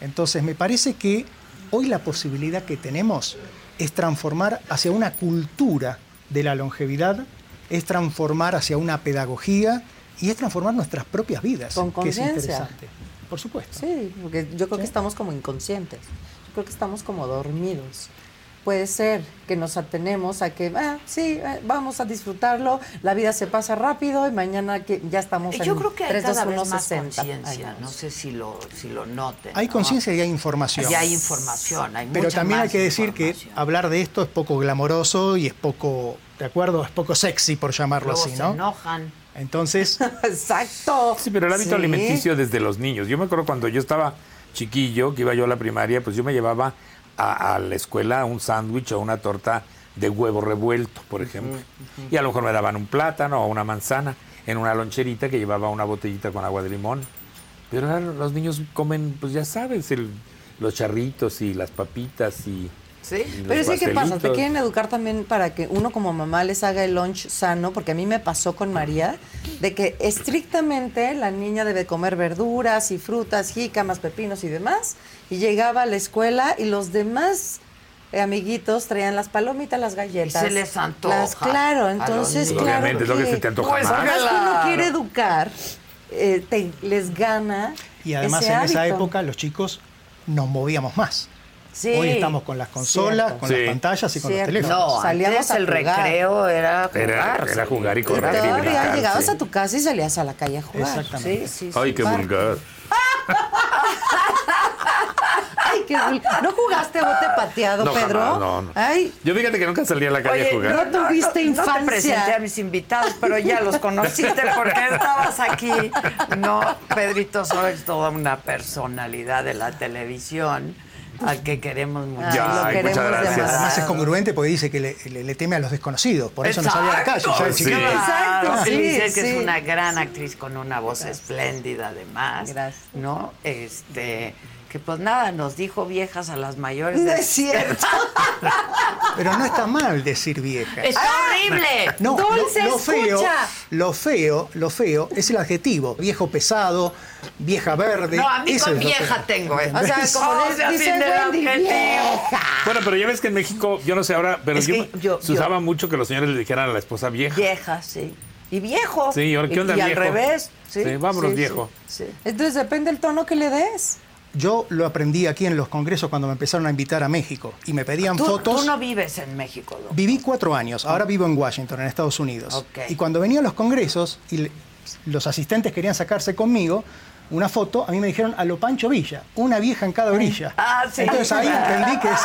[SPEAKER 5] Entonces, me parece que hoy la posibilidad que tenemos es transformar hacia una cultura de la longevidad, es transformar hacia una pedagogía y es transformar nuestras propias vidas,
[SPEAKER 4] Con
[SPEAKER 5] que es
[SPEAKER 4] conciencia.
[SPEAKER 5] interesante. Por supuesto.
[SPEAKER 4] Sí, porque yo creo que estamos como inconscientes. Yo creo que estamos como dormidos. Puede ser que nos atenemos a que, ah, sí, eh, vamos a disfrutarlo, la vida se pasa rápido y mañana que ya estamos en
[SPEAKER 1] Yo creo que hay
[SPEAKER 4] 3, 2,
[SPEAKER 1] cada
[SPEAKER 4] 1,
[SPEAKER 1] vez más
[SPEAKER 4] 60
[SPEAKER 1] conciencia.
[SPEAKER 4] años.
[SPEAKER 1] No sé si lo, si lo noten.
[SPEAKER 5] Hay
[SPEAKER 1] ¿no?
[SPEAKER 5] conciencia y hay información.
[SPEAKER 1] Ya hay información. Hay
[SPEAKER 5] Pero
[SPEAKER 1] mucha
[SPEAKER 5] también hay
[SPEAKER 1] más
[SPEAKER 5] que decir que
[SPEAKER 1] información.
[SPEAKER 5] hablar de esto es poco glamoroso y es poco, ¿de acuerdo? Es poco sexy, por llamarlo
[SPEAKER 1] Luego
[SPEAKER 5] así,
[SPEAKER 1] se
[SPEAKER 5] ¿no?
[SPEAKER 1] enojan.
[SPEAKER 5] Entonces,
[SPEAKER 4] Exacto.
[SPEAKER 2] Sí, pero el hábito
[SPEAKER 4] Sí.
[SPEAKER 2] alimenticio desde los niños. Yo me acuerdo cuando yo estaba chiquillo, que iba yo a la primaria, pues yo me llevaba a, a la escuela un sándwich o una torta de huevo revuelto, por ejemplo. Y a lo mejor me daban un plátano o una manzana en una loncherita que llevaba una botellita con agua de limón. Pero ahora los niños comen, pues ya sabes, el- los charritos y las papitas y...
[SPEAKER 1] Sí,
[SPEAKER 2] y los
[SPEAKER 4] Pero sí, ¿qué pasa? Te
[SPEAKER 2] pastelitos.
[SPEAKER 4] quieren educar también para que uno como mamá les haga el lunch sano, porque a mí me pasó con María, de que estrictamente la niña debe comer verduras y frutas, jícamas, pepinos y demás, y llegaba a la escuela y los demás eh, amiguitos traían las palomitas, las galletas.
[SPEAKER 1] Y se les antoja
[SPEAKER 4] Las, claro,
[SPEAKER 1] a los
[SPEAKER 4] entonces,
[SPEAKER 1] niños.
[SPEAKER 4] claro
[SPEAKER 2] Obviamente, es lo que se te antoja
[SPEAKER 4] Pues,
[SPEAKER 2] más.
[SPEAKER 4] además, que uno
[SPEAKER 1] Claro.
[SPEAKER 4] quiere educar, eh, te- les gana
[SPEAKER 5] y además
[SPEAKER 4] ese
[SPEAKER 5] en esa
[SPEAKER 4] hábito.
[SPEAKER 5] época los chicos nos movíamos más.
[SPEAKER 4] Sí.
[SPEAKER 5] Hoy estamos con las consolas,
[SPEAKER 4] Cierto.
[SPEAKER 5] con
[SPEAKER 2] Sí.
[SPEAKER 5] las pantallas y con
[SPEAKER 4] Cierto.
[SPEAKER 5] los teléfonos.
[SPEAKER 1] No,
[SPEAKER 4] Salíamos
[SPEAKER 1] antes
[SPEAKER 4] a
[SPEAKER 1] el
[SPEAKER 4] jugar.
[SPEAKER 1] recreo era jugar.
[SPEAKER 2] Era, era jugar y
[SPEAKER 4] Y
[SPEAKER 2] correr. y
[SPEAKER 4] todavía
[SPEAKER 2] brincar,
[SPEAKER 4] llegabas
[SPEAKER 2] sí.
[SPEAKER 4] a tu casa y salías a la calle a jugar.
[SPEAKER 5] Exactamente.
[SPEAKER 4] Sí, sí,
[SPEAKER 6] Ay,
[SPEAKER 4] sí.
[SPEAKER 6] qué
[SPEAKER 4] Bar-
[SPEAKER 6] vulgar.
[SPEAKER 4] Ay, qué vulgar. ¿No jugaste bote pateado,
[SPEAKER 2] No,
[SPEAKER 4] Pedro?
[SPEAKER 2] jamás, no, no.
[SPEAKER 4] Ay,
[SPEAKER 2] Yo fíjate que nunca salía a la calle
[SPEAKER 1] Oye,
[SPEAKER 2] a jugar.
[SPEAKER 4] no tuviste
[SPEAKER 1] No
[SPEAKER 4] infancia.
[SPEAKER 1] te presenté a mis invitados, pero ya los conociste porque estabas aquí. No, Pedrito Sola es toda una personalidad de la televisión al que queremos mucho.
[SPEAKER 4] Ay,
[SPEAKER 2] Ya,
[SPEAKER 4] lo
[SPEAKER 2] ay, muchas
[SPEAKER 4] queremos
[SPEAKER 2] gracias.
[SPEAKER 4] demasiado.
[SPEAKER 5] Además es congruente porque dice que le, le- le teme a los desconocidos, por eso no salía a la calle. ya de
[SPEAKER 2] sí.
[SPEAKER 5] chiquito.
[SPEAKER 1] Exacto,
[SPEAKER 4] Exacto,
[SPEAKER 1] sí,
[SPEAKER 4] sí,
[SPEAKER 1] dice que
[SPEAKER 4] sí.
[SPEAKER 1] es una gran actriz con una voz espléndida además.
[SPEAKER 4] Gracias.
[SPEAKER 1] ¿No? Este, que pues nada, nos dijo viejas a las mayores.
[SPEAKER 4] No
[SPEAKER 1] de-
[SPEAKER 4] es cierto.
[SPEAKER 5] Pero no está mal decir vieja.
[SPEAKER 1] ¡Es horrible!
[SPEAKER 5] No, lo-
[SPEAKER 4] Ah. Dulce,
[SPEAKER 5] lo, feo,
[SPEAKER 4] escucha.
[SPEAKER 5] lo feo, lo feo es el adjetivo. Viejo pesado, vieja verde.
[SPEAKER 1] No, a mí
[SPEAKER 5] eso
[SPEAKER 1] con
[SPEAKER 5] es lo
[SPEAKER 1] vieja
[SPEAKER 5] feo.
[SPEAKER 1] tengo. ¿eh?
[SPEAKER 4] O sea, como
[SPEAKER 1] Oh,
[SPEAKER 4] dice-
[SPEAKER 1] sea,
[SPEAKER 4] dice
[SPEAKER 1] sin el
[SPEAKER 4] Wendy,
[SPEAKER 1] objetivo.
[SPEAKER 2] Bueno, pero ya ves que en México, yo no sé ahora, pero
[SPEAKER 1] Es
[SPEAKER 2] yo-
[SPEAKER 1] que yo-
[SPEAKER 2] se
[SPEAKER 1] yo-
[SPEAKER 2] usaba mucho que los señores le dijeran a la esposa vieja.
[SPEAKER 1] Vieja, sí. Y viejo.
[SPEAKER 2] Sí, ahora, ¿qué onda,
[SPEAKER 1] y, y al
[SPEAKER 2] viejo?
[SPEAKER 1] revés. Sí,
[SPEAKER 2] Sí, vámonos,
[SPEAKER 1] sí,
[SPEAKER 2] viejo.
[SPEAKER 1] sí, sí.
[SPEAKER 4] Entonces depende del tono que le des.
[SPEAKER 5] Yo lo aprendí aquí en los congresos cuando me empezaron a invitar a México y me pedían
[SPEAKER 1] Tú,
[SPEAKER 5] fotos.
[SPEAKER 1] tú no vives en México, ¿no?
[SPEAKER 5] Viví cuatro años, ahora vivo en Washington, en Estados Unidos.
[SPEAKER 1] Ok.
[SPEAKER 5] Y cuando venía a los congresos y le- los asistentes querían sacarse conmigo una foto, a mí me dijeron a lo Pancho Villa, una vieja en cada orilla.
[SPEAKER 1] Ah, sí.
[SPEAKER 5] Entonces ahí entendí que es.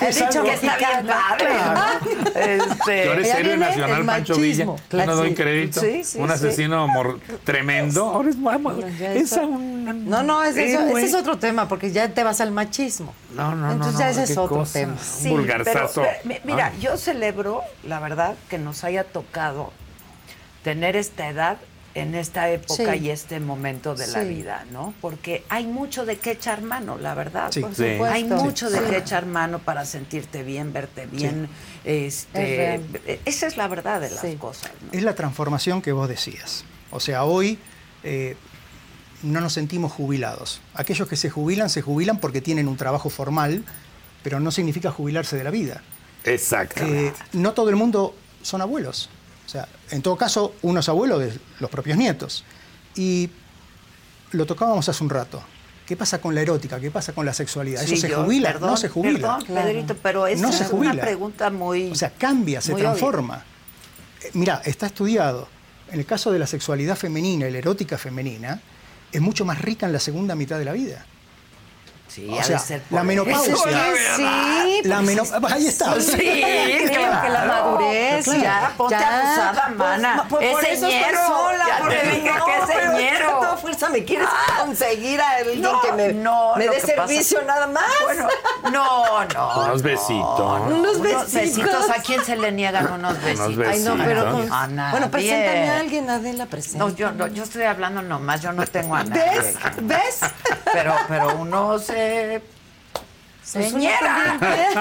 [SPEAKER 1] He
[SPEAKER 5] es
[SPEAKER 1] dicho
[SPEAKER 5] algo-
[SPEAKER 1] que está bien padre,
[SPEAKER 4] Ah,
[SPEAKER 1] ¿no? Este,
[SPEAKER 2] Yo eres
[SPEAKER 4] Ya
[SPEAKER 2] héroe
[SPEAKER 4] viene
[SPEAKER 2] nacional
[SPEAKER 4] el
[SPEAKER 2] Pancho Villa.
[SPEAKER 4] machismo.
[SPEAKER 2] Yo no
[SPEAKER 4] Claro,
[SPEAKER 2] doy
[SPEAKER 4] sí.
[SPEAKER 2] crédito.
[SPEAKER 4] Sí, sí,
[SPEAKER 2] un
[SPEAKER 4] sí.
[SPEAKER 2] asesino mor- tremendo. Ahora es guapo.
[SPEAKER 4] ya
[SPEAKER 2] Es
[SPEAKER 4] está.
[SPEAKER 2] un-
[SPEAKER 4] No, no, es, eso-
[SPEAKER 2] héroe.
[SPEAKER 4] ese es otro tema, porque ya te vas al machismo.
[SPEAKER 2] No, no, no,
[SPEAKER 4] Entonces
[SPEAKER 2] no,
[SPEAKER 4] ya ese es
[SPEAKER 2] qué
[SPEAKER 4] otro
[SPEAKER 2] cosa.
[SPEAKER 4] tema.
[SPEAKER 1] Sí,
[SPEAKER 2] Un vulgarzazo.
[SPEAKER 1] pero, eh, mi- mira,
[SPEAKER 2] Ah.
[SPEAKER 1] yo celebro, la verdad, que nos haya tocado tener esta edad en esta época
[SPEAKER 4] Sí.
[SPEAKER 1] y este momento de la
[SPEAKER 4] Sí.
[SPEAKER 1] vida, ¿no? Porque hay mucho de qué echar mano, la verdad.
[SPEAKER 5] Sí.
[SPEAKER 4] Por
[SPEAKER 2] Sí.
[SPEAKER 4] supuesto.
[SPEAKER 1] Hay mucho de
[SPEAKER 4] Sí.
[SPEAKER 1] qué echar mano para sentirte bien, verte bien. Este,
[SPEAKER 4] Es real.
[SPEAKER 1] eh, esa es la verdad de las
[SPEAKER 4] Sí.
[SPEAKER 1] cosas. ¿no?
[SPEAKER 5] es la transformación que vos decías. O sea, hoy eh, no nos sentimos jubilados. Aquellos que se jubilan, se jubilan porque tienen un trabajo formal, pero no significa jubilarse de la vida.
[SPEAKER 2] Exacto.
[SPEAKER 5] Eh, no todo el mundo son abuelos. O sea, en todo caso, unos abuelos de los propios nietos. Y lo tocábamos hace un rato. ¿Qué pasa con la erótica? ¿Qué pasa con la sexualidad? ¿Eso
[SPEAKER 1] Sí,
[SPEAKER 5] se
[SPEAKER 1] yo-
[SPEAKER 5] jubila?
[SPEAKER 1] perdón,
[SPEAKER 5] no se jubila.
[SPEAKER 1] Perdón,
[SPEAKER 4] Claro.
[SPEAKER 1] Pedrito, pero esa
[SPEAKER 5] No se
[SPEAKER 1] es
[SPEAKER 5] jubila.
[SPEAKER 1] una pregunta muy...
[SPEAKER 5] O sea, cambia, se
[SPEAKER 1] Muy
[SPEAKER 5] transforma. Mira, está estudiado. En el caso de la sexualidad femenina y la erótica femenina, es mucho más rica en la segunda mitad de la vida.
[SPEAKER 1] Sí,
[SPEAKER 5] o
[SPEAKER 1] ha de
[SPEAKER 5] sea,
[SPEAKER 1] ser por
[SPEAKER 5] la
[SPEAKER 1] eso.
[SPEAKER 5] menopausia.
[SPEAKER 4] Eso es- sí,
[SPEAKER 5] La menop- Ahí está.
[SPEAKER 1] Sí,
[SPEAKER 4] Creo que la madurez,
[SPEAKER 5] Claro.
[SPEAKER 4] ya,
[SPEAKER 1] Ya, ponte
[SPEAKER 4] ya.
[SPEAKER 1] abusada,
[SPEAKER 4] Pues,
[SPEAKER 1] mana.
[SPEAKER 4] pues,
[SPEAKER 1] es
[SPEAKER 4] por eso estoy
[SPEAKER 1] señero.
[SPEAKER 4] sola,
[SPEAKER 1] ya
[SPEAKER 4] porque
[SPEAKER 1] te dije
[SPEAKER 4] no,
[SPEAKER 1] que es
[SPEAKER 4] pero es que
[SPEAKER 1] señero.
[SPEAKER 4] todo fue bolsa me quieres conseguir a alguien
[SPEAKER 1] No,
[SPEAKER 4] que me,
[SPEAKER 1] no,
[SPEAKER 4] me
[SPEAKER 1] lo
[SPEAKER 4] dé
[SPEAKER 1] que pasa-
[SPEAKER 4] servicio nada más.
[SPEAKER 1] Bueno, no, no.
[SPEAKER 2] Unos
[SPEAKER 1] no.
[SPEAKER 2] besitos.
[SPEAKER 4] Unos
[SPEAKER 1] Unos
[SPEAKER 4] besitos.
[SPEAKER 1] besitos. ¿A quién se le niegan unos besitos?
[SPEAKER 4] Ay, no, pero
[SPEAKER 2] besitos.
[SPEAKER 4] con-
[SPEAKER 1] A nadie.
[SPEAKER 4] Bueno, preséntame a alguien, Adela, presenta.
[SPEAKER 1] pues, No, yo, no, yo estoy hablando nomás, yo no tengo a nadie.
[SPEAKER 4] ¿Ves? ¿Ves?
[SPEAKER 1] Pero, pero uno se...
[SPEAKER 4] Pues uno
[SPEAKER 1] Señera.
[SPEAKER 4] también, ¿qué?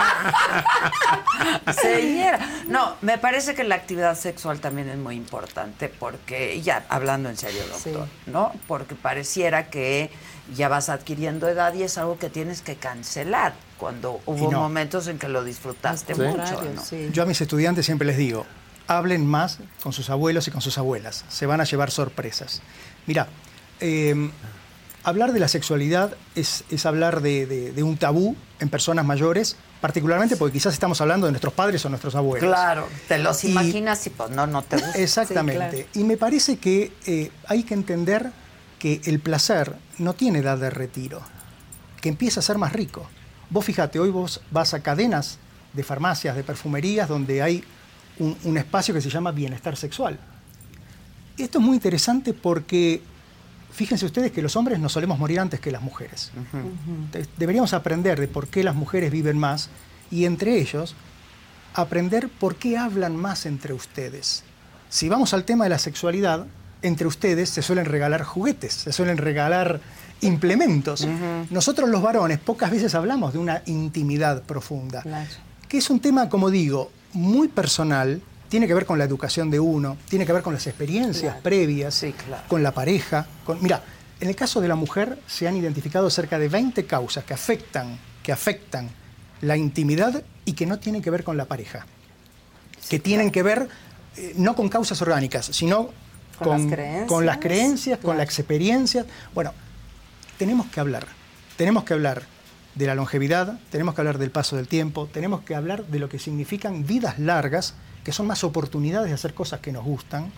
[SPEAKER 1] Señora. No, me parece que la actividad sexual también es muy importante porque, ya hablando en serio, doctor, ¿no? Porque pareciera que ya vas adquiriendo edad y es algo que tienes que cancelar cuando hubo
[SPEAKER 5] no.
[SPEAKER 1] momentos en que lo disfrutaste
[SPEAKER 4] Al
[SPEAKER 1] Este mucho,
[SPEAKER 4] contrario,
[SPEAKER 1] ¿no?
[SPEAKER 4] sí.
[SPEAKER 5] Yo a mis estudiantes siempre les digo, hablen más con sus abuelos y con sus abuelas. Se van a llevar sorpresas. Mirá, eh, hablar de la sexualidad es, es hablar de, de- de un tabú en personas mayores, particularmente porque quizás estamos hablando de nuestros padres o nuestros abuelos.
[SPEAKER 1] Claro, te los
[SPEAKER 5] Y-
[SPEAKER 1] imaginas y pues no, no te gusta.
[SPEAKER 5] Exactamente.
[SPEAKER 4] Sí,
[SPEAKER 5] Y me parece que eh, hay que entender que el placer no tiene edad de retiro, que empieza a ser más rico. Vos fíjate, hoy vos vas a cadenas de farmacias, de perfumerías, donde hay un, un espacio que se llama bienestar sexual. Esto es muy interesante porque fíjense ustedes que los hombres nos solemos morir antes que las mujeres. Entonces, Deberíamos aprender de por qué las mujeres viven más y entre ellos aprender por qué hablan más entre ustedes. Si vamos al tema de la sexualidad, entre ustedes se suelen regalar juguetes, se suelen regalar implementos. Nosotros los varones pocas veces hablamos de una intimidad profunda,
[SPEAKER 4] Claro.
[SPEAKER 5] que es un tema, como digo, muy personal, tiene que ver con la educación de uno, tiene que ver con las experiencias previas,
[SPEAKER 1] Sí, claro.
[SPEAKER 5] con la pareja. Con... Mira, en el caso de la mujer se han identificado cerca de 20 causas que afectan, que afectan la intimidad y que no tienen que ver con la pareja que tienen que ver eh, no con causas orgánicas, sino
[SPEAKER 4] Con las creencias.
[SPEAKER 5] con las creencias, con las experiencias. Bueno, tenemos que hablar. Tenemos que hablar de la longevidad, tenemos que hablar del paso del tiempo, tenemos que hablar de lo que significan vidas largas, que son más oportunidades de hacer cosas que nos gustan.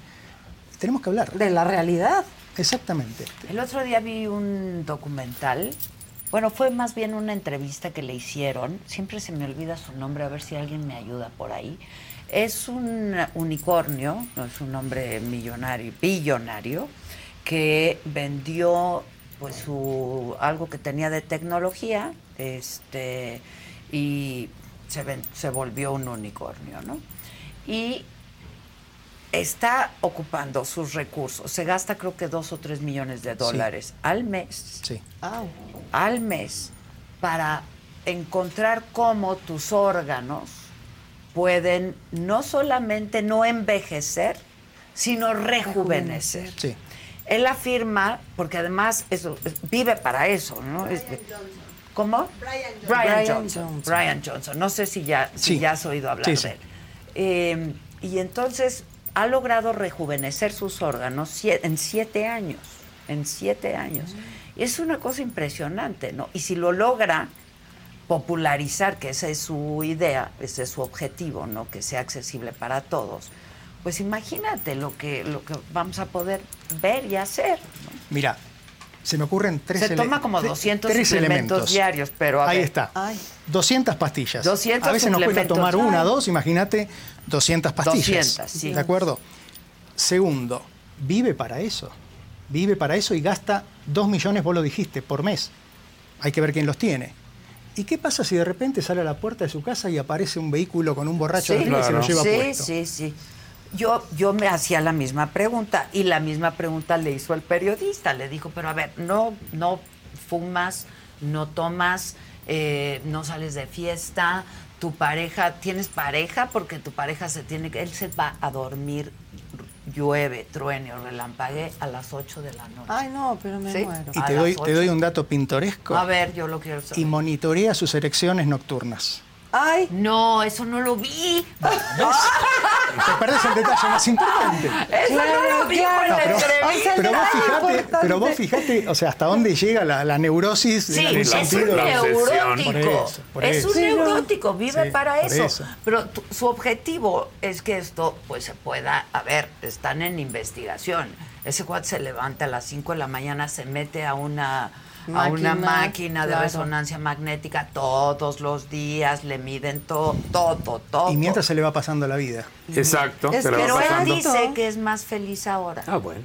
[SPEAKER 5] Tenemos que hablar.
[SPEAKER 4] De la realidad.
[SPEAKER 5] Exactamente.
[SPEAKER 1] El otro día vi un documental. Bueno, fue más bien una entrevista que le hicieron. Siempre se me olvida su nombre, a ver si alguien me ayuda por ahí. Es un unicornio, no es un hombre millonario, billonario, que vendió pues su algo que tenía de tecnología, este y se, ven- se volvió un unicornio, ¿no? Y está ocupando sus recursos. Se gasta creo que dos o tres millones de dólares al mes,
[SPEAKER 5] Sí.
[SPEAKER 1] al mes, para encontrar cómo tus órganos pueden no solamente no envejecer, sino rejuvenecer.
[SPEAKER 5] Sí.
[SPEAKER 1] Él afirma, porque además eso, es- vive para eso, ¿no? Es- ¿Cómo? Brian Johnson. Brian
[SPEAKER 4] Brian
[SPEAKER 1] Johnson.
[SPEAKER 4] Johnson.
[SPEAKER 1] No sé si ya, si
[SPEAKER 5] Sí.
[SPEAKER 1] ya has oído hablar
[SPEAKER 5] Sí, sí.
[SPEAKER 1] de él. Eh, y entonces ha logrado rejuvenecer sus órganos sie- en siete años. En siete años.
[SPEAKER 5] Mm.
[SPEAKER 1] Es una cosa impresionante, ¿no? Y si lo logra popularizar, que esa es su idea, ese es su objetivo, ¿no? Que sea accesible para todos. Pues imagínate lo que, lo que vamos a poder ver y hacer.
[SPEAKER 5] Mira, se me ocurren tres
[SPEAKER 1] Se
[SPEAKER 5] ele-
[SPEAKER 1] toma como
[SPEAKER 5] tre-
[SPEAKER 1] 200
[SPEAKER 5] tres
[SPEAKER 1] suplementos
[SPEAKER 5] elementos.
[SPEAKER 1] diarios, pero a
[SPEAKER 5] Ahí
[SPEAKER 1] ver.
[SPEAKER 5] está.
[SPEAKER 4] Ay.
[SPEAKER 5] 200 pastillas.
[SPEAKER 1] 200
[SPEAKER 5] a veces nos cuesta
[SPEAKER 1] suplementos.
[SPEAKER 5] tomar una,
[SPEAKER 1] Ay.
[SPEAKER 5] dos, imagínate 200 pastillas.
[SPEAKER 1] 200, sí.
[SPEAKER 5] ¿De acuerdo? Segundo, vive para eso. Vive para eso y gasta 2 millones, vos lo dijiste, por mes. Hay que ver quién los tiene. ¿Y qué pasa si de repente sale a la puerta de su casa y aparece un vehículo con un borracho arriba y se lo
[SPEAKER 2] claro.
[SPEAKER 5] lleva
[SPEAKER 1] sí,
[SPEAKER 5] puesto?
[SPEAKER 1] sí, sí. Yo, yo me hacía la misma pregunta y la misma pregunta le hizo al periodista. Le dijo, pero a ver, no, no fumas, no tomas, eh, no sales de fiesta, tu pareja, tienes pareja porque tu pareja se tiene que, él se va a dormir, llueve, truene o relampague a las 8 de la noche.
[SPEAKER 4] Ay, no, pero me
[SPEAKER 1] Sí.
[SPEAKER 4] muero.
[SPEAKER 5] Y
[SPEAKER 1] A
[SPEAKER 5] te
[SPEAKER 1] las
[SPEAKER 5] doy, te
[SPEAKER 1] ocho.
[SPEAKER 5] doy un dato pintoresco.
[SPEAKER 1] a ver, yo lo quiero saber.
[SPEAKER 5] Y monitorea sus erecciones nocturnas.
[SPEAKER 4] Ay,
[SPEAKER 1] no, eso no lo vi.
[SPEAKER 5] Te perdés el detalle más importante.
[SPEAKER 1] Eso no lo vi por la
[SPEAKER 5] pero,
[SPEAKER 1] entrevista.
[SPEAKER 5] pero vos
[SPEAKER 4] detalle
[SPEAKER 5] fijate,
[SPEAKER 4] importante.
[SPEAKER 5] pero vos fijate, o sea, hasta dónde llega la, la neurosis de
[SPEAKER 1] Sí,
[SPEAKER 5] la-
[SPEAKER 2] Sí,
[SPEAKER 5] del
[SPEAKER 2] la-
[SPEAKER 1] es un
[SPEAKER 5] sentido.
[SPEAKER 2] la obsesión.
[SPEAKER 1] neurótico.
[SPEAKER 5] Por eso, por
[SPEAKER 1] es
[SPEAKER 5] eso.
[SPEAKER 1] un
[SPEAKER 4] Sí, ¿no?
[SPEAKER 1] neurótico, vive
[SPEAKER 5] Sí,
[SPEAKER 1] para
[SPEAKER 5] por
[SPEAKER 1] eso.
[SPEAKER 5] eso.
[SPEAKER 1] Pero tu- su objetivo es que esto pues se pueda, a ver, están en investigación. Ese cuate se levanta a las 5 de la mañana, se mete a una a una
[SPEAKER 4] Máquina,
[SPEAKER 1] máquina de
[SPEAKER 4] claro.
[SPEAKER 1] resonancia magnética todos los días, le miden todo, todo, todo.
[SPEAKER 5] Y mientras se le va pasando la vida.
[SPEAKER 2] Exacto.
[SPEAKER 4] Es
[SPEAKER 2] te la
[SPEAKER 4] que
[SPEAKER 2] va
[SPEAKER 1] Pero él
[SPEAKER 2] pasando.
[SPEAKER 4] dice-
[SPEAKER 1] dice que es más feliz ahora.
[SPEAKER 2] Ah, bueno.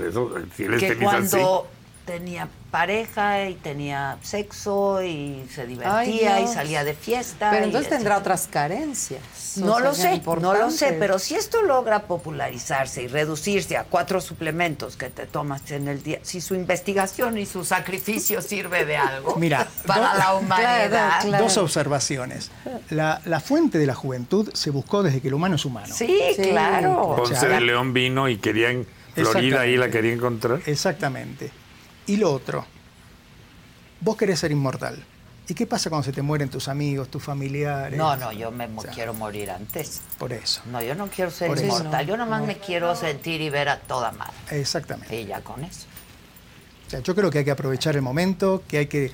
[SPEAKER 2] Eso, si él es
[SPEAKER 1] que
[SPEAKER 2] feliz así.
[SPEAKER 1] cuando tenía pareja y tenía sexo y se divertía
[SPEAKER 4] Ay,
[SPEAKER 1] y
[SPEAKER 4] Dios.
[SPEAKER 1] salía de fiesta.
[SPEAKER 4] Pero
[SPEAKER 1] y
[SPEAKER 4] entonces tendrá
[SPEAKER 1] etcétera.
[SPEAKER 4] otras carencias. o
[SPEAKER 1] No
[SPEAKER 4] sea,
[SPEAKER 1] lo sé, no lo sé,
[SPEAKER 4] importantes.
[SPEAKER 1] pero si esto logra popularizarse y reducirse a cuatro suplementos que te tomas en el día, si su investigación y su sacrificio sirve de algo
[SPEAKER 5] Mira,
[SPEAKER 1] para
[SPEAKER 5] do-
[SPEAKER 1] la humanidad.
[SPEAKER 4] Claro, claro.
[SPEAKER 5] Dos observaciones. La, la fuente de la juventud se buscó desde que el humano es humano.
[SPEAKER 1] Sí,
[SPEAKER 4] Sí.
[SPEAKER 1] claro.
[SPEAKER 2] Ponce
[SPEAKER 5] O sea,
[SPEAKER 2] de León vino y quería en Florida ahí la quería encontrar.
[SPEAKER 5] Exactamente. Y lo otro, vos querés ser inmortal. ¿Y qué pasa cuando se te mueren tus amigos, tus familiares?
[SPEAKER 1] No, no, yo me mo- quiero morir antes.
[SPEAKER 5] Por eso.
[SPEAKER 1] No, yo no quiero ser
[SPEAKER 5] Por eso.
[SPEAKER 1] inmortal. Yo nomás me quiero sentir y ver a toda madre.
[SPEAKER 5] Exactamente.
[SPEAKER 1] Y ya con eso.
[SPEAKER 5] O sea, yo creo que hay que aprovechar el momento, que hay que...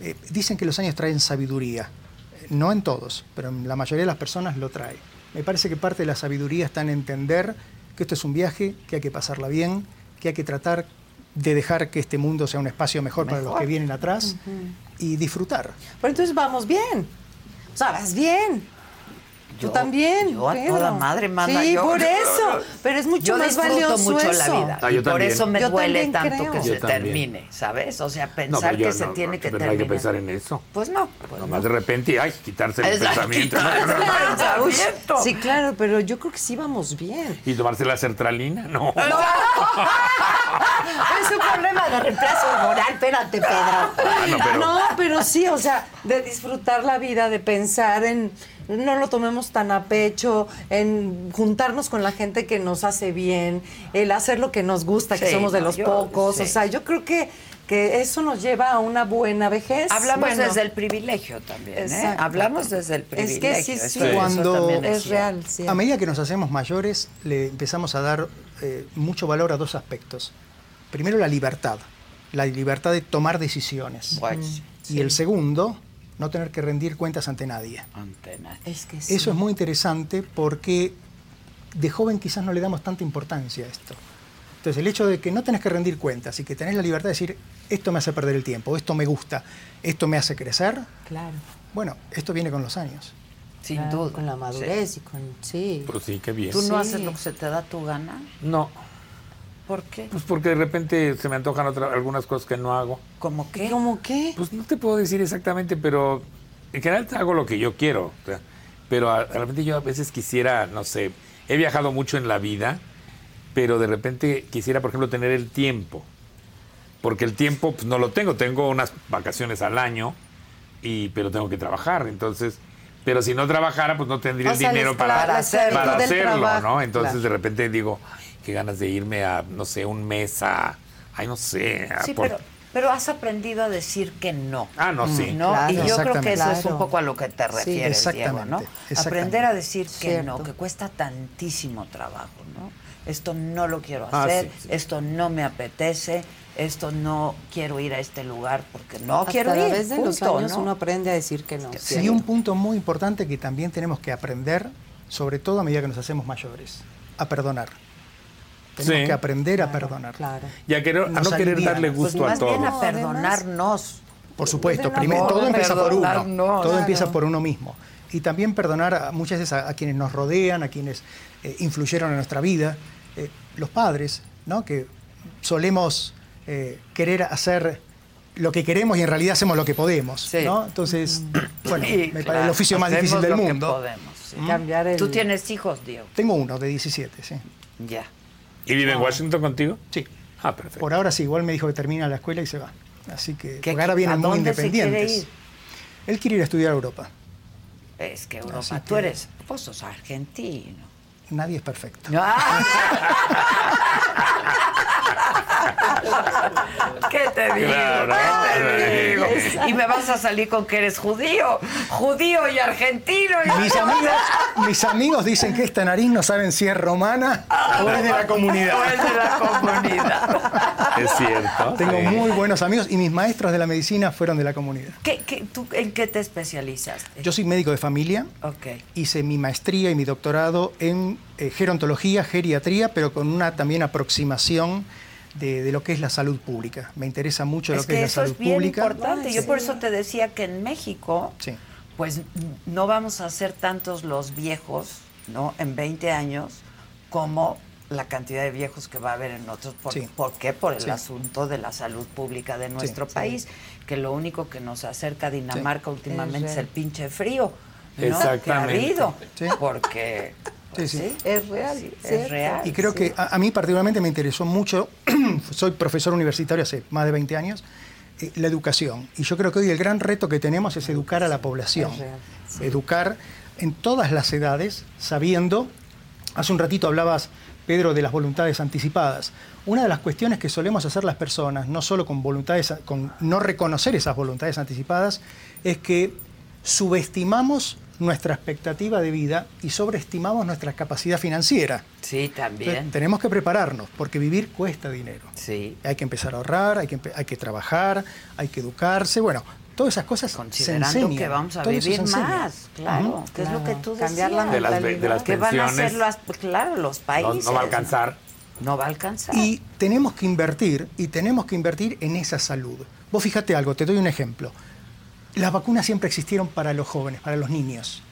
[SPEAKER 5] eh, dicen que los años traen sabiduría. Eh, No en todos, pero en la mayoría de las personas lo trae. Me parece que parte de la sabiduría está en entender que esto es un viaje, que hay que pasarla bien, que hay que tratar de dejar que este mundo sea un espacio mejor, para los
[SPEAKER 1] Mejor.
[SPEAKER 5] que vienen atrás y disfrutar.
[SPEAKER 4] Pero entonces vamos bien. O sea, vas bien. Tú
[SPEAKER 1] Yo-
[SPEAKER 4] también.
[SPEAKER 1] yo a
[SPEAKER 4] Pedro.
[SPEAKER 1] toda madre, mana,
[SPEAKER 4] Sí,
[SPEAKER 1] yo-
[SPEAKER 4] por eso. Pero es mucho
[SPEAKER 1] yo
[SPEAKER 4] más
[SPEAKER 1] disfruto
[SPEAKER 4] valioso.
[SPEAKER 1] mucho
[SPEAKER 4] eso.
[SPEAKER 1] la vida.
[SPEAKER 2] Ah,
[SPEAKER 1] y
[SPEAKER 2] yo
[SPEAKER 1] por
[SPEAKER 2] también.
[SPEAKER 1] eso me
[SPEAKER 4] Yo
[SPEAKER 1] duele
[SPEAKER 4] también
[SPEAKER 1] tanto
[SPEAKER 4] creo.
[SPEAKER 1] que
[SPEAKER 4] Yo
[SPEAKER 1] se
[SPEAKER 2] también.
[SPEAKER 1] termine, ¿sabes? O sea,
[SPEAKER 2] No,
[SPEAKER 1] pensar
[SPEAKER 2] pero yo
[SPEAKER 1] que se
[SPEAKER 2] no,
[SPEAKER 1] tiene
[SPEAKER 2] no,
[SPEAKER 1] que
[SPEAKER 2] pero
[SPEAKER 1] terminar.
[SPEAKER 2] no hay que pensar en eso.
[SPEAKER 1] Pues no. pues
[SPEAKER 2] Nomás
[SPEAKER 1] no.
[SPEAKER 2] de repente, ay, quitarse el
[SPEAKER 1] Exacto,
[SPEAKER 2] pensamiento.
[SPEAKER 1] quitarse el pensamiento.
[SPEAKER 4] Sí, claro, pero yo creo que sí vamos bien.
[SPEAKER 2] Y tomarse la sertralina, no.
[SPEAKER 4] Es un problema de reemplazo moral, espérate, Pedro.
[SPEAKER 2] Ah, no, pero-
[SPEAKER 4] No, pero sí, o sea, de disfrutar la vida, de pensar en no lo tomemos tan a pecho, en juntarnos con la gente que nos hace bien, el hacer lo que nos gusta, que
[SPEAKER 1] Sí,
[SPEAKER 4] somos de
[SPEAKER 1] no,
[SPEAKER 4] los
[SPEAKER 1] yo-
[SPEAKER 4] pocos.
[SPEAKER 1] sí.
[SPEAKER 4] O sea, yo creo que, que eso nos lleva a una buena vejez.
[SPEAKER 1] Hablamos
[SPEAKER 4] Bueno,
[SPEAKER 1] desde el privilegio también, ¿eh?
[SPEAKER 4] Exacto.
[SPEAKER 1] Hablamos desde el
[SPEAKER 4] Es
[SPEAKER 1] privilegio.
[SPEAKER 4] que sí,
[SPEAKER 1] eso-
[SPEAKER 4] sí.
[SPEAKER 1] eso
[SPEAKER 5] Cuando-
[SPEAKER 1] también
[SPEAKER 4] Es
[SPEAKER 1] cierto.
[SPEAKER 4] real, sí.
[SPEAKER 5] A medida que nos hacemos mayores, le empezamos a dar eh, mucho valor a dos aspectos. Primero, la libertad, la libertad de tomar decisiones.
[SPEAKER 1] Bueno,
[SPEAKER 4] Mm.
[SPEAKER 1] sí.
[SPEAKER 5] Y el segundo, no tener que rendir cuentas ante nadie.
[SPEAKER 1] Ante nadie.
[SPEAKER 4] Es que sí.
[SPEAKER 5] Eso es muy interesante porque de joven quizás no le damos tanta importancia a esto. Entonces, el hecho de que no tenés que rendir cuentas y que tenés la libertad de decir, esto me hace perder el tiempo, esto me gusta, esto me hace crecer,
[SPEAKER 4] Claro.
[SPEAKER 5] bueno, esto viene con los años.
[SPEAKER 1] Sin
[SPEAKER 4] claro,
[SPEAKER 1] duda.
[SPEAKER 4] Con la
[SPEAKER 1] sí.
[SPEAKER 4] madurez y con. Sí.
[SPEAKER 2] Pues sí, qué bien.
[SPEAKER 1] Tú no
[SPEAKER 4] Sí.
[SPEAKER 1] haces lo que se te da tu gana.
[SPEAKER 2] No,
[SPEAKER 1] ¿Por qué?
[SPEAKER 2] pues porque de repente se me antojan otra- algunas cosas que no hago.
[SPEAKER 1] ¿Cómo qué?
[SPEAKER 4] ¿Cómo qué?
[SPEAKER 2] Pues no te puedo decir exactamente, pero en general hago lo que yo quiero. o sea, pero a- de repente yo a veces quisiera, no sé, he viajado mucho en la vida, pero de repente quisiera, por ejemplo, tener el tiempo. Porque el tiempo pues, no lo tengo, tengo unas vacaciones al año, y, pero tengo que trabajar. Entonces, pero si no trabajara, pues no tendría
[SPEAKER 4] O
[SPEAKER 2] el
[SPEAKER 4] sea, el
[SPEAKER 2] dinero para,
[SPEAKER 4] esclavo-
[SPEAKER 2] para
[SPEAKER 4] el esclavo
[SPEAKER 2] hacerlo,
[SPEAKER 4] del trabajo,
[SPEAKER 2] ¿no? Entonces
[SPEAKER 4] claro.
[SPEAKER 2] de repente digo, "Ay, qué ganas de irme a, no sé, un mes a, ay, no sé. a
[SPEAKER 1] Sí,
[SPEAKER 2] Ah, por-
[SPEAKER 1] pero, pero has aprendido a decir que no.
[SPEAKER 2] Ah, no,
[SPEAKER 4] Mm,
[SPEAKER 2] sí.
[SPEAKER 1] Mm, ¿no?
[SPEAKER 4] Claro.
[SPEAKER 1] y yo creo que eso es un
[SPEAKER 4] Claro.
[SPEAKER 1] poco a lo que te refieres, Diego,
[SPEAKER 5] exactamente,
[SPEAKER 1] ¿no?
[SPEAKER 5] exactamente.
[SPEAKER 1] Aprender a decir que
[SPEAKER 4] Cierto.
[SPEAKER 1] no, que cuesta tantísimo trabajo, ¿no? Esto no lo quiero
[SPEAKER 2] Ah,
[SPEAKER 1] hacer,
[SPEAKER 2] sí, sí.
[SPEAKER 1] esto no me apetece, esto no quiero ir a este lugar porque no
[SPEAKER 4] Hasta
[SPEAKER 1] quiero
[SPEAKER 4] a
[SPEAKER 1] ir.
[SPEAKER 4] través de los
[SPEAKER 1] punto,
[SPEAKER 4] años
[SPEAKER 1] ¿no?
[SPEAKER 4] uno aprende a decir que no.
[SPEAKER 5] Sí, un punto muy importante que también tenemos que aprender, sobre todo a medida que nos hacemos mayores, a perdonar. Tenemos
[SPEAKER 2] Sí.
[SPEAKER 5] que aprender a perdonar.
[SPEAKER 4] Claro.
[SPEAKER 2] Y a, querer- a no
[SPEAKER 5] Nos
[SPEAKER 2] querer
[SPEAKER 5] aliviana.
[SPEAKER 2] darle
[SPEAKER 1] Pues
[SPEAKER 2] gusto
[SPEAKER 1] más
[SPEAKER 2] a todo.
[SPEAKER 1] bien a
[SPEAKER 4] No, Pues
[SPEAKER 1] perdonarnos.
[SPEAKER 5] Por supuesto,
[SPEAKER 4] Perdonar,
[SPEAKER 5] primero,
[SPEAKER 1] no,
[SPEAKER 5] todo empieza por uno.
[SPEAKER 1] perdonar, no,
[SPEAKER 5] todo
[SPEAKER 1] claro.
[SPEAKER 5] empieza por uno mismo. Y también perdonar a- muchas veces a, a quienes nos rodean, a quienes eh, influyeron en nuestra vida, eh, los padres, ¿no? que solemos eh, querer hacer lo que queremos y en realidad hacemos lo que podemos.
[SPEAKER 1] Sí. Mm.
[SPEAKER 5] ¿no? Entonces, bueno,
[SPEAKER 1] Sí,
[SPEAKER 5] me parece
[SPEAKER 1] claro,
[SPEAKER 5] el oficio más
[SPEAKER 1] hacemos
[SPEAKER 5] difícil del
[SPEAKER 1] lo que
[SPEAKER 5] mundo.
[SPEAKER 1] podemos, sí.
[SPEAKER 4] Mm. Cambiar el.
[SPEAKER 1] Tú tienes hijos, Diego.
[SPEAKER 5] Tengo uno de 17, sí.
[SPEAKER 1] Ya.
[SPEAKER 2] ¿Y vive en Washington contigo?
[SPEAKER 5] Sí.
[SPEAKER 2] Ah, perfecto.
[SPEAKER 5] Por ahora sí, igual me dijo que termina la escuela y se va. Así que
[SPEAKER 1] ¿Qué-
[SPEAKER 5] porque ahora
[SPEAKER 1] a
[SPEAKER 5] vienen muy
[SPEAKER 1] dónde se quiere
[SPEAKER 5] independientes.
[SPEAKER 1] ir?
[SPEAKER 5] Él quiere ir a estudiar a Europa.
[SPEAKER 1] Es
[SPEAKER 5] Ah,
[SPEAKER 1] que Europa,
[SPEAKER 5] Así
[SPEAKER 1] tú
[SPEAKER 5] que-
[SPEAKER 1] eres, vos sos argentino.
[SPEAKER 5] Nadie es perfecto.
[SPEAKER 1] ¿Qué te digo?
[SPEAKER 2] Claro,
[SPEAKER 1] ¿Qué te
[SPEAKER 2] claro.
[SPEAKER 1] digo? Y me vas a salir con que eres judío, judío y argentino. y-
[SPEAKER 5] Mis amigos, mis amigos dicen que esta nariz no saben si es romana o es de la
[SPEAKER 1] Tú
[SPEAKER 5] comunidad.
[SPEAKER 1] eres de la comunidad.
[SPEAKER 2] Es cierto.
[SPEAKER 5] Tengo
[SPEAKER 2] Sí.
[SPEAKER 5] muy buenos amigos y mis maestros de la medicina fueron de la comunidad.
[SPEAKER 1] ¿Qué, qué- tú, ¿En qué te especializaste?
[SPEAKER 5] Yo soy médico de familia,
[SPEAKER 1] Ok.
[SPEAKER 5] hice mi maestría y mi doctorado en eh, gerontología, geriatría, pero con una también aproximación de, de lo que es la salud pública. Me interesa mucho lo
[SPEAKER 1] Es
[SPEAKER 5] que,
[SPEAKER 1] que
[SPEAKER 5] es
[SPEAKER 1] eso
[SPEAKER 5] la salud
[SPEAKER 1] es bien
[SPEAKER 5] pública.
[SPEAKER 1] importante.
[SPEAKER 4] Ay,
[SPEAKER 1] Yo
[SPEAKER 4] sí.
[SPEAKER 1] por eso te decía que en México,
[SPEAKER 5] Sí.
[SPEAKER 1] pues no vamos a ser tantos los viejos, ¿no? En 20 años, como la cantidad de viejos que va a haber en otros. ¿Por,
[SPEAKER 5] Sí.
[SPEAKER 1] ¿por qué? Por el
[SPEAKER 5] Sí.
[SPEAKER 1] asunto de la salud pública de nuestro
[SPEAKER 5] Sí.
[SPEAKER 1] país, que lo único que nos acerca a Dinamarca últimamente
[SPEAKER 4] Es
[SPEAKER 1] es
[SPEAKER 4] real.
[SPEAKER 1] el pinche frío. ¿no? Que ha
[SPEAKER 2] Exactamente.
[SPEAKER 1] habido.
[SPEAKER 5] Sí.
[SPEAKER 1] Porque. pues
[SPEAKER 5] Sí, sí.
[SPEAKER 4] Es real,
[SPEAKER 1] sí, es
[SPEAKER 4] ¿cierto?
[SPEAKER 1] real.
[SPEAKER 5] Y creo que a, a mí particularmente me interesó mucho, soy profesor universitario hace más de 20 años, eh, la educación. Y yo creo que hoy el gran reto que tenemos es educar a la población.
[SPEAKER 4] Es real,
[SPEAKER 5] Educar en todas las edades, sabiendo, hace un ratito hablabas, Pedro, de las voluntades anticipadas. Una de las cuestiones que solemos hacer las personas, no solo con voluntades, con no reconocer esas voluntades anticipadas, es que subestimamos nuestra expectativa de vida y sobreestimamos nuestra capacidad financiera.
[SPEAKER 1] Sí,
[SPEAKER 5] Entonces,
[SPEAKER 1] también.
[SPEAKER 5] tenemos que prepararnos, porque vivir cuesta dinero.
[SPEAKER 1] Sí.
[SPEAKER 5] Hay que empezar a ahorrar, hay que, empe- hay que trabajar, hay que educarse, bueno, todas esas cosas se
[SPEAKER 1] Considerando
[SPEAKER 5] enseñan.
[SPEAKER 1] que vamos a
[SPEAKER 5] todo eso se
[SPEAKER 1] vivir
[SPEAKER 5] enseña.
[SPEAKER 1] más, claro,
[SPEAKER 5] Ujú.
[SPEAKER 1] que es lo
[SPEAKER 4] claro.
[SPEAKER 1] que tú
[SPEAKER 4] Cambiar la
[SPEAKER 1] decías.
[SPEAKER 2] De las- de las
[SPEAKER 1] que van a hacer
[SPEAKER 2] pensiones.
[SPEAKER 1] las, claro, los
[SPEAKER 2] No,
[SPEAKER 1] países.
[SPEAKER 2] no va a alcanzar.
[SPEAKER 1] No va a alcanzar.
[SPEAKER 5] Y tenemos que invertir, y tenemos que invertir en esa salud. Vos fíjate algo, te doy un ejemplo. Las vacunas siempre existieron para los jóvenes, para los niños.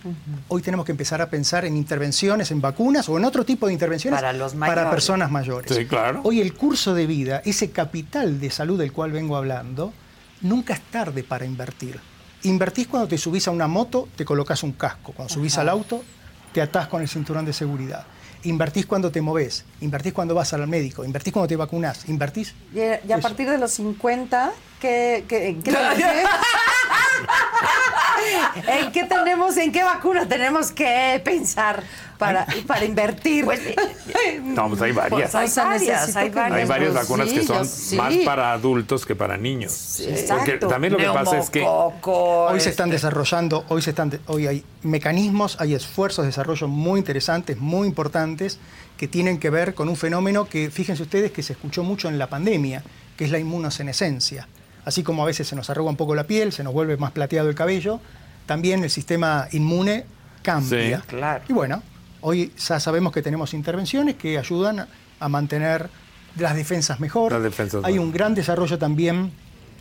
[SPEAKER 5] Hoy tenemos que empezar a pensar en intervenciones, en vacunas o en otro tipo de intervenciones
[SPEAKER 1] Para los mayores.
[SPEAKER 5] personas mayores.
[SPEAKER 2] Sí, claro.
[SPEAKER 5] Hoy el curso de vida, ese capital de salud del cual vengo hablando, nunca es tarde para invertir. Invertís cuando te subís a una moto, te colocas un casco. Cuando subís al auto, te atás con el cinturón de seguridad. Invertís cuando te moves, invertís cuando vas al médico, invertís cuando te vacunás, invertís.
[SPEAKER 4] Y, eh, y a
[SPEAKER 5] Eso.
[SPEAKER 4] partir de los 50, ¿qué, qué- en, qué ¿En qué tenemos, en qué vacuna tenemos que pensar para, para invertir?
[SPEAKER 1] Pues,
[SPEAKER 2] No, pues hay varias.
[SPEAKER 1] Pues hay
[SPEAKER 4] O sea,
[SPEAKER 1] varias,
[SPEAKER 4] necesito
[SPEAKER 1] hay
[SPEAKER 4] que-
[SPEAKER 1] varias.
[SPEAKER 2] Hay varias
[SPEAKER 4] Pues
[SPEAKER 2] vacunas
[SPEAKER 4] sí,
[SPEAKER 2] que son
[SPEAKER 4] yo sí.
[SPEAKER 2] más para adultos que para niños. Porque
[SPEAKER 1] Exacto.
[SPEAKER 2] también lo que pasa es que
[SPEAKER 1] Neumococo,
[SPEAKER 5] Hoy se
[SPEAKER 1] es-
[SPEAKER 5] están desarrollando, hoy, se están de- hoy hay mecanismos, hay esfuerzos de desarrollo muy interesantes, muy importantes, que tienen que ver con un fenómeno que, fíjense ustedes, que se escuchó mucho en la pandemia, que es la inmunosenescencia. Así como a veces se nos arruga un poco la piel, se nos vuelve más plateado el cabello, también el sistema inmune cambia.
[SPEAKER 2] Sí,
[SPEAKER 1] claro.
[SPEAKER 5] Y bueno, hoy ya sabemos que tenemos intervenciones que ayudan a mantener las defensas mejor.
[SPEAKER 2] Las defensas
[SPEAKER 5] hay
[SPEAKER 2] mejor.
[SPEAKER 5] un gran desarrollo también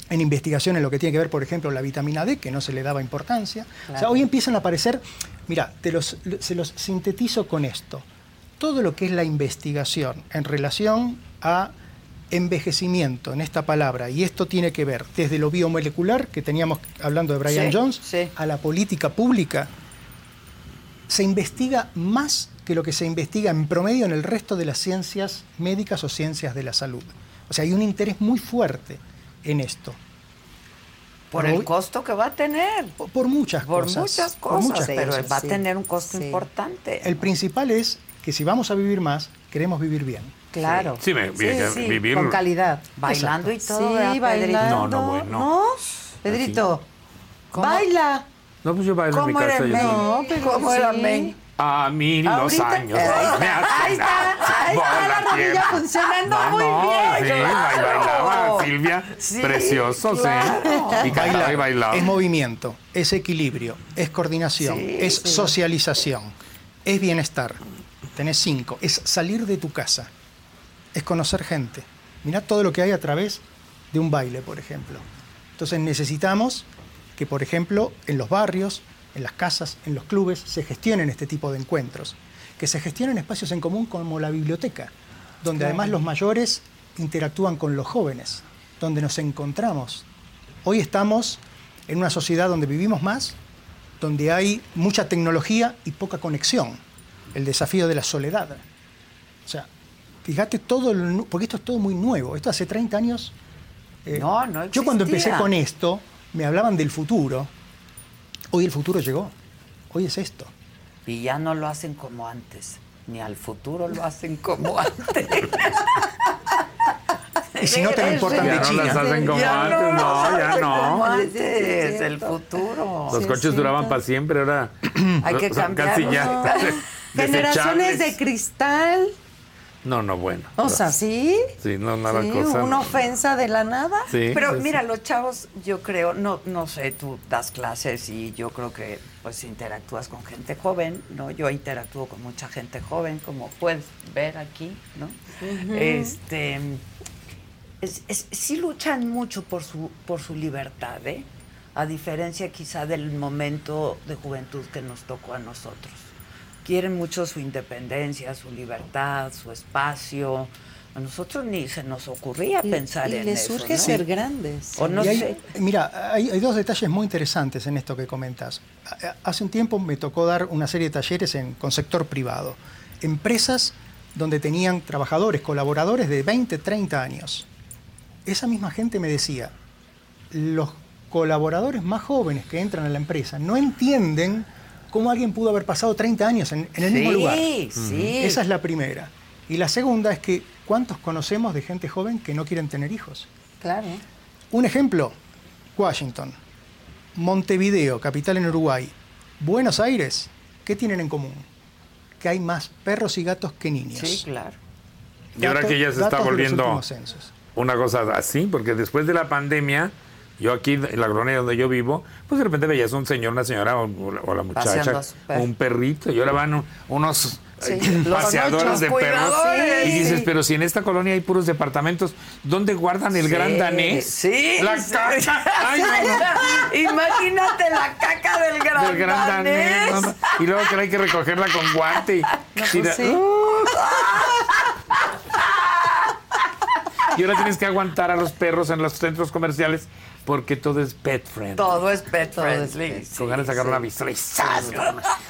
[SPEAKER 5] en investigación en lo que tiene que ver, por ejemplo, la vitamina D, que no se le daba importancia. O sea, hoy empiezan a aparecer, mira, te los, lo- se los sintetizo con esto. Todo lo que es la investigación en relación a envejecimiento en esta palabra, y esto tiene que ver desde lo biomolecular, que teníamos hablando de Brian
[SPEAKER 1] Sí,
[SPEAKER 5] Jones,
[SPEAKER 1] sí.
[SPEAKER 5] a la política pública, se investiga más que lo que se investiga en promedio en el resto de las ciencias médicas o ciencias de la salud. O sea, hay un interés muy fuerte en esto.
[SPEAKER 1] Por el costo que va a tener.
[SPEAKER 5] Por- Por muchas
[SPEAKER 1] Por
[SPEAKER 5] cosas.
[SPEAKER 1] muchas cosas,
[SPEAKER 5] por muchas
[SPEAKER 1] pero
[SPEAKER 5] cosas.
[SPEAKER 1] va
[SPEAKER 4] sí.
[SPEAKER 1] a tener un costo
[SPEAKER 4] Sí.
[SPEAKER 1] importante.
[SPEAKER 5] El principal es que si vamos a vivir más, queremos vivir bien.
[SPEAKER 4] claro.
[SPEAKER 2] Sí, me- que vivir-
[SPEAKER 4] Con calidad.
[SPEAKER 1] Bailando y todo. ¿verdad,
[SPEAKER 4] sí,
[SPEAKER 1] Pedrito?
[SPEAKER 4] bailando.
[SPEAKER 2] No, no, bueno.
[SPEAKER 4] ¿No? Pedrito, baila.
[SPEAKER 2] No, pues yo bailo en mi
[SPEAKER 1] ¿Cómo
[SPEAKER 2] casa.
[SPEAKER 1] era
[SPEAKER 2] yo
[SPEAKER 1] May?
[SPEAKER 2] solo.
[SPEAKER 4] No, pero
[SPEAKER 1] ¿Cómo
[SPEAKER 4] sí.
[SPEAKER 1] era May?
[SPEAKER 2] A mí los
[SPEAKER 4] Ahorita-
[SPEAKER 2] años.
[SPEAKER 4] Ahí
[SPEAKER 2] no me hacen
[SPEAKER 4] está, ahí está,
[SPEAKER 2] nada.
[SPEAKER 4] ahí está la
[SPEAKER 2] Bola
[SPEAKER 4] rodilla
[SPEAKER 2] tierna.
[SPEAKER 4] funcionando
[SPEAKER 2] No,
[SPEAKER 4] muy
[SPEAKER 2] no,
[SPEAKER 4] bien.
[SPEAKER 2] Sí,
[SPEAKER 1] claro.
[SPEAKER 2] bailaba Silvia.
[SPEAKER 1] Sí,
[SPEAKER 2] Precioso,
[SPEAKER 1] claro.
[SPEAKER 2] sí. Y cantaba y bailaba.
[SPEAKER 5] Es movimiento, es equilibrio, es coordinación, es socialización, es bienestar. Tenés cinco. Es salir de tu casa, es conocer gente. Mirá todo lo que hay a través de un baile, por ejemplo. Entonces necesitamos que, por ejemplo, en los barrios, en las casas, en los clubes, se gestionen este tipo de encuentros. Que se gestionen espacios en común como la biblioteca, donde además los mayores interactúan con los jóvenes, donde nos encontramos, Hoy estamos en una sociedad donde vivimos más, donde hay mucha tecnología y poca conexión. El desafío de la soledad. O sea, fíjate todo, lo nu- porque esto es todo muy nuevo. Esto hace 30 años. eh,
[SPEAKER 1] No, no
[SPEAKER 5] Yo cuando empecé
[SPEAKER 1] existía.
[SPEAKER 5] con esto, me hablaban del futuro. Hoy el futuro llegó. Hoy es esto.
[SPEAKER 1] Y ya no lo hacen como antes. Ni al futuro lo hacen como antes.
[SPEAKER 5] Y si no te lo importan
[SPEAKER 2] Ya
[SPEAKER 5] de
[SPEAKER 2] no las
[SPEAKER 5] China.
[SPEAKER 2] hacen como
[SPEAKER 1] Ya no
[SPEAKER 2] antes,
[SPEAKER 1] lo
[SPEAKER 2] no, ya
[SPEAKER 1] hacen como
[SPEAKER 2] no.
[SPEAKER 1] antes. El futuro.
[SPEAKER 2] Los coches duraban para siempre, ahora
[SPEAKER 1] Hay que
[SPEAKER 2] o sea, casi
[SPEAKER 1] cambiarlos.
[SPEAKER 2] ya.
[SPEAKER 4] Generaciones de
[SPEAKER 2] desechables.
[SPEAKER 4] cristal.
[SPEAKER 2] No, no, bueno.
[SPEAKER 4] O sea, ¿sí?
[SPEAKER 2] Sí, no, nada
[SPEAKER 4] Sí,
[SPEAKER 2] cosa.
[SPEAKER 4] una ofensa de la nada.
[SPEAKER 2] Sí,
[SPEAKER 1] Pero
[SPEAKER 2] sí, sí.
[SPEAKER 1] mira, los chavos, yo creo, no, no sé, tú das clases y yo creo que pues interactúas con gente joven, ¿no? Yo interactúo con mucha gente joven, como puedes ver aquí, ¿no? Este es- es- sí luchan mucho por su, por su libertad, ¿eh? A diferencia quizá del momento de juventud que nos tocó a nosotros. quieren mucho su independencia, su libertad, su espacio. A nosotros ni se nos ocurría
[SPEAKER 4] Y-
[SPEAKER 1] pensar
[SPEAKER 4] y
[SPEAKER 1] en
[SPEAKER 4] les
[SPEAKER 1] eso.
[SPEAKER 4] surge
[SPEAKER 1] ¿no?
[SPEAKER 4] ser grandes.
[SPEAKER 1] O no
[SPEAKER 5] Y hay-
[SPEAKER 1] sé.
[SPEAKER 5] Mira, hay, hay dos detalles muy interesantes en esto que comentas. Ha- Hace un tiempo me tocó dar una serie de talleres en- con sector privado. Empresas donde tenían trabajadores, colaboradores de 20, 30 años. Esa misma gente me decía, los colaboradores más jóvenes que entran a la empresa no entienden cómo alguien pudo haber pasado 30 años en, en el mismo
[SPEAKER 1] sí,
[SPEAKER 5] lugar.
[SPEAKER 1] sí.
[SPEAKER 5] Esa es la primera. Y la segunda es que, ¿cuántos conocemos de gente joven que no quieren tener hijos?
[SPEAKER 4] Claro.
[SPEAKER 5] Un ejemplo, Washington, Montevideo, capital en Uruguay, Buenos Aires, ¿qué tienen en común? Que hay más perros y gatos que niños.
[SPEAKER 1] Sí, claro.
[SPEAKER 2] Y ahora
[SPEAKER 5] Dato-
[SPEAKER 2] que ya se está
[SPEAKER 5] datos de los
[SPEAKER 2] volviendo
[SPEAKER 5] últimos censos.
[SPEAKER 2] una cosa así, porque después de la pandemia, yo aquí en la colonia donde yo vivo, pues de repente veías un señor, una señora o, o la- o la
[SPEAKER 1] Paseando
[SPEAKER 2] muchacha,
[SPEAKER 1] a su perro.
[SPEAKER 2] un perrito, y ahora van un- unos
[SPEAKER 1] Sí,
[SPEAKER 2] eh,
[SPEAKER 1] los
[SPEAKER 2] paseadores
[SPEAKER 1] nuestros
[SPEAKER 2] de perros.
[SPEAKER 1] cuidadores.
[SPEAKER 2] Y dices,
[SPEAKER 1] Sí.
[SPEAKER 2] pero si en esta colonia hay puros departamentos, ¿dónde guardan el
[SPEAKER 1] Sí,
[SPEAKER 2] gran danés?
[SPEAKER 1] Sí.
[SPEAKER 2] La
[SPEAKER 1] sí.
[SPEAKER 2] caca. Ay, no, no.
[SPEAKER 1] Imagínate la caca del gran,
[SPEAKER 2] Del gran danés.
[SPEAKER 1] danés.
[SPEAKER 2] mamá. Y luego que hay que recogerla con guante. Y, y
[SPEAKER 1] pues
[SPEAKER 2] la-
[SPEAKER 4] sí.
[SPEAKER 2] Y ahora tienes que aguantar a los perros en los centros comerciales porque todo es pet friend.
[SPEAKER 1] Todo es pet
[SPEAKER 4] Todo es
[SPEAKER 1] friendly.
[SPEAKER 2] Con ganas de sacar
[SPEAKER 1] sí.
[SPEAKER 2] una pistola y ¡zas!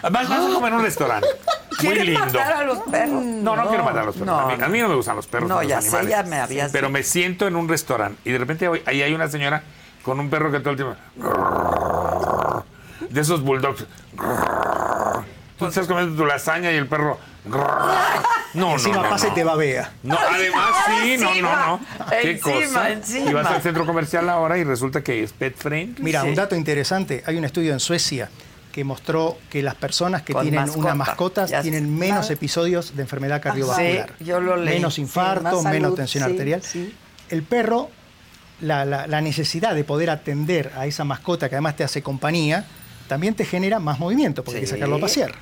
[SPEAKER 2] Además, vas a comer en un restaurante. Muy
[SPEAKER 1] ¿Quieren
[SPEAKER 2] lindo.
[SPEAKER 1] matar a los perros?
[SPEAKER 2] No, no, quiero matar a los perros.
[SPEAKER 1] no,
[SPEAKER 2] a, mí, a mí no me gustan los perros.
[SPEAKER 1] No,
[SPEAKER 2] ni los
[SPEAKER 1] ya sé,
[SPEAKER 2] animales.
[SPEAKER 1] ya me habías
[SPEAKER 2] Pero
[SPEAKER 1] dicho.
[SPEAKER 2] me siento en un restaurante y de repente voy- ahí hay una señora con un perro que todo el tiempo. De esos bulldogs. Tú estás comiendo tu lasaña y el perro. No, no.
[SPEAKER 5] Encima
[SPEAKER 2] no,
[SPEAKER 5] pasa
[SPEAKER 2] no.
[SPEAKER 5] y te babea.
[SPEAKER 2] No, además sí, no, no, no. Qué
[SPEAKER 1] Encima,
[SPEAKER 2] cosa.
[SPEAKER 1] encima.
[SPEAKER 2] Y vas al centro comercial ahora y resulta que es pet friendly.
[SPEAKER 5] Mira,
[SPEAKER 1] Sí.
[SPEAKER 5] un dato interesante, hay un estudio en Suecia que mostró que las personas que
[SPEAKER 1] Con
[SPEAKER 5] tienen
[SPEAKER 1] mascota,
[SPEAKER 5] una mascota
[SPEAKER 1] ya sé. Ah,
[SPEAKER 5] tienen menos episodios de enfermedad cardiovascular.
[SPEAKER 1] yo lo leí.
[SPEAKER 5] Menos
[SPEAKER 1] Sí,
[SPEAKER 5] infartos,
[SPEAKER 4] más
[SPEAKER 5] menos
[SPEAKER 4] salud,
[SPEAKER 5] tensión
[SPEAKER 4] sí,
[SPEAKER 5] arterial.
[SPEAKER 4] sí.
[SPEAKER 5] El perro, la, la- la necesidad de poder atender a esa mascota que además te hace compañía, también te genera más movimiento porque hay que
[SPEAKER 1] Sí.
[SPEAKER 5] sacarlo a pasear.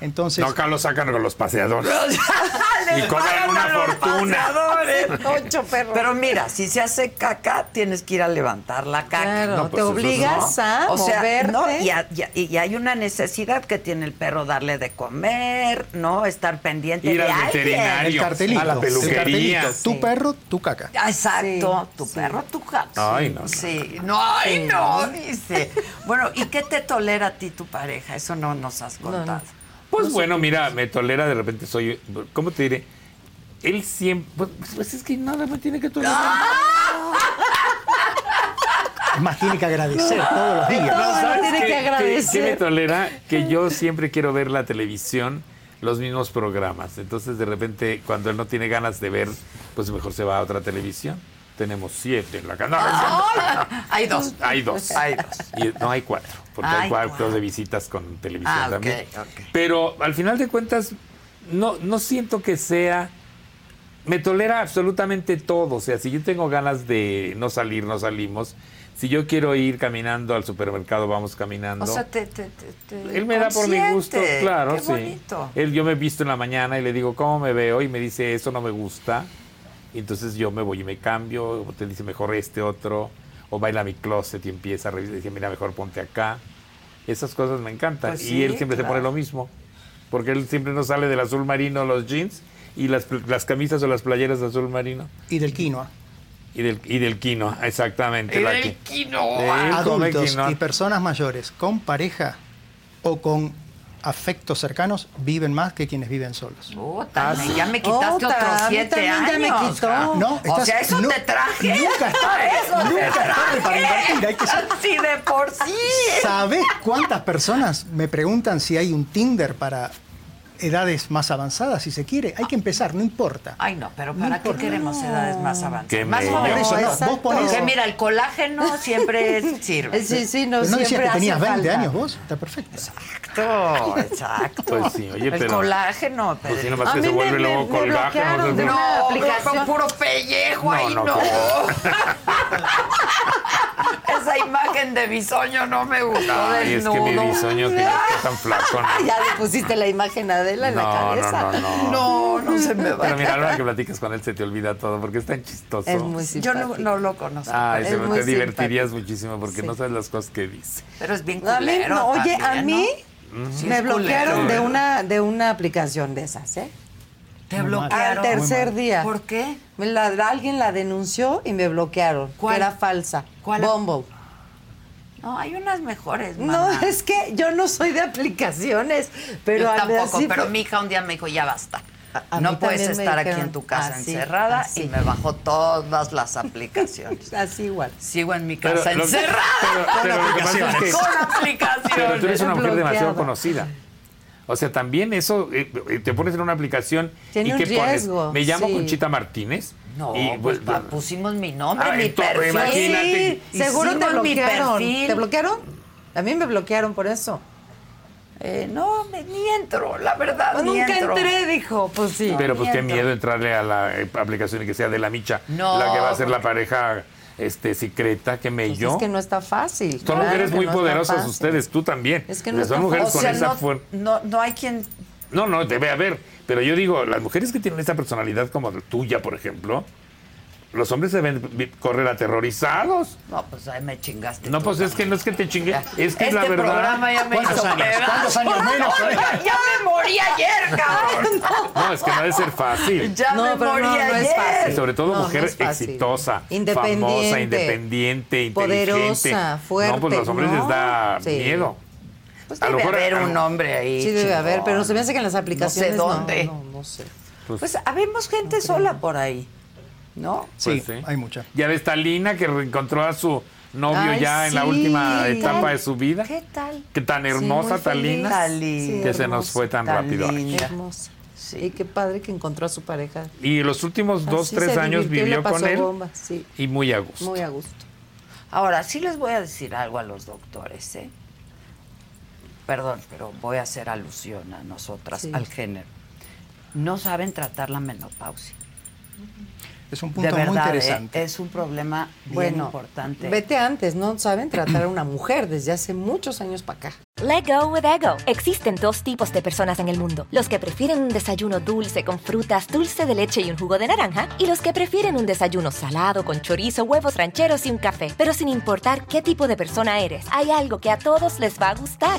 [SPEAKER 5] Entonces,
[SPEAKER 2] No, acá lo sacan con los paseadores.
[SPEAKER 1] Les
[SPEAKER 2] Y cobran
[SPEAKER 1] pagan
[SPEAKER 2] una
[SPEAKER 1] a los
[SPEAKER 2] fortuna.
[SPEAKER 1] paseadores.
[SPEAKER 4] Ocho perros.
[SPEAKER 1] Pero mira, si se hace caca, tienes que ir a levantar la caca.
[SPEAKER 4] Claro,
[SPEAKER 2] No, pues
[SPEAKER 4] te
[SPEAKER 2] eso
[SPEAKER 4] obligas a
[SPEAKER 1] o sea,
[SPEAKER 4] moverte.
[SPEAKER 1] no, y, a- y a- y hay una necesidad que tiene el perro darle de comer, ¿no? Estar pendiente
[SPEAKER 2] Ir
[SPEAKER 1] de
[SPEAKER 2] al
[SPEAKER 1] alguien.
[SPEAKER 5] el
[SPEAKER 2] veterinario,
[SPEAKER 5] cartelito,
[SPEAKER 2] a la
[SPEAKER 5] el
[SPEAKER 2] peluquería.
[SPEAKER 5] cartelito, tu perro, tu caca.
[SPEAKER 1] Exacto,
[SPEAKER 4] Sí,
[SPEAKER 1] tu
[SPEAKER 4] sí.
[SPEAKER 1] perro, tu gato.
[SPEAKER 2] Ay, no, no,
[SPEAKER 1] Sí, no, ay, no, dice. Bueno, ¿y qué te tolera a ti tu pareja? Eso no nos has contado.
[SPEAKER 2] Pues bueno, mira, me tolera de repente, soy, ¿cómo te diré? Él siempre, pues, pues es que nada me tiene que tolerar.
[SPEAKER 5] Es más, tiene que agradecer todos los días.
[SPEAKER 4] No,
[SPEAKER 2] ¿Sabes
[SPEAKER 4] tiene
[SPEAKER 2] qué-
[SPEAKER 4] que
[SPEAKER 2] qué-
[SPEAKER 4] agradecer.
[SPEAKER 2] qué me tolera? Que yo siempre quiero ver la televisión, los mismos programas. Entonces, de repente, cuando él no tiene ganas de ver, pues mejor se va a otra televisión. Tenemos siete en la canal.
[SPEAKER 1] Hay dos.
[SPEAKER 2] Hay dos.
[SPEAKER 1] ¡Ah! Hay dos.
[SPEAKER 2] Y no hay cuatro, porque
[SPEAKER 1] Ay,
[SPEAKER 2] hay cuatro
[SPEAKER 1] cuatro.
[SPEAKER 2] de visitas con televisión
[SPEAKER 1] Ah, ok,
[SPEAKER 2] también.
[SPEAKER 1] ok.
[SPEAKER 2] Pero al final de cuentas, no, no siento que sea. Me tolera absolutamente todo. O sea, si yo tengo ganas de no salir, no salimos. Si yo quiero ir caminando al supermercado, vamos caminando.
[SPEAKER 1] O sea, te, te, te, te
[SPEAKER 2] Él me da por mi gusto,
[SPEAKER 1] consiente.
[SPEAKER 2] claro,
[SPEAKER 1] Qué
[SPEAKER 2] sí.
[SPEAKER 1] bonito.
[SPEAKER 2] Él, yo me visto en la mañana y le digo, ¿cómo me veo? Y me dice, eso no me gusta. Y entonces yo me voy y me cambio, o te dice, mejor este otro, o baila a mi closet y empieza a revisar, y dice, mira, mejor ponte acá. Esas cosas me encantan.
[SPEAKER 1] Pues
[SPEAKER 2] y
[SPEAKER 1] sí,
[SPEAKER 2] él siempre se pone
[SPEAKER 1] claro.
[SPEAKER 2] lo mismo, porque él siempre no sale del azul marino los jeans y las, pl- las camisas o las playeras de azul marino.
[SPEAKER 5] Y del quinoa.
[SPEAKER 2] Y del, y del quinoa, exactamente. la que-
[SPEAKER 1] quinoa.
[SPEAKER 2] Él come
[SPEAKER 5] Adultos
[SPEAKER 2] quinoa.
[SPEAKER 5] y personas mayores con pareja o con afectos cercanos viven más que quienes viven solos.
[SPEAKER 1] Puta,
[SPEAKER 2] Ah,
[SPEAKER 1] me-
[SPEAKER 2] sí.
[SPEAKER 1] ya me quitaste
[SPEAKER 4] Puta,
[SPEAKER 1] otros
[SPEAKER 4] a mí
[SPEAKER 1] siete
[SPEAKER 4] también ya me
[SPEAKER 1] años.
[SPEAKER 4] quitó.
[SPEAKER 1] cabrón.
[SPEAKER 5] No,
[SPEAKER 1] o
[SPEAKER 5] estás-
[SPEAKER 1] sea, eso
[SPEAKER 5] nu-
[SPEAKER 1] te traje.
[SPEAKER 5] nunca es tarde,
[SPEAKER 1] Eso te
[SPEAKER 5] nunca es tarde
[SPEAKER 1] traje.
[SPEAKER 5] para invertir, hay que ser-
[SPEAKER 1] Sí, de por sí.
[SPEAKER 5] ¿Sabes cuántas personas me preguntan si hay un Tinder para edades más avanzadas, si se quiere? Hay que empezar, no importa.
[SPEAKER 1] Ay, no, pero ¿para qué
[SPEAKER 5] importa.
[SPEAKER 1] queremos edades más avanzadas?
[SPEAKER 2] Qué
[SPEAKER 1] más
[SPEAKER 2] medio.
[SPEAKER 5] Por
[SPEAKER 1] jóvenes.
[SPEAKER 5] eso, no,
[SPEAKER 4] exacto.
[SPEAKER 5] vos ponés...
[SPEAKER 1] Porque mira, el colágeno siempre es- sirve.
[SPEAKER 4] Sí, sí, no,
[SPEAKER 5] Pero no decías
[SPEAKER 4] siempre
[SPEAKER 5] que tenías
[SPEAKER 4] hace
[SPEAKER 5] 20
[SPEAKER 4] falta.
[SPEAKER 5] años vos, está perfecto.
[SPEAKER 1] Exacto, exacto.
[SPEAKER 2] Pues sí, oye,
[SPEAKER 1] el
[SPEAKER 2] pero-
[SPEAKER 1] colágeno,
[SPEAKER 2] Pues sí,
[SPEAKER 1] Pedrito.
[SPEAKER 2] nomás
[SPEAKER 4] A
[SPEAKER 2] que se
[SPEAKER 4] mí me-
[SPEAKER 2] vuelve
[SPEAKER 4] me-
[SPEAKER 2] luego
[SPEAKER 4] me
[SPEAKER 2] colgaje.
[SPEAKER 4] bloquearon
[SPEAKER 2] no sé,
[SPEAKER 4] de
[SPEAKER 2] no.
[SPEAKER 4] una
[SPEAKER 1] No,
[SPEAKER 4] aplicación.
[SPEAKER 1] con puro pellejo
[SPEAKER 2] No,
[SPEAKER 1] ahí, no.
[SPEAKER 2] no, qué
[SPEAKER 1] Esa imagen de bisoño no me gustó
[SPEAKER 2] Ay, es que mi
[SPEAKER 1] desnudo.
[SPEAKER 2] bisoño que ya está tan flaco.
[SPEAKER 4] Ah,
[SPEAKER 2] ¿no?
[SPEAKER 4] ya le pusiste la imagen a Adela en la
[SPEAKER 2] No,
[SPEAKER 4] cabeza.
[SPEAKER 2] no, no, no.
[SPEAKER 1] No, no se me va.
[SPEAKER 2] Pero mira, a la hora que platicas con él se te olvida todo porque es tan chistoso.
[SPEAKER 4] Es muy
[SPEAKER 1] Yo no,
[SPEAKER 4] simpático.
[SPEAKER 1] no lo conozco.
[SPEAKER 2] Ay,
[SPEAKER 4] es
[SPEAKER 2] se me-
[SPEAKER 4] muy
[SPEAKER 2] te divertirías
[SPEAKER 4] simpático.
[SPEAKER 2] muchísimo porque
[SPEAKER 4] Sí.
[SPEAKER 2] no sabes las cosas que dice.
[SPEAKER 1] Pero es bien
[SPEAKER 4] A mí,
[SPEAKER 1] culero
[SPEAKER 4] no, oye, a
[SPEAKER 1] también,
[SPEAKER 4] mí,
[SPEAKER 1] ¿no? Sí,
[SPEAKER 4] me
[SPEAKER 1] es
[SPEAKER 4] bloquearon
[SPEAKER 1] culero,
[SPEAKER 4] de
[SPEAKER 1] ¿eh?
[SPEAKER 4] una, de una aplicación de esas, ¿eh?
[SPEAKER 1] Te
[SPEAKER 5] Muy mal.
[SPEAKER 4] Al
[SPEAKER 1] bloquearon.
[SPEAKER 4] tercer
[SPEAKER 5] mal.
[SPEAKER 4] día.
[SPEAKER 1] ¿Por qué?
[SPEAKER 4] Me la- alguien la denunció y me bloquearon. que
[SPEAKER 1] ¿Cuál?
[SPEAKER 4] Era falsa.
[SPEAKER 1] ¿Cuál?
[SPEAKER 4] Bumble.
[SPEAKER 1] No, hay unas mejores,
[SPEAKER 4] No,
[SPEAKER 1] mamá.
[SPEAKER 4] es que yo no soy de aplicaciones, pero
[SPEAKER 1] Yo
[SPEAKER 4] al-
[SPEAKER 1] tampoco,
[SPEAKER 4] así
[SPEAKER 1] pero
[SPEAKER 4] fue-
[SPEAKER 1] mi hija un día me dijo, ya basta.
[SPEAKER 4] A- a mí
[SPEAKER 1] no puedes
[SPEAKER 4] también me
[SPEAKER 1] estar aquí
[SPEAKER 4] dijeron,
[SPEAKER 1] en tu casa
[SPEAKER 4] así,
[SPEAKER 1] encerrada
[SPEAKER 4] así.
[SPEAKER 1] y me bajó todas las aplicaciones.
[SPEAKER 4] Así igual.
[SPEAKER 1] Sigo en mi
[SPEAKER 2] Pero
[SPEAKER 1] casa
[SPEAKER 2] lo- pero-
[SPEAKER 1] encerrada
[SPEAKER 2] pero lo que pasa es que-
[SPEAKER 1] con
[SPEAKER 2] Pero tú
[SPEAKER 1] aplicaciones.
[SPEAKER 2] eres una mujer
[SPEAKER 4] bloqueada.
[SPEAKER 2] demasiado conocida. O sea, también eso, eh, eh, te pones en una aplicación
[SPEAKER 4] Tiene
[SPEAKER 2] y
[SPEAKER 4] un
[SPEAKER 2] ¿qué
[SPEAKER 4] riesgo,
[SPEAKER 2] pones? Me llamo
[SPEAKER 4] sí.
[SPEAKER 2] Conchita Martínez.
[SPEAKER 1] No,
[SPEAKER 2] y,
[SPEAKER 1] pues,
[SPEAKER 2] pues,
[SPEAKER 1] pa- pusimos mi nombre,
[SPEAKER 2] Ah,
[SPEAKER 1] mi
[SPEAKER 2] entonces,
[SPEAKER 1] perfil.
[SPEAKER 2] imagínate.
[SPEAKER 4] Sí, seguro te
[SPEAKER 1] Hicimos mi
[SPEAKER 4] bloquearon.
[SPEAKER 1] perfil.
[SPEAKER 4] ¿Te bloquearon? A mí me bloquearon por eso.
[SPEAKER 1] Eh, no, me- ni entro, la verdad, ni
[SPEAKER 4] Pues Nunca
[SPEAKER 1] entro.
[SPEAKER 4] entré, dijo. Pues sí.
[SPEAKER 2] pero pues qué
[SPEAKER 1] miento.
[SPEAKER 2] miedo entrarle a la eh, aplicación y que sea de la micha,
[SPEAKER 1] No, pues,
[SPEAKER 2] la que va a ser la
[SPEAKER 1] porque-
[SPEAKER 2] pareja este secreta que me
[SPEAKER 4] Pues
[SPEAKER 2] yo.
[SPEAKER 4] Es que no está fácil.
[SPEAKER 2] Son
[SPEAKER 4] claro
[SPEAKER 2] mujeres
[SPEAKER 4] que
[SPEAKER 2] muy
[SPEAKER 4] no está
[SPEAKER 2] poderosas
[SPEAKER 4] fácil.
[SPEAKER 2] ustedes, tú también.
[SPEAKER 4] Es que no
[SPEAKER 2] O sea, son
[SPEAKER 4] está
[SPEAKER 2] mujeres
[SPEAKER 1] O
[SPEAKER 2] con
[SPEAKER 1] sea,
[SPEAKER 2] esa
[SPEAKER 1] no,
[SPEAKER 2] fuerza.
[SPEAKER 1] no, no hay quien...
[SPEAKER 2] No, no, debe haber. Pero yo digo, las mujeres que tienen esa personalidad como la tuya, por ejemplo, los hombres se ven vi- correr aterrorizados.
[SPEAKER 1] No, pues ahí me chingaste.
[SPEAKER 2] No,
[SPEAKER 1] tú
[SPEAKER 2] pues es que
[SPEAKER 1] también.
[SPEAKER 2] no es que te chingue, es que
[SPEAKER 1] este
[SPEAKER 2] es la verdad.
[SPEAKER 1] programa ya me
[SPEAKER 5] ¿Cuántos
[SPEAKER 1] hizo
[SPEAKER 5] años?
[SPEAKER 1] pedazos.
[SPEAKER 5] ¿Cuántos años menos?
[SPEAKER 2] eh?
[SPEAKER 1] No, ya, ya me morí ayer, cabrón.
[SPEAKER 2] No, es que no debe ser fácil.
[SPEAKER 1] Ya me
[SPEAKER 4] No, pero
[SPEAKER 1] morí
[SPEAKER 4] no,
[SPEAKER 1] ayer.
[SPEAKER 4] no es
[SPEAKER 2] Y
[SPEAKER 4] fácil.
[SPEAKER 2] sobre todo
[SPEAKER 4] No, no
[SPEAKER 2] mujer
[SPEAKER 4] es fácil.
[SPEAKER 2] exitosa,
[SPEAKER 4] Independiente,
[SPEAKER 2] famosa, independiente, inteligente.
[SPEAKER 4] poderosa, fuerte,
[SPEAKER 2] No, pues los hombres
[SPEAKER 4] ¿no?
[SPEAKER 2] les da
[SPEAKER 4] Sí.
[SPEAKER 2] miedo.
[SPEAKER 1] Pues
[SPEAKER 2] A lo
[SPEAKER 1] debe
[SPEAKER 2] mejor-
[SPEAKER 1] haber
[SPEAKER 2] a lo-
[SPEAKER 1] un hombre ahí.
[SPEAKER 4] Sí, debe
[SPEAKER 1] chingón.
[SPEAKER 4] haber, pero se me hace que en las aplicaciones.
[SPEAKER 1] No sé dónde.
[SPEAKER 4] No, no, no sé.
[SPEAKER 2] Pues,
[SPEAKER 1] Pues habemos gente sola por ahí, ¿no?
[SPEAKER 5] Sí,
[SPEAKER 2] Pues sí.
[SPEAKER 5] hay mucha.
[SPEAKER 2] ya ves Talina que reencontró a su novio
[SPEAKER 4] Ay,
[SPEAKER 2] ya en la
[SPEAKER 4] sí.
[SPEAKER 2] última
[SPEAKER 4] ¿Qué
[SPEAKER 2] etapa
[SPEAKER 4] tal?
[SPEAKER 2] de su vida.
[SPEAKER 1] ¿Qué tal?
[SPEAKER 2] Que tan
[SPEAKER 4] Sí,
[SPEAKER 2] hermosa
[SPEAKER 4] muy
[SPEAKER 2] Talina.
[SPEAKER 4] feliz.
[SPEAKER 1] Talina.
[SPEAKER 2] Que se nos fue tan rápido.
[SPEAKER 1] linda.
[SPEAKER 4] Hermosa.
[SPEAKER 1] Sí.
[SPEAKER 4] Y qué padre que encontró a su pareja.
[SPEAKER 2] Y los últimos dos,
[SPEAKER 4] Así
[SPEAKER 2] tres
[SPEAKER 4] se
[SPEAKER 2] años
[SPEAKER 4] divirtió y la
[SPEAKER 2] vivió con
[SPEAKER 4] pasó
[SPEAKER 2] él
[SPEAKER 4] bomba, sí.
[SPEAKER 2] y muy a gusto.
[SPEAKER 4] Muy a gusto.
[SPEAKER 1] Ahora, sí les voy a decir algo a los doctores, ¿eh? Perdón, pero voy a hacer alusión a nosotras,
[SPEAKER 4] Sí.
[SPEAKER 1] al género. No saben tratar la menopausia.
[SPEAKER 5] Es un punto
[SPEAKER 1] de verdad,
[SPEAKER 5] muy
[SPEAKER 1] ¿eh?
[SPEAKER 5] interesante.
[SPEAKER 1] es un problema bien
[SPEAKER 4] bueno,
[SPEAKER 1] importante.
[SPEAKER 4] Vete antes, no saben tratar a una mujer desde hace muchos años para acá.
[SPEAKER 3] Let go with ego. Existen dos tipos de personas en el mundo: los que prefieren un desayuno dulce con frutas, dulce de leche y un jugo de naranja, y los que prefieren un desayuno salado con chorizo, huevos rancheros y un café. Pero sin importar qué tipo de persona eres, hay algo que a todos les va a gustar.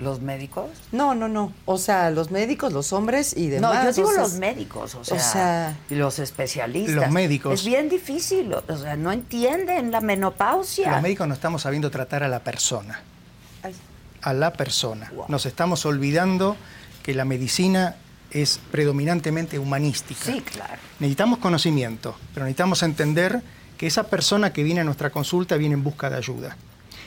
[SPEAKER 1] ¿Los médicos?
[SPEAKER 4] No, no, no. O sea, los médicos, los hombres y demás.
[SPEAKER 1] no, yo digo
[SPEAKER 4] o sea,
[SPEAKER 1] los médicos, o sea,
[SPEAKER 4] sea,
[SPEAKER 1] y los especialistas.
[SPEAKER 5] Los médicos.
[SPEAKER 1] Es bien difícil, o sea, no entienden la menopausia.
[SPEAKER 5] Los médicos no estamos sabiendo tratar a la persona.
[SPEAKER 4] Ay.
[SPEAKER 5] A la persona. Nos estamos olvidando que la medicina es predominantemente humanística.
[SPEAKER 1] Sí, claro.
[SPEAKER 5] Necesitamos conocimiento, pero necesitamos entender que esa persona que viene a nuestra consulta viene en busca de ayuda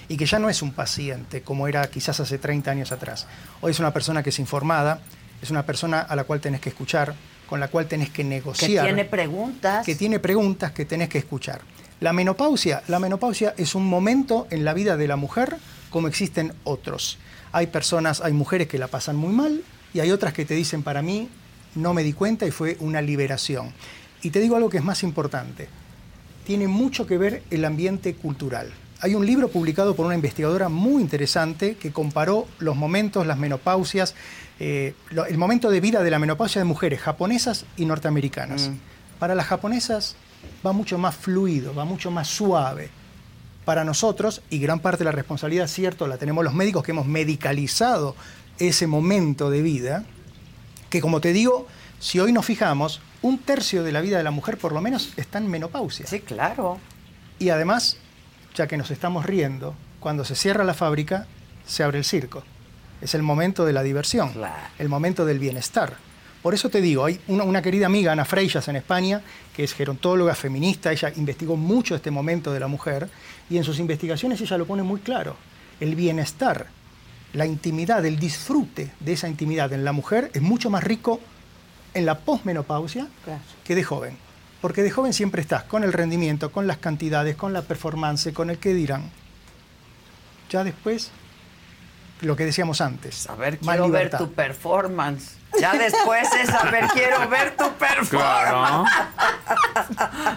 [SPEAKER 5] y que ya no es un paciente como era quizás hace 30 años atrás. Hoy es una persona que es informada, es una persona a la cual tenés que escuchar, con la cual tenés que
[SPEAKER 1] Que
[SPEAKER 5] negociar
[SPEAKER 1] tiene preguntas.
[SPEAKER 5] que tiene preguntas que tenés que escuchar. La menopausia, la menopausia es un momento en la vida de la mujer como existen otros. Hay personas, hay mujeres que la pasan muy mal y hay otras que te dicen para mí no me di cuenta y fue una liberación. Y te digo algo que es más importante. Tiene mucho que ver el ambiente cultural. Hay un libro publicado por una investigadora muy interesante que comparó los momentos, las menopausias, eh, lo- el momento de vida de la menopausia de mujeres japonesas y norteamericanas. Para las japonesas va mucho más fluido, va mucho más suave. Para nosotros, y gran parte de la responsabilidad, cierto, la tenemos los médicos que hemos medicalizado ese momento de vida, que como te digo, si hoy nos fijamos, un tercio de la vida de la mujer por lo menos está en menopausia.
[SPEAKER 1] Sí, claro.
[SPEAKER 5] Y además, ya que nos estamos riendo, cuando se cierra la fábrica, se abre el circo. Es el momento de la diversión,
[SPEAKER 1] Claro.
[SPEAKER 5] el momento del bienestar. Por eso te digo, hay una, una querida amiga, Ana Freyas, en España, que es gerontóloga feminista, ella investigó mucho este momento de la mujer y en sus investigaciones ella lo pone muy claro. El bienestar, la intimidad, el disfrute de esa intimidad en la mujer es mucho más rico en la posmenopausia
[SPEAKER 4] Claro.
[SPEAKER 5] que de joven. Porque de joven siempre estás con el rendimiento, con las cantidades, con la performance, con el que dirán. Ya después, lo que decíamos antes.
[SPEAKER 1] A ver,
[SPEAKER 5] más
[SPEAKER 1] quiero ver
[SPEAKER 5] libertad.
[SPEAKER 1] tu performance. Ya después es, a ver, quiero ver tu performance.
[SPEAKER 2] Claro.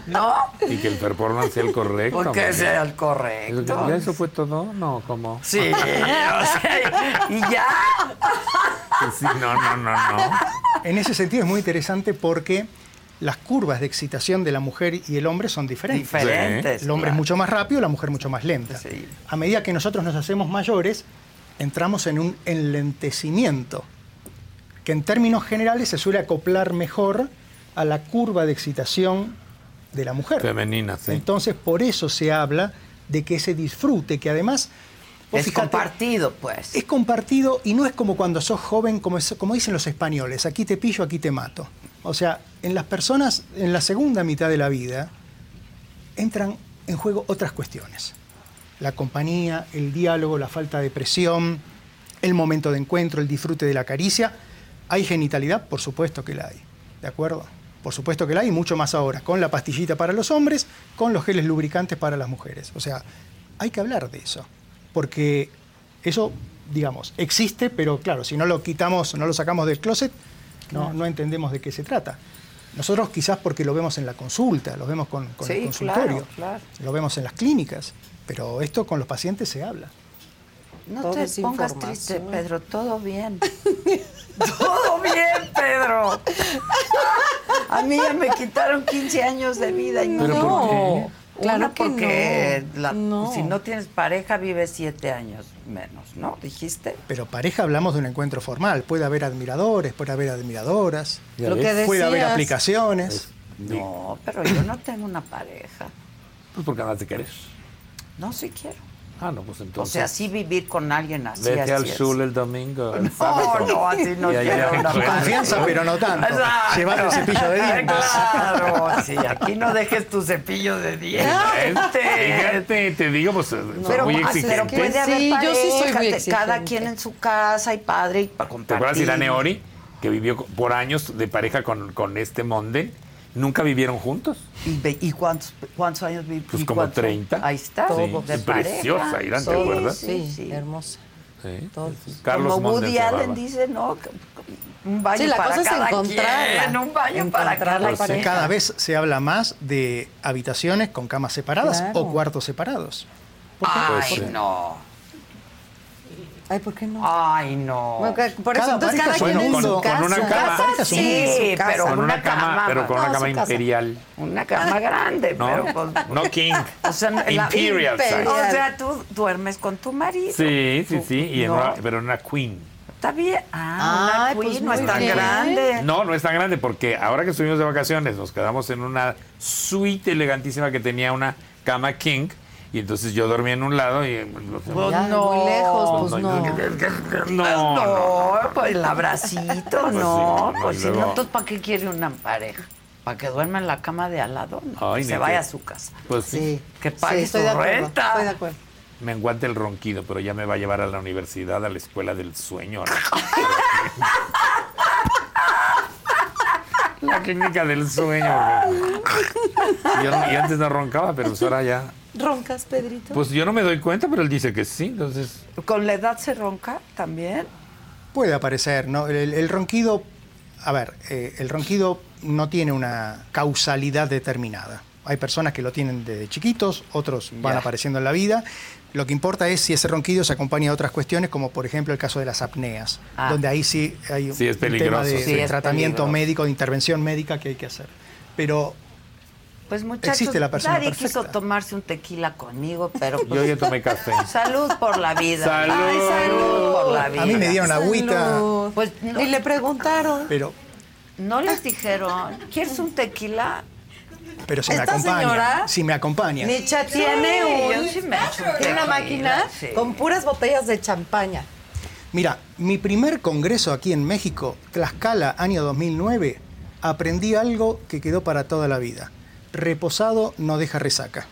[SPEAKER 1] ¿No?
[SPEAKER 2] Y que el performance sea el correcto.
[SPEAKER 1] Porque
[SPEAKER 2] hombre.
[SPEAKER 1] es el correcto.
[SPEAKER 2] ¿Ya eso fue todo? No, como.
[SPEAKER 1] Sí, o sea, y ya.
[SPEAKER 2] Sí, no, no, no, no.
[SPEAKER 5] En ese sentido es muy interesante porque las curvas de excitación de la mujer y el hombre son diferentes.
[SPEAKER 1] Diferentes.
[SPEAKER 5] El hombre es
[SPEAKER 1] claro.
[SPEAKER 5] mucho más rápido, la mujer mucho más lenta.
[SPEAKER 1] Sí.
[SPEAKER 5] A medida que nosotros nos hacemos mayores, entramos en un enlentecimiento, que en términos generales se suele acoplar mejor a la curva de excitación de la mujer.
[SPEAKER 2] Femenina, sí.
[SPEAKER 5] Entonces, por eso se habla de que ese disfrute, que además... vos
[SPEAKER 1] Es
[SPEAKER 5] fijate,
[SPEAKER 1] compartido, pues.
[SPEAKER 5] es compartido y no es como cuando sos joven, como, es- como dicen los españoles, aquí te pillo, aquí te mato. O sea, en las personas en la segunda mitad de la vida entran en juego otras cuestiones. La compañía, el diálogo, la falta de presión, el momento de encuentro, el disfrute de la caricia. ¿Hay genitalidad? Por supuesto que la hay. ¿De acuerdo? Por supuesto que la hay, y mucho más ahora, con la pastillita para los hombres, con los geles lubricantes para las mujeres. O sea, hay que hablar de eso, porque eso, digamos, existe, pero claro, si no lo quitamos, no lo sacamos del closet, no, no entendemos de qué se trata. Nosotros quizás porque lo vemos en la consulta, lo vemos con, con el
[SPEAKER 1] Sí,
[SPEAKER 5] consultorio,
[SPEAKER 1] claro, claro.
[SPEAKER 5] lo vemos en las clínicas, pero esto con los pacientes se habla.
[SPEAKER 1] No
[SPEAKER 4] Todo
[SPEAKER 1] te
[SPEAKER 4] es
[SPEAKER 1] pongas
[SPEAKER 4] información.
[SPEAKER 1] triste, Pedro. Todo bien. todo bien, Pedro. A mí ya me quitaron 15 años de vida y
[SPEAKER 2] ¿Pero
[SPEAKER 1] no.
[SPEAKER 2] por qué?
[SPEAKER 4] Claro
[SPEAKER 1] Una,
[SPEAKER 4] que
[SPEAKER 1] porque
[SPEAKER 4] no.
[SPEAKER 1] la-
[SPEAKER 4] No.
[SPEAKER 1] si no tienes pareja vives siete años menos, ¿no? ¿Dijiste?
[SPEAKER 5] Pero pareja hablamos de un encuentro formal, puede haber admiradores, puede haber admiradoras,
[SPEAKER 2] Ya
[SPEAKER 4] Lo
[SPEAKER 2] ves.
[SPEAKER 4] que decías.
[SPEAKER 5] puede haber aplicaciones.
[SPEAKER 1] No, pero yo no tengo una pareja.
[SPEAKER 2] Pues porque nada te querés.
[SPEAKER 1] No, sí quiero.
[SPEAKER 2] Ah, no, pues
[SPEAKER 1] O
[SPEAKER 2] entonces.
[SPEAKER 1] sea, sí vivir con alguien así. así
[SPEAKER 2] Vete al
[SPEAKER 1] es.
[SPEAKER 2] Zul el domingo. el
[SPEAKER 1] No,
[SPEAKER 2] sábado.
[SPEAKER 1] no, así no
[SPEAKER 2] Y ahí
[SPEAKER 1] quiero
[SPEAKER 2] hay
[SPEAKER 1] una
[SPEAKER 2] gente.
[SPEAKER 5] Confianza, pero no tanto.
[SPEAKER 1] Exacto.
[SPEAKER 5] Llevate el cepillo de dientes.
[SPEAKER 1] Claro, sí, aquí no dejes tu cepillo de
[SPEAKER 2] ¿Eh?
[SPEAKER 1] dientes.
[SPEAKER 2] Fíjate, te digo, pues son
[SPEAKER 1] Pero,
[SPEAKER 2] muy
[SPEAKER 1] ah,
[SPEAKER 2] exigente.
[SPEAKER 1] pero puede
[SPEAKER 4] Sí,
[SPEAKER 1] haber
[SPEAKER 4] yo sí soy muy
[SPEAKER 1] parejas, te- cada
[SPEAKER 4] exigente.
[SPEAKER 1] quien en su casa y padre y para
[SPEAKER 2] ¿Te
[SPEAKER 1] compartir.
[SPEAKER 2] acuerdas de Irán Neori? Que vivió co- por años de pareja con, con este Monde. Nunca vivieron juntos.
[SPEAKER 1] ¿Y, ve- y cuántos, cuántos años vi-
[SPEAKER 2] Pues
[SPEAKER 1] y
[SPEAKER 2] como
[SPEAKER 1] cuántos-
[SPEAKER 2] 30.
[SPEAKER 1] Ahí está.
[SPEAKER 2] Sí,
[SPEAKER 1] todo de
[SPEAKER 2] es preciosa,
[SPEAKER 1] pareja.
[SPEAKER 2] Irán, ¿te
[SPEAKER 1] Sí,
[SPEAKER 2] acuerdas?
[SPEAKER 1] Sí,
[SPEAKER 4] Sí,
[SPEAKER 1] sí.
[SPEAKER 4] hermosa.
[SPEAKER 2] Sí.
[SPEAKER 4] Todos.
[SPEAKER 2] Carlos
[SPEAKER 1] como
[SPEAKER 2] Monde
[SPEAKER 1] Woody
[SPEAKER 2] se
[SPEAKER 1] Allen
[SPEAKER 2] llamaba.
[SPEAKER 1] dice, no, c- c- un baño
[SPEAKER 4] Sí, la
[SPEAKER 1] para
[SPEAKER 4] cosa es
[SPEAKER 1] cada
[SPEAKER 4] encontrarla,
[SPEAKER 1] quien, un baño para
[SPEAKER 4] encontrar la
[SPEAKER 1] cada
[SPEAKER 2] pareja.
[SPEAKER 1] quien.
[SPEAKER 5] Cada vez se habla más de habitaciones con camas separadas
[SPEAKER 4] Claro.
[SPEAKER 5] o cuartos separados.
[SPEAKER 2] Pues,
[SPEAKER 1] Ay,
[SPEAKER 2] eh.
[SPEAKER 1] no.
[SPEAKER 4] Ay, ¿por qué no?
[SPEAKER 1] Ay, no.
[SPEAKER 4] Bueno, que- por eso
[SPEAKER 5] Cada
[SPEAKER 4] entonces
[SPEAKER 5] pareja
[SPEAKER 4] cada
[SPEAKER 5] es
[SPEAKER 4] quien
[SPEAKER 5] un
[SPEAKER 4] en
[SPEAKER 5] mundo.
[SPEAKER 4] su
[SPEAKER 2] Con
[SPEAKER 4] casa.
[SPEAKER 2] una cama.
[SPEAKER 4] Casa,
[SPEAKER 5] es un
[SPEAKER 1] Sí,
[SPEAKER 4] en su casa.
[SPEAKER 1] pero
[SPEAKER 2] Con una cama, pero con una
[SPEAKER 4] No,
[SPEAKER 2] cama
[SPEAKER 4] su casa.
[SPEAKER 2] imperial.
[SPEAKER 1] Una cama grande,
[SPEAKER 2] No,
[SPEAKER 1] pero con-
[SPEAKER 2] no King.
[SPEAKER 1] O sea, la-
[SPEAKER 2] Imperial. size.
[SPEAKER 4] Imperial.
[SPEAKER 1] O sea, tú duermes con tu marido.
[SPEAKER 2] Sí, sí,
[SPEAKER 1] Tú-
[SPEAKER 2] sí. Y en
[SPEAKER 1] no,
[SPEAKER 2] una- pero en una Queen.
[SPEAKER 1] Está bien. Ah, una
[SPEAKER 4] Ay, pues
[SPEAKER 1] queen no
[SPEAKER 4] muy
[SPEAKER 1] es tan
[SPEAKER 4] bien.
[SPEAKER 1] grande.
[SPEAKER 2] No, no es tan grande porque ahora que estuvimos de vacaciones nos quedamos en una suite elegantísima que tenía una cama king y entonces yo dormía en un lado y pues no,
[SPEAKER 4] Ya, muy lejos, pues
[SPEAKER 2] No,
[SPEAKER 4] no.
[SPEAKER 2] no, no.
[SPEAKER 1] No, pues el abracito,
[SPEAKER 2] Pues sí,
[SPEAKER 1] no.
[SPEAKER 2] no,
[SPEAKER 1] Pues
[SPEAKER 2] y
[SPEAKER 1] si
[SPEAKER 2] luego-
[SPEAKER 1] no, entonces, ¿para qué quiere una pareja? ¿Para que duerma en la cama de al lado? No,
[SPEAKER 2] Ay,
[SPEAKER 1] que
[SPEAKER 2] ni
[SPEAKER 1] se vaya
[SPEAKER 2] qué.
[SPEAKER 1] a su casa.
[SPEAKER 2] Pues sí.
[SPEAKER 4] Sí.
[SPEAKER 1] Que
[SPEAKER 4] Sí,
[SPEAKER 1] pague
[SPEAKER 4] estoy
[SPEAKER 1] su
[SPEAKER 4] de acuerdo,
[SPEAKER 1] renta.
[SPEAKER 4] Estoy de aguante
[SPEAKER 2] Me enguante el ronquido, pero ya me va a llevar a la universidad, a la escuela del sueño. ¿no? la clínica del sueño. porque- Yo, yo antes no roncaba, pero pues ahora ya.
[SPEAKER 4] ¿Roncas, Pedrito?
[SPEAKER 2] Pues yo no me doy cuenta, pero él dice que sí, entonces.
[SPEAKER 1] ¿Con la edad se ronca también?
[SPEAKER 5] Puede aparecer, ¿no? El, el ronquido, a ver, eh, el ronquido no tiene una causalidad determinada. Hay personas que lo tienen desde chiquitos, otros van
[SPEAKER 1] Ya.
[SPEAKER 5] apareciendo en la vida. Lo que importa es si ese ronquido se acompaña de otras cuestiones, como por ejemplo el caso de las apneas,
[SPEAKER 1] Ah.
[SPEAKER 5] donde ahí sí hay un,
[SPEAKER 2] Sí, es
[SPEAKER 5] un tema
[SPEAKER 2] peligroso,
[SPEAKER 5] de,
[SPEAKER 2] sí.
[SPEAKER 5] de
[SPEAKER 1] Sí, es
[SPEAKER 5] tratamiento
[SPEAKER 1] peligroso.
[SPEAKER 5] médico, de intervención médica que hay que hacer. Pero
[SPEAKER 1] Pues muchachos,
[SPEAKER 5] Existe la persona
[SPEAKER 1] nadie
[SPEAKER 5] perfecta.
[SPEAKER 1] quiso tomarse un tequila conmigo, pero
[SPEAKER 2] Yo ya tomé café.
[SPEAKER 1] salud por la vida.
[SPEAKER 2] Salud.
[SPEAKER 1] Ay, salud por la vida.
[SPEAKER 5] a mí me dieron agüita,
[SPEAKER 4] Salud.
[SPEAKER 1] Pues no.
[SPEAKER 4] Y le preguntaron.
[SPEAKER 5] pero,
[SPEAKER 1] No les dijeron, ¿quieres un tequila?
[SPEAKER 5] pero si me
[SPEAKER 4] ¿Esta
[SPEAKER 5] acompaña.
[SPEAKER 4] señora?
[SPEAKER 5] Si me acompaña.
[SPEAKER 4] Nicha
[SPEAKER 1] Sí,
[SPEAKER 4] tiene
[SPEAKER 1] yo
[SPEAKER 4] un-
[SPEAKER 1] sí me echo un
[SPEAKER 4] tiene una
[SPEAKER 1] tequila,
[SPEAKER 4] máquina
[SPEAKER 1] sí.
[SPEAKER 4] con puras botellas de champaña.
[SPEAKER 5] Mira, mi primer congreso aquí en México, Tlaxcala, año 2009, aprendí algo que quedó para toda la vida. Reposado no deja resaca.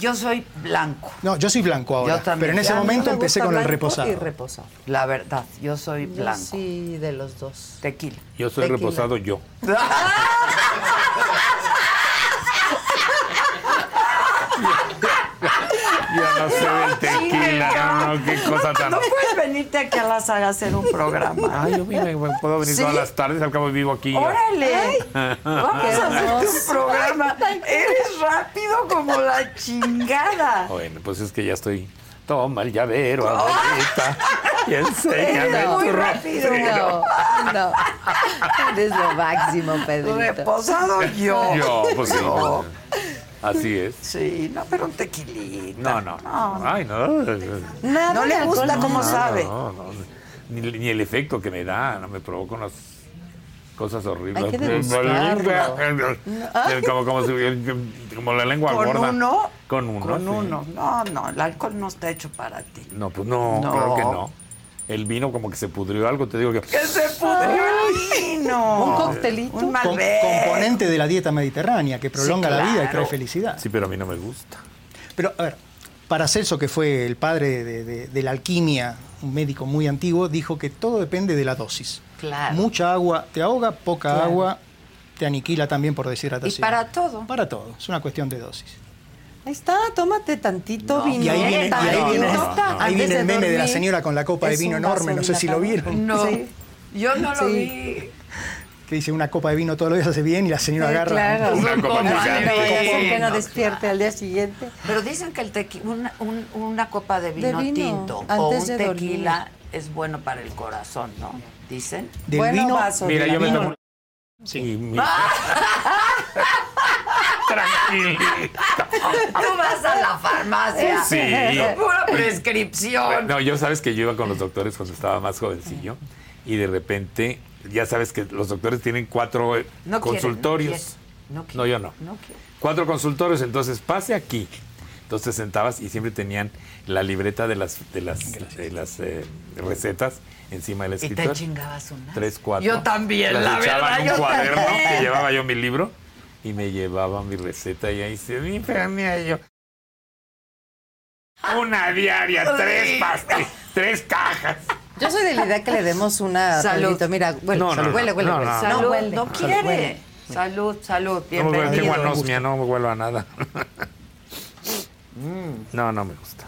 [SPEAKER 1] Yo soy blanco,
[SPEAKER 5] No, yo soy blanco ahora,
[SPEAKER 1] Yo también.
[SPEAKER 5] pero en ese
[SPEAKER 1] Ya, no me
[SPEAKER 5] momento
[SPEAKER 4] Me
[SPEAKER 5] empecé
[SPEAKER 4] gusta
[SPEAKER 5] con el
[SPEAKER 4] blanco
[SPEAKER 5] reposado.
[SPEAKER 4] Y reposado.
[SPEAKER 1] la verdad. Yo soy
[SPEAKER 4] Yo
[SPEAKER 1] blanco.
[SPEAKER 4] sí, de los dos.
[SPEAKER 1] Tequila.
[SPEAKER 2] Yo soy
[SPEAKER 4] Tequila.
[SPEAKER 2] reposado yo. Yo no sé del tequila, no, no, qué cosa tan.
[SPEAKER 1] No puedes venirte aquí a la saga a hacer un programa.
[SPEAKER 2] Ay, yo vine, bueno, puedo venir
[SPEAKER 1] ¿Sí?
[SPEAKER 2] todas las tardes, al cabo vivo aquí.
[SPEAKER 1] ¡Órale! Vamos
[SPEAKER 4] Qué
[SPEAKER 1] a hacerte un
[SPEAKER 4] hermoso.
[SPEAKER 1] programa. Eres rápido como la chingada.
[SPEAKER 2] Bueno, pues es que ya estoy. Toma el llavero, abuelita, y enséñame
[SPEAKER 1] Eres muy
[SPEAKER 2] tu
[SPEAKER 1] rápido.
[SPEAKER 2] rostro.
[SPEAKER 4] No, no. Eres lo máximo, Pedrito.
[SPEAKER 1] Reposado yo.
[SPEAKER 2] Yo, pues sí.
[SPEAKER 1] No.
[SPEAKER 2] Así es.
[SPEAKER 1] Sí, no, pero un tequilita.
[SPEAKER 2] No, no. Ay, no.
[SPEAKER 4] Nada
[SPEAKER 1] No le
[SPEAKER 4] de
[SPEAKER 1] gusta
[SPEAKER 4] alcohol.
[SPEAKER 1] cómo sabe.
[SPEAKER 2] No, no, ni, ni el efecto que me da, no me provoca unas cosas horribles.
[SPEAKER 4] Hay que degustarlo.
[SPEAKER 2] como, como, si- como la lengua
[SPEAKER 1] ¿Con
[SPEAKER 2] gorda.
[SPEAKER 1] uno?
[SPEAKER 2] Con uno.
[SPEAKER 1] Con
[SPEAKER 2] sí.
[SPEAKER 1] uno. No, no, el alcohol no está hecho para ti.
[SPEAKER 2] No, pues no,
[SPEAKER 1] No.
[SPEAKER 2] claro que no. El vino como que se pudrió algo, te digo que.
[SPEAKER 1] ¡Que se pudrió el vino!
[SPEAKER 4] Un coctelito.
[SPEAKER 1] Un
[SPEAKER 5] Com-
[SPEAKER 1] Malbec.
[SPEAKER 5] componente de la dieta mediterránea que prolonga la vida y
[SPEAKER 1] claro.
[SPEAKER 5] trae felicidad.
[SPEAKER 2] Sí, pero a mí no me gusta.
[SPEAKER 5] Pero, a ver, Paracelso, que fue el padre de, de- de la alquimia, un médico muy antiguo, dijo que todo depende de la dosis.
[SPEAKER 1] Claro.
[SPEAKER 5] Mucha agua te ahoga, poca agua te aniquila también por deshidratación.
[SPEAKER 1] Y para todo.
[SPEAKER 5] Para todo, es una cuestión de dosis.
[SPEAKER 4] Ahí está, tómate tantito vino.
[SPEAKER 5] Y ahí viene, y ahí
[SPEAKER 4] tantito.
[SPEAKER 1] no,
[SPEAKER 5] viene-
[SPEAKER 1] no.
[SPEAKER 5] ahí viene
[SPEAKER 4] Antes
[SPEAKER 5] el meme de la
[SPEAKER 4] dormir,
[SPEAKER 5] señora con la copa de
[SPEAKER 4] es
[SPEAKER 5] vino
[SPEAKER 4] un vaso
[SPEAKER 5] enorme,
[SPEAKER 4] de
[SPEAKER 5] no sé si lo
[SPEAKER 4] natama.
[SPEAKER 5] vieron,
[SPEAKER 1] No,
[SPEAKER 4] Sí.
[SPEAKER 1] yo no lo
[SPEAKER 4] Sí.
[SPEAKER 1] vi.
[SPEAKER 5] que dice una copa de vino todos los días hace bien y la señora
[SPEAKER 4] Sí,
[SPEAKER 5] agarra.
[SPEAKER 4] claro.
[SPEAKER 2] Una copa
[SPEAKER 4] Con
[SPEAKER 2] picante.
[SPEAKER 4] hambre, ya con que no
[SPEAKER 1] Sí.
[SPEAKER 4] despierte al día siguiente.
[SPEAKER 1] Pero dicen que el tequi- una, un- una copa de vino,
[SPEAKER 4] vino,
[SPEAKER 1] tinto o
[SPEAKER 4] antes
[SPEAKER 1] un
[SPEAKER 4] de dormir.
[SPEAKER 1] tequila es bueno para el corazón, ¿no? Dicen.
[SPEAKER 5] Del
[SPEAKER 4] Bueno,
[SPEAKER 5] vino,
[SPEAKER 4] vaso
[SPEAKER 2] Mira,
[SPEAKER 4] de
[SPEAKER 2] yo me
[SPEAKER 4] vino.
[SPEAKER 2] tomo. Sí, Ah. mira. Tranquilita.
[SPEAKER 1] Tú vas a la farmacia.
[SPEAKER 2] Sí.
[SPEAKER 1] Con Pura prescripción.
[SPEAKER 2] No, yo sabes que yo iba con los doctores cuando estaba más jovencillo y de repente, ya sabes que los doctores tienen cuatro eh,
[SPEAKER 1] No quiere,
[SPEAKER 2] consultorios.
[SPEAKER 1] no quiere,
[SPEAKER 2] No, yo no.
[SPEAKER 1] No quiere.
[SPEAKER 2] Cuatro consultorios, entonces pase aquí. Entonces sentabas y siempre tenían la libreta de las de las, de las eh, recetas encima del
[SPEAKER 1] Y
[SPEAKER 2] escritorio.
[SPEAKER 1] te chingabas una.
[SPEAKER 2] Tres, cuatro.
[SPEAKER 1] Yo también,
[SPEAKER 2] Las
[SPEAKER 1] la verdad.
[SPEAKER 2] echaba en
[SPEAKER 1] yo
[SPEAKER 2] un cuaderno que
[SPEAKER 1] también.
[SPEAKER 2] llevaba yo mi libro y me llevaba mi receta y ahí se me enfermé y yo. Una diaria, tres pastillas, tres cajas.
[SPEAKER 4] Yo soy de la idea que le demos una.
[SPEAKER 1] Salud.
[SPEAKER 4] Pedrito. Mira, huele,
[SPEAKER 2] No, no,
[SPEAKER 4] huele,
[SPEAKER 2] no,
[SPEAKER 4] huele,
[SPEAKER 2] no,
[SPEAKER 4] huele.
[SPEAKER 2] no.
[SPEAKER 1] Salud,
[SPEAKER 4] No huele.
[SPEAKER 1] no quiere. Salud, salud,
[SPEAKER 2] No me huele, tengo
[SPEAKER 1] bienvenido.
[SPEAKER 2] anosmia, no me vuelvo a nada.
[SPEAKER 1] Mm.
[SPEAKER 2] No, no me gusta.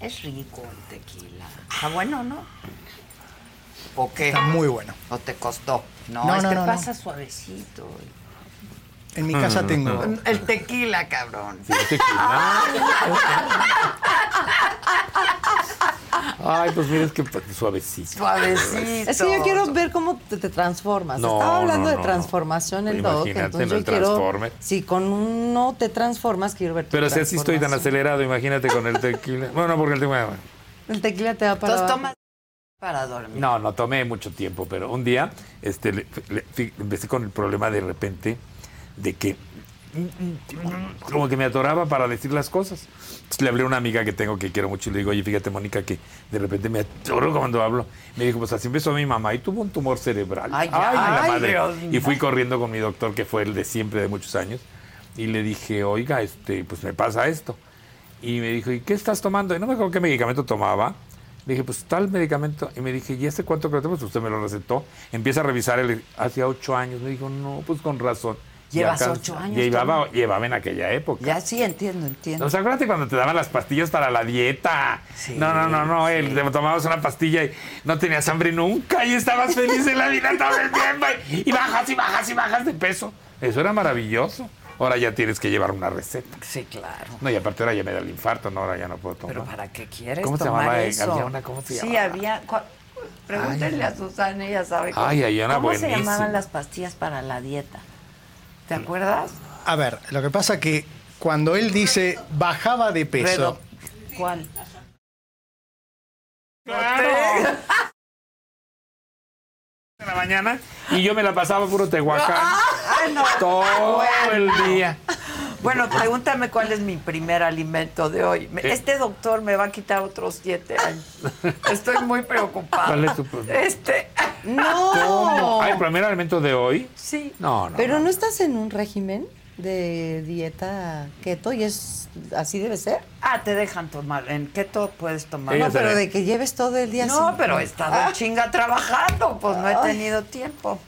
[SPEAKER 1] es rico el tequila. Está bueno, ¿no? ¿O qué?
[SPEAKER 5] está muy bueno.
[SPEAKER 1] ¿O te costó? No,
[SPEAKER 5] No, no,
[SPEAKER 1] este
[SPEAKER 5] no, no.
[SPEAKER 1] pasa suavecito.
[SPEAKER 5] En
[SPEAKER 2] Mm,
[SPEAKER 5] mi casa tengo.
[SPEAKER 1] El tequila, cabrón.
[SPEAKER 2] Sí, este que- Ay, pues mira, es que suavecito.
[SPEAKER 1] Suavecito.
[SPEAKER 4] Es que yo quiero ver cómo te, te transformas.
[SPEAKER 2] No,
[SPEAKER 4] Estaba hablando
[SPEAKER 2] no,
[SPEAKER 4] de
[SPEAKER 2] no,
[SPEAKER 4] transformación
[SPEAKER 2] no.
[SPEAKER 4] el doc,
[SPEAKER 2] Imagínate,
[SPEAKER 4] entonces
[SPEAKER 2] no,
[SPEAKER 4] yo
[SPEAKER 2] el
[SPEAKER 4] quiero
[SPEAKER 2] Transformer.
[SPEAKER 4] si con uno te transformas quiero ver. tu
[SPEAKER 2] Pero si así estoy tan
[SPEAKER 4] transformación.
[SPEAKER 2] acelerado, imagínate con el tequila. Bueno, porque el tema...
[SPEAKER 4] El tequila te va para
[SPEAKER 1] Entonces
[SPEAKER 4] abajo.
[SPEAKER 1] tomas para dormir.
[SPEAKER 2] No, no tomé mucho tiempo, pero un día este, le- le- fi- empecé con el problema de repente de que como que me atoraba para decir las cosas. Entonces, le hablé a una amiga que tengo que quiero mucho y le digo, oye, fíjate, Mónica, que de repente me atoro cuando hablo. Me dijo, pues así empezó mi mamá y tuvo un tumor cerebral.
[SPEAKER 1] Ay,
[SPEAKER 2] la
[SPEAKER 1] ay,
[SPEAKER 2] madre.
[SPEAKER 1] Dios
[SPEAKER 2] y fui corriendo con mi doctor, que fue el de siempre, de muchos años, y le dije, oiga, este, pues me pasa esto. Y me dijo, ¿y qué estás tomando? Y no me acuerdo qué medicamento tomaba. Le dije, pues tal medicamento. Y me dije, ¿y este cuánto que lo tomo? Pues usted me lo recetó. Empieza a revisar el, hacía ocho años. Me dijo, no, pues con razón. Ya
[SPEAKER 1] Llevas
[SPEAKER 2] cansa.
[SPEAKER 1] ocho años
[SPEAKER 2] Llevaba, llevaba en aquella época.
[SPEAKER 1] Ya sí, entiendo, entiendo.
[SPEAKER 2] O sea, acuérdate cuando te daban las pastillas para la dieta.
[SPEAKER 1] Sí,
[SPEAKER 2] no, no, no, no. el- te tomabas una pastilla y no tenías hambre nunca y estabas feliz en la vida todo el tiempo. Y, y bajas y bajas y bajas de peso. Eso era maravilloso. Ahora ya tienes que llevar una receta.
[SPEAKER 1] sí, claro.
[SPEAKER 2] No, y aparte ahora ya me da el infarto, no, ahora ya no puedo tomar.
[SPEAKER 1] Pero ¿para qué quieres
[SPEAKER 2] ¿Cómo se
[SPEAKER 1] tomar
[SPEAKER 2] llamaba?
[SPEAKER 1] eso?
[SPEAKER 2] Había una, ¿cómo se
[SPEAKER 1] Sí,
[SPEAKER 2] llamaba?
[SPEAKER 1] había... cua- Pregúntenle a Susana, ella sabe. cómo-
[SPEAKER 2] Ay, hay una
[SPEAKER 1] ¿Cómo se
[SPEAKER 2] buenísima. Mm,
[SPEAKER 1] llamaban las pastillas para la dieta? ¿Te acuerdas?
[SPEAKER 5] A ver, lo que pasa que cuando él dice bajaba de peso,
[SPEAKER 1] Redo- ¿Cuál?
[SPEAKER 2] ¡Claro! De la mañana y yo me la pasaba puro tehuacán
[SPEAKER 1] Ah, no.
[SPEAKER 2] todo el día.
[SPEAKER 1] Bueno, pregúntame cuál es mi primer alimento de hoy. Me-
[SPEAKER 2] Eh.
[SPEAKER 1] Este doctor me va a quitar otros siete años. Estoy muy preocupada.
[SPEAKER 2] ¿Cuál es tu primer-
[SPEAKER 1] Este,
[SPEAKER 4] No.
[SPEAKER 2] ¿Hay primer alimento de hoy?
[SPEAKER 1] sí.
[SPEAKER 2] No, no.
[SPEAKER 4] Pero no estás en un régimen de dieta keto y es así debe ser.
[SPEAKER 1] Ah, te dejan tomar. ¿En qué todo puedes tomar?
[SPEAKER 2] Ella
[SPEAKER 4] No, pero
[SPEAKER 2] sabe.
[SPEAKER 4] de que lleves todo el día
[SPEAKER 1] No,
[SPEAKER 4] así.
[SPEAKER 1] pero he estado
[SPEAKER 4] Ah.
[SPEAKER 1] en chinga trabajando, pues no he tenido tiempo.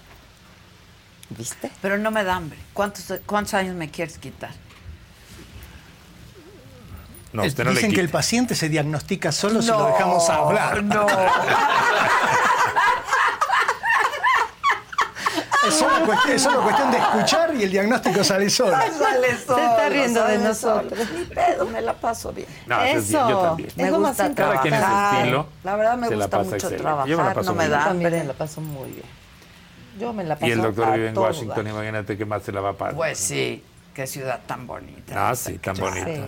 [SPEAKER 4] ¿Viste?
[SPEAKER 1] Pero no me da hambre. ¿Cuántos, cuántos años me quieres quitar?
[SPEAKER 2] No,
[SPEAKER 5] Es-
[SPEAKER 2] usted no le
[SPEAKER 5] Dicen que el
[SPEAKER 2] quita.
[SPEAKER 5] paciente se diagnostica solo si lo dejamos hablar.
[SPEAKER 1] No.
[SPEAKER 5] Es solo, cuestión, es solo cuestión de escuchar y el diagnóstico sale solo.
[SPEAKER 1] Sale solo,
[SPEAKER 4] está riendo de
[SPEAKER 1] sale solo.
[SPEAKER 4] nosotros.
[SPEAKER 1] Ni pedo, me la paso bien.
[SPEAKER 2] No, eso sí, yo
[SPEAKER 4] Eso.
[SPEAKER 2] también.
[SPEAKER 4] Me
[SPEAKER 1] Me
[SPEAKER 4] gusta
[SPEAKER 1] gusta
[SPEAKER 2] Cada quien en su
[SPEAKER 1] trabajar.
[SPEAKER 2] estilo,
[SPEAKER 1] La verdad me
[SPEAKER 2] se la
[SPEAKER 1] gusta
[SPEAKER 2] pasa
[SPEAKER 1] mucho
[SPEAKER 2] excelente.
[SPEAKER 1] trabajar,
[SPEAKER 2] Yo me la paso
[SPEAKER 1] no me
[SPEAKER 2] muy
[SPEAKER 4] Yo
[SPEAKER 1] da
[SPEAKER 4] también
[SPEAKER 1] hambre.
[SPEAKER 4] me la paso muy bien. Yo me la paso
[SPEAKER 2] Y el doctor
[SPEAKER 4] a
[SPEAKER 2] vive en
[SPEAKER 4] toda.
[SPEAKER 2] Washington, imagínate qué más se la va a pagar.
[SPEAKER 1] Pues sí, qué ciudad tan bonita.
[SPEAKER 2] Ah, sí, tan
[SPEAKER 4] Sí.
[SPEAKER 2] bonita.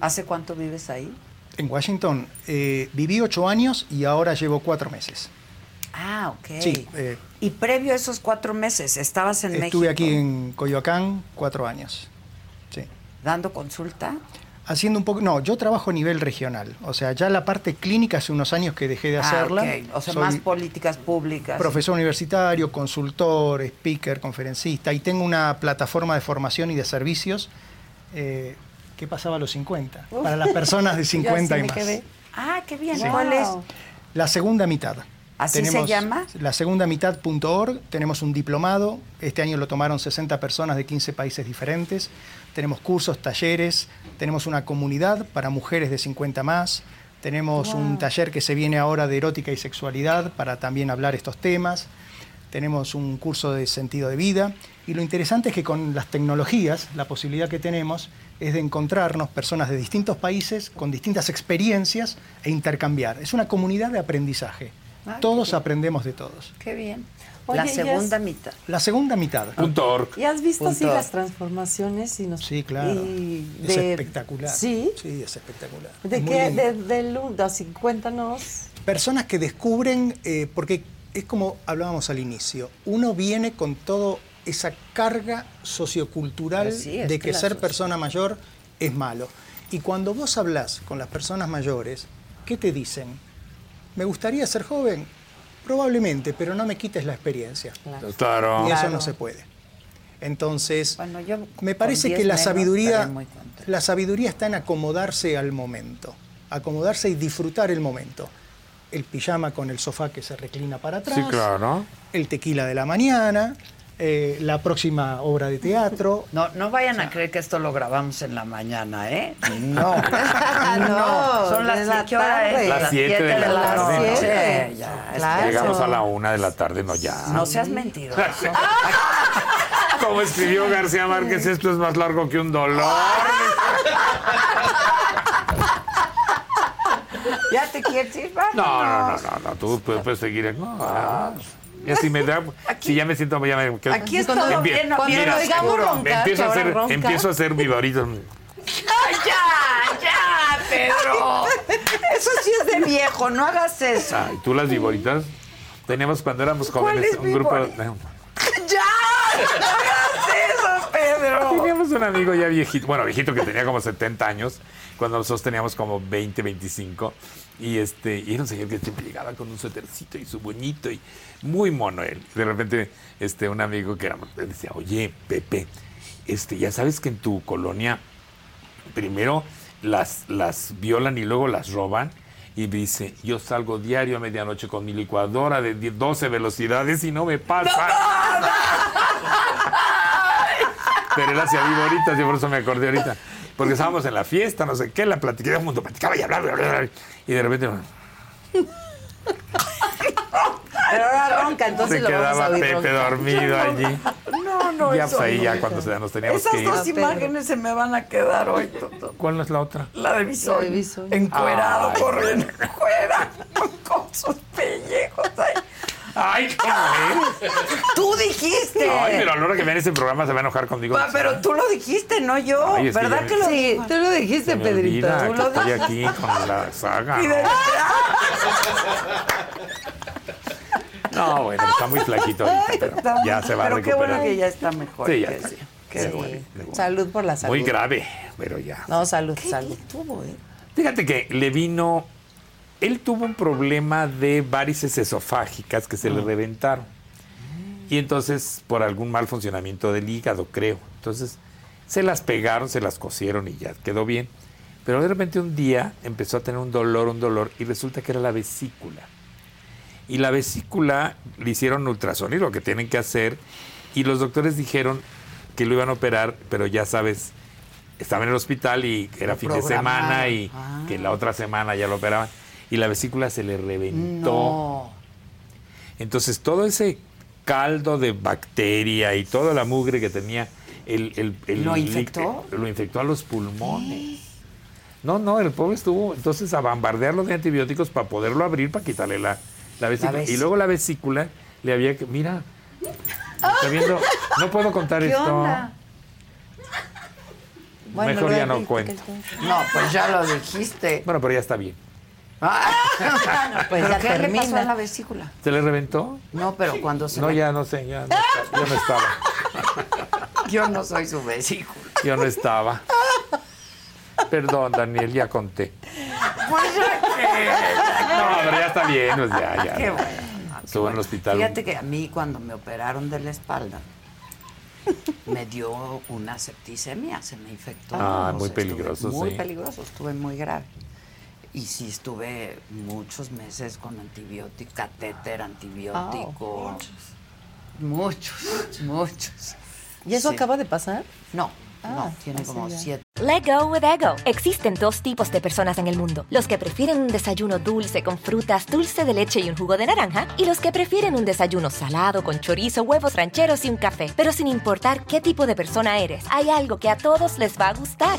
[SPEAKER 1] ¿Hace cuánto vives ahí?
[SPEAKER 5] En Washington eh, viví ocho años y ahora llevo cuatro meses.
[SPEAKER 1] Ah, ok.
[SPEAKER 5] Sí, eh.
[SPEAKER 1] y previo a esos cuatro meses, estabas en México.
[SPEAKER 5] Estuve aquí en Coyoacán cuatro años. Sí.
[SPEAKER 1] Dando consulta.
[SPEAKER 5] Haciendo un poco. No, yo trabajo a nivel regional. O sea, ya la parte clínica hace unos años que dejé de hacerla.
[SPEAKER 1] Ah, ok. O sea,
[SPEAKER 5] Soy
[SPEAKER 1] más políticas públicas.
[SPEAKER 5] profesor universitario, consultor, speaker, conferencista y tengo una plataforma de formación y de servicios. eh, que pasaba a los 50? Para las personas Ah, de 50
[SPEAKER 4] Yo así
[SPEAKER 5] y
[SPEAKER 4] me
[SPEAKER 5] más.
[SPEAKER 4] quedé.
[SPEAKER 1] Ah, qué bien. ¿Cuál es?
[SPEAKER 5] La segunda mitad.
[SPEAKER 1] ¿Así se llama?
[SPEAKER 5] La segunda mitad.org. Tenemos un diplomado. Este año lo tomaron 60 personas de 15 países diferentes. Tenemos cursos, talleres. Tenemos una comunidad para mujeres de 50 más. Tenemos un taller que se viene ahora de erótica y sexualidad para también hablar estos temas. Tenemos un curso de sentido de vida. Y lo interesante es que con las tecnologías, la posibilidad que tenemos es de encontrarnos personas de distintos países, con distintas experiencias e intercambiar. Es una comunidad de aprendizaje.
[SPEAKER 1] Ah,
[SPEAKER 5] todos
[SPEAKER 1] qué bien.
[SPEAKER 5] aprendemos de todos.
[SPEAKER 1] Qué bien.
[SPEAKER 4] Oye,
[SPEAKER 1] la
[SPEAKER 4] ¿y es-
[SPEAKER 1] segunda mitad.
[SPEAKER 5] La segunda mitad.
[SPEAKER 2] Punto org.
[SPEAKER 4] ¿Y has visto así
[SPEAKER 1] Punto.
[SPEAKER 4] las transformaciones? Y nos,
[SPEAKER 5] Sí, claro.
[SPEAKER 4] y
[SPEAKER 5] Es
[SPEAKER 4] de-
[SPEAKER 5] espectacular.
[SPEAKER 4] Sí.
[SPEAKER 5] Sí, es espectacular.
[SPEAKER 4] ¿De
[SPEAKER 5] Muy
[SPEAKER 4] qué?
[SPEAKER 5] lindo.
[SPEAKER 4] De, del 1 a 50 nos.
[SPEAKER 5] personas que descubren, eh, porque es como hablábamos al inicio, uno viene con toda esa carga sociocultural
[SPEAKER 1] Así es,
[SPEAKER 5] de
[SPEAKER 1] que
[SPEAKER 5] que
[SPEAKER 1] la
[SPEAKER 5] ser
[SPEAKER 1] soci-
[SPEAKER 5] persona mayor es malo. Y cuando vos hablás con las personas mayores, ¿qué te dicen? ¿Me gustaría ser joven? Probablemente, pero no me quites la experiencia.
[SPEAKER 2] Claro.
[SPEAKER 5] Y eso
[SPEAKER 4] Claro.
[SPEAKER 5] no se puede. Entonces,
[SPEAKER 1] Bueno, yo
[SPEAKER 5] me
[SPEAKER 1] con
[SPEAKER 5] parece
[SPEAKER 1] 10
[SPEAKER 5] que la
[SPEAKER 1] menos
[SPEAKER 5] sabiduría,
[SPEAKER 1] estaría muy contenta.
[SPEAKER 5] la sabiduría está en acomodarse al momento, acomodarse y disfrutar el momento. El pijama con el sofá que se reclina para atrás,
[SPEAKER 2] Sí, claro.
[SPEAKER 5] el tequila de la mañana, eh, la próxima obra de teatro.
[SPEAKER 1] No, no vayan a creer que esto lo grabamos en la mañana, ¿eh? No. no.
[SPEAKER 4] No,
[SPEAKER 1] Son las
[SPEAKER 4] de la
[SPEAKER 1] 7 horas,
[SPEAKER 4] tarde.
[SPEAKER 1] ¿eh?
[SPEAKER 2] Las siete de la tarde,
[SPEAKER 4] ¿no?
[SPEAKER 1] Sí, ya, es-
[SPEAKER 4] Claro.
[SPEAKER 2] Llegamos a la una de la tarde, no ya.
[SPEAKER 1] No seas mentiroso.
[SPEAKER 2] Como escribió García Márquez, esto es más largo que un dolor.
[SPEAKER 1] ¿Ya te quieres ir? Vámonos.
[SPEAKER 2] No, no, no, no, no, tú puedes, puedes seguir. aquí. No, ah, y así me da, si ya me siento, ya me quedo.
[SPEAKER 1] Aquí es
[SPEAKER 4] Cuando-
[SPEAKER 1] todo
[SPEAKER 2] Empie-
[SPEAKER 1] bien,
[SPEAKER 4] cuando
[SPEAKER 1] bien
[SPEAKER 4] lo
[SPEAKER 1] oscuro.
[SPEAKER 4] digamos
[SPEAKER 2] Me
[SPEAKER 4] roncar,
[SPEAKER 2] empiezo, a
[SPEAKER 4] que ahora
[SPEAKER 2] hacer,
[SPEAKER 4] ronca.
[SPEAKER 2] empiezo a hacer vivarito.
[SPEAKER 1] ¡Ay, ya! ¡Ya, Pedro! Eso sí es de viejo, no hagas eso.
[SPEAKER 2] Ay, tú las viboritas teníamos cuando éramos jóvenes
[SPEAKER 1] es
[SPEAKER 2] un grupo.
[SPEAKER 1] víbora? ¡Ya! ¡No hagas eso, Pedro!
[SPEAKER 2] Teníamos un amigo ya viejito, bueno, viejito que tenía como 70 años, cuando nosotros teníamos como 20, 25. Y, este, y era un señor que siempre llegaba con un suétercito y su boñito y muy mono él. De repente, este, un amigo que era, decía, oye, Pepe, este, ya sabes que en tu colonia primero las, las violan y luego las roban. Y dice, yo salgo diario a medianoche con mi licuadora de 10, 12 velocidades y no me pasa. Pero él hacía viboritas y por eso me acordé ahorita. Porque estábamos en la fiesta, no sé qué, la platiqué, todo el mundo platicaba y hablaba, bla, bla, bla, y de repente bueno,
[SPEAKER 4] Pero ahora ronca,
[SPEAKER 2] se
[SPEAKER 4] entonces lo vamos
[SPEAKER 2] quedaba
[SPEAKER 4] a oír.
[SPEAKER 2] Pepe
[SPEAKER 4] roncar.
[SPEAKER 2] dormido allí.
[SPEAKER 1] No, no,
[SPEAKER 2] ya
[SPEAKER 1] eso
[SPEAKER 2] pues ahí
[SPEAKER 1] no.
[SPEAKER 2] ya cuando se nos teníamos que
[SPEAKER 1] Esas
[SPEAKER 2] ir.
[SPEAKER 1] dos
[SPEAKER 4] Ah, Pedro.
[SPEAKER 1] imágenes se me van a quedar hoy, Toto.
[SPEAKER 2] ¿Cuál es la otra?
[SPEAKER 1] La de
[SPEAKER 4] La de
[SPEAKER 1] Bisoño.
[SPEAKER 4] Bisoño.
[SPEAKER 1] Encuerado,
[SPEAKER 2] Ay.
[SPEAKER 1] corriendo, encuerado, con sus pellejos ahí.
[SPEAKER 2] Ay, ¿cómo es?
[SPEAKER 1] Tú dijiste.
[SPEAKER 2] Ay, pero a la hora que vean ese programa se va a enojar conmigo.
[SPEAKER 1] Pa- pero tú lo dijiste, no yo.
[SPEAKER 2] Ay, es que
[SPEAKER 1] ¿Verdad
[SPEAKER 2] ya
[SPEAKER 1] que,
[SPEAKER 2] me-
[SPEAKER 1] lo
[SPEAKER 4] Sí, tú lo dijiste,
[SPEAKER 2] Se me
[SPEAKER 4] Pedrito.
[SPEAKER 2] olvida
[SPEAKER 4] Tú
[SPEAKER 2] que
[SPEAKER 4] lo
[SPEAKER 2] estoy aquí con la saga.
[SPEAKER 1] Y de-
[SPEAKER 2] No, bueno, está muy flaquito ahorita, pero
[SPEAKER 1] Está-
[SPEAKER 2] ya se va a
[SPEAKER 1] Pero qué bueno
[SPEAKER 2] recuperar.
[SPEAKER 1] que ya está mejor.
[SPEAKER 2] Sí, ya
[SPEAKER 1] que
[SPEAKER 2] está.
[SPEAKER 1] sí. Qué
[SPEAKER 4] Sí.
[SPEAKER 1] bueno.
[SPEAKER 4] Salud por la salud.
[SPEAKER 2] Muy grave, pero ya.
[SPEAKER 4] No, salud,
[SPEAKER 1] ¿Qué
[SPEAKER 4] salud.
[SPEAKER 1] bien tuvo, eh?
[SPEAKER 2] Fíjate que le vino. Él tuvo un problema de varices esofágicas que se
[SPEAKER 1] Mm.
[SPEAKER 2] le reventaron. Y entonces, por algún mal funcionamiento del hígado, creo. Entonces, se las pegaron, se las cosieron y ya quedó bien. Pero de repente un día empezó a tener un dolor, un dolor, y resulta que era la vesícula. Y la vesícula le hicieron ultrasonido, lo que tienen que hacer, y los doctores dijeron que lo iban a operar, pero ya sabes, estaba en el hospital y era
[SPEAKER 1] Lo
[SPEAKER 2] fin de semana
[SPEAKER 1] programaron.
[SPEAKER 2] y
[SPEAKER 1] Ah.
[SPEAKER 2] que la otra semana ya lo operaban. Y la vesícula se le reventó.
[SPEAKER 1] No.
[SPEAKER 2] Entonces todo ese caldo de bacteria y toda la mugre que tenía el, el- el-
[SPEAKER 1] ¿Lo infectó?
[SPEAKER 2] el- lo infectó a los pulmones. No, no, el pobre estuvo entonces a bombardearlo de antibióticos para poderlo abrir, para quitarle la, la vesícula.
[SPEAKER 1] ves-
[SPEAKER 2] y luego la vesícula le había que. Mira, está viendo. No puedo contar
[SPEAKER 1] ¿Qué
[SPEAKER 2] esto.
[SPEAKER 1] onda?
[SPEAKER 2] Mejor
[SPEAKER 4] lo
[SPEAKER 2] ya no
[SPEAKER 4] del-
[SPEAKER 2] cuento.
[SPEAKER 1] No, pues ya lo dijiste.
[SPEAKER 2] Bueno, pero ya está bien.
[SPEAKER 1] Ah,
[SPEAKER 4] pues ya
[SPEAKER 1] ¿Pero ¿Qué le pasó
[SPEAKER 4] termina.
[SPEAKER 1] a la vesícula?
[SPEAKER 2] ¿Se le reventó?
[SPEAKER 1] No, pero cuando se
[SPEAKER 2] No,
[SPEAKER 1] la-
[SPEAKER 2] ya no sé, ya no, está- ya no estaba.
[SPEAKER 1] Yo no soy su vesícula.
[SPEAKER 2] Yo no estaba. Perdón, Daniel, ya conté.
[SPEAKER 1] Pues ya
[SPEAKER 2] No, pero ya está bien, pues ya, ya.
[SPEAKER 1] que... Qué bueno.
[SPEAKER 2] Estuvo en el hospital.
[SPEAKER 1] Fíjate que a mí cuando me operaron de la espalda me dio una septicemia, se me infectó.
[SPEAKER 2] Ah,
[SPEAKER 1] O sea,
[SPEAKER 2] muy
[SPEAKER 1] estuve
[SPEAKER 2] peligroso,
[SPEAKER 1] Muy
[SPEAKER 2] sí.
[SPEAKER 1] peligroso, estuve muy grave. Y sí estuve muchos meses con antibiótico, catéter,
[SPEAKER 4] Oh,
[SPEAKER 1] antibiótico. muchos, muchos.
[SPEAKER 4] ¿Y eso
[SPEAKER 1] Sí.
[SPEAKER 4] acaba de pasar?
[SPEAKER 1] No,
[SPEAKER 4] Ah,
[SPEAKER 1] no, tiene
[SPEAKER 4] hace
[SPEAKER 1] como
[SPEAKER 4] ya.
[SPEAKER 1] siete.
[SPEAKER 3] Let go with ego. Existen dos tipos de personas en el mundo: los que prefieren un desayuno dulce con frutas, dulce de leche y un jugo de naranja, y los que prefieren un desayuno salado con chorizo, huevos rancheros y un café. Pero sin importar qué tipo de persona eres, hay algo que a todos les va a gustar.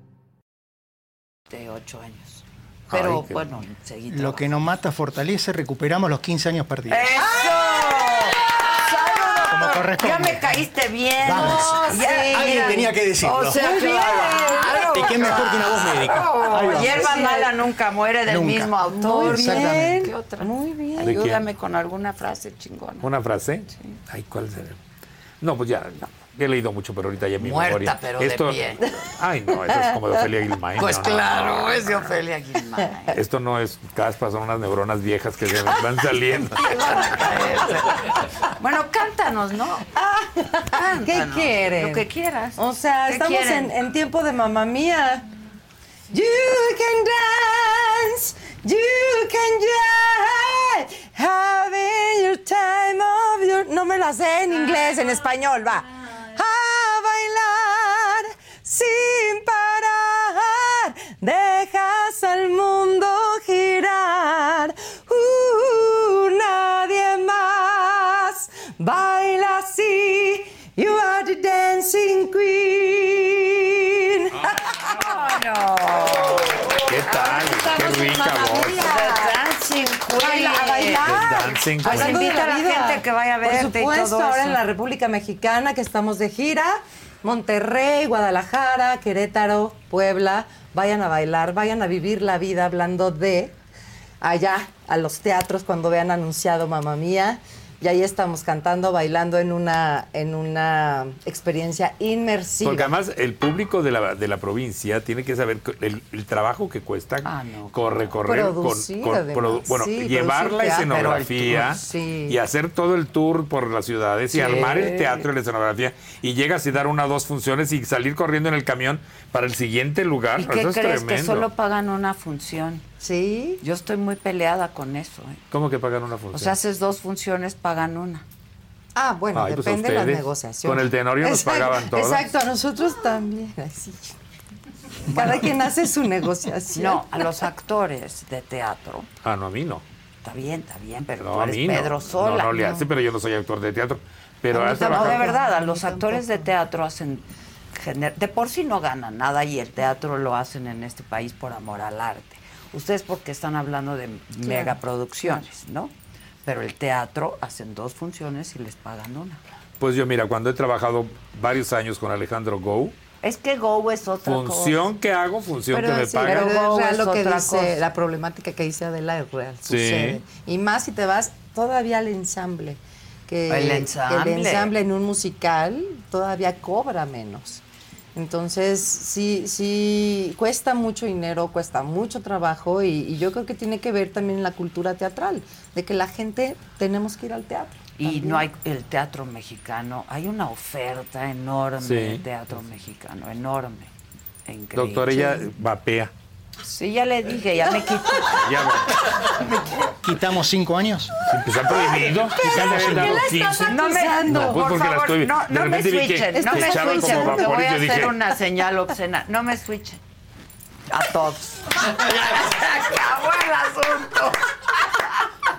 [SPEAKER 1] de ocho años.
[SPEAKER 2] Ay,
[SPEAKER 1] Pero
[SPEAKER 2] qué-
[SPEAKER 1] bueno, seguí
[SPEAKER 5] Lo que nos mata fortalece, recuperamos los 15 años perdidos.
[SPEAKER 1] trabajando. ¡Eso! ¡Saludos!
[SPEAKER 5] Como corresponde.
[SPEAKER 1] Ya me caíste bien.
[SPEAKER 5] Vamos.
[SPEAKER 1] Ya,
[SPEAKER 2] Ah,
[SPEAKER 5] Alguien
[SPEAKER 1] mira.
[SPEAKER 5] tenía que decirlo.
[SPEAKER 1] Eh, O sea, claro.
[SPEAKER 5] ¿Y qué mejor que una voz médica? Ahí vamos.
[SPEAKER 1] Hierba mala nunca muere del
[SPEAKER 5] Nunca.
[SPEAKER 1] mismo autor.
[SPEAKER 5] Muy bien. Exactamente.
[SPEAKER 1] ¿Qué otra?
[SPEAKER 4] Muy bien.
[SPEAKER 2] ¿De quién?
[SPEAKER 1] Ayúdame con alguna frase chingona.
[SPEAKER 2] ¿Una frase? Ay, ¿cuál será? No, pues ya, no. He leído mucho, pero ahorita ya mi
[SPEAKER 1] Muerta,
[SPEAKER 2] memoria.
[SPEAKER 1] pero de pie.
[SPEAKER 2] Ay, no, eso es como de Ofelia Guilmán.
[SPEAKER 1] pues
[SPEAKER 2] no, no,
[SPEAKER 1] claro,
[SPEAKER 2] no, no,
[SPEAKER 1] es de
[SPEAKER 2] no.
[SPEAKER 1] Ofelia Guilmán.
[SPEAKER 2] Esto no es caspa, son unas neuronas viejas que se me van saliendo.
[SPEAKER 1] bueno, cántanos, ¿no?
[SPEAKER 4] ¿Qué
[SPEAKER 1] Cántanos,
[SPEAKER 4] quieren?
[SPEAKER 1] Ah, Lo que quieras.
[SPEAKER 4] O sea,
[SPEAKER 1] ¿Qué
[SPEAKER 4] estamos
[SPEAKER 1] quieren?
[SPEAKER 4] en, en tiempo de mamá mía. You can dance, you can dance, having your time of your... No me la sé en inglés, en español, va. A bailar sin parar, dejas al mundo girar. Uh, nadie más baila así. You are the dancing queen.
[SPEAKER 2] ¿Qué tal? Qué
[SPEAKER 4] Estamos en
[SPEAKER 2] rica
[SPEAKER 4] Mamma
[SPEAKER 2] voz.
[SPEAKER 4] Mía.
[SPEAKER 1] The Dancing Queen.
[SPEAKER 4] Baila, a bailar.
[SPEAKER 2] The Dancing
[SPEAKER 1] Pues
[SPEAKER 2] Queen.
[SPEAKER 1] invita a la
[SPEAKER 4] vida.
[SPEAKER 1] gente que vaya a verte
[SPEAKER 4] Por
[SPEAKER 1] y todo
[SPEAKER 4] supuesto, ahora
[SPEAKER 1] eso.
[SPEAKER 4] en la República Mexicana que estamos de gira, Monterrey, Guadalajara, Querétaro, Puebla, vayan a bailar, vayan a vivir la vida hablando de allá a los teatros cuando vean anunciado Mamá Mía. Y ahí estamos cantando, bailando en una, en una experiencia inmersiva.
[SPEAKER 2] Porque además el público de la, de la provincia tiene que saber que el, el trabajo que cuesta
[SPEAKER 1] Ah, no.
[SPEAKER 2] corre, correr, con-
[SPEAKER 4] Producir,
[SPEAKER 2] con-
[SPEAKER 4] además.
[SPEAKER 2] produ- bueno,
[SPEAKER 4] Sí,
[SPEAKER 2] llevar
[SPEAKER 4] producir
[SPEAKER 2] la
[SPEAKER 4] teatro,
[SPEAKER 2] escenografía
[SPEAKER 4] el tour, sí.
[SPEAKER 2] y hacer todo el tour por las ciudades y armar el teatro y la escenografía y llegas y dar una o dos funciones y salir corriendo en el camión para el siguiente lugar.
[SPEAKER 1] ¿Y
[SPEAKER 2] Eso
[SPEAKER 1] qué
[SPEAKER 2] es
[SPEAKER 1] crees?
[SPEAKER 2] tremendo.
[SPEAKER 1] Que solo pagan una función.
[SPEAKER 4] Sí.
[SPEAKER 1] Yo estoy muy peleada con eso. ¿eh?
[SPEAKER 2] ¿Cómo que pagan una
[SPEAKER 1] O
[SPEAKER 2] función?
[SPEAKER 1] sea, haces dos funciones, pagan una.
[SPEAKER 4] Ah, bueno,
[SPEAKER 2] Ay, pues a
[SPEAKER 4] depende de las
[SPEAKER 2] ustedes.
[SPEAKER 4] negociaciones.
[SPEAKER 2] Con el Tenorio nos pagaban todos.
[SPEAKER 4] Exacto, a nosotros también. ay, sí. Cada quien hace su negociación.
[SPEAKER 1] No, a los actores de teatro.
[SPEAKER 2] Ah, no, a mí no.
[SPEAKER 1] Está bien, está bien, pero
[SPEAKER 2] No,
[SPEAKER 1] tú
[SPEAKER 2] a
[SPEAKER 1] eres
[SPEAKER 2] mí no.
[SPEAKER 1] Pedro
[SPEAKER 2] No,
[SPEAKER 1] Sola.
[SPEAKER 2] No, le hace, pero yo no soy actor de teatro. Pero
[SPEAKER 4] A mí
[SPEAKER 2] has
[SPEAKER 4] tampoco,
[SPEAKER 1] No, de
[SPEAKER 2] trabajado-
[SPEAKER 1] verdad, a los
[SPEAKER 4] Yo
[SPEAKER 1] actores de
[SPEAKER 4] tampoco.
[SPEAKER 1] teatro hacen... gener- De por sí no ganan nada y el teatro lo hacen en este país por amor al arte. Ustedes porque están hablando de megaproducciones, ¿no? Pero el teatro hacen dos funciones y les pagan una.
[SPEAKER 2] Pues yo, mira, cuando he trabajado varios años con Alejandro Gou,
[SPEAKER 1] Es que Go es otra
[SPEAKER 2] función que hago, función
[SPEAKER 4] Pero,
[SPEAKER 2] que me
[SPEAKER 4] sí,
[SPEAKER 2] pagan.
[SPEAKER 4] pero
[SPEAKER 1] Pero
[SPEAKER 4] es real
[SPEAKER 1] es
[SPEAKER 4] lo que
[SPEAKER 1] otra
[SPEAKER 4] dice,
[SPEAKER 1] cosa.
[SPEAKER 4] la problemática que dice Adela es real,
[SPEAKER 2] Sí.
[SPEAKER 4] sucede. Y más si te vas todavía al ensamble. Que,
[SPEAKER 1] El
[SPEAKER 4] que
[SPEAKER 1] ensamble.
[SPEAKER 4] el ensamble en un musical todavía cobra menos. Entonces, sí, sí, cuesta mucho dinero, cuesta mucho trabajo y, y yo creo que tiene que ver también en la cultura teatral, de que la gente tenemos que ir al teatro.
[SPEAKER 1] cosa. Y no hay el teatro mexicano, hay una oferta enorme
[SPEAKER 2] Sí.
[SPEAKER 1] de teatro mexicano, enorme. Increíble.
[SPEAKER 2] Doctor, ella vapea.
[SPEAKER 1] Sí, ya le dije, ya me quitó.
[SPEAKER 2] Ya va.
[SPEAKER 5] Quitamos cinco años.
[SPEAKER 2] Pues ha prohibido. Quizás le habían dado 15.
[SPEAKER 1] No me,
[SPEAKER 2] No, pues
[SPEAKER 1] por
[SPEAKER 2] porque la
[SPEAKER 1] favor,
[SPEAKER 2] estoy-
[SPEAKER 1] no,
[SPEAKER 2] de
[SPEAKER 1] no me
[SPEAKER 2] repente vi que
[SPEAKER 1] switchen,
[SPEAKER 2] te
[SPEAKER 1] no me
[SPEAKER 2] echaban como
[SPEAKER 1] switchen. Te
[SPEAKER 2] vapor
[SPEAKER 1] voy
[SPEAKER 2] y
[SPEAKER 1] a
[SPEAKER 2] yo
[SPEAKER 1] hacer
[SPEAKER 2] dije-
[SPEAKER 1] una señal obscena. No me switchen. A todos. Se acabó el asunto.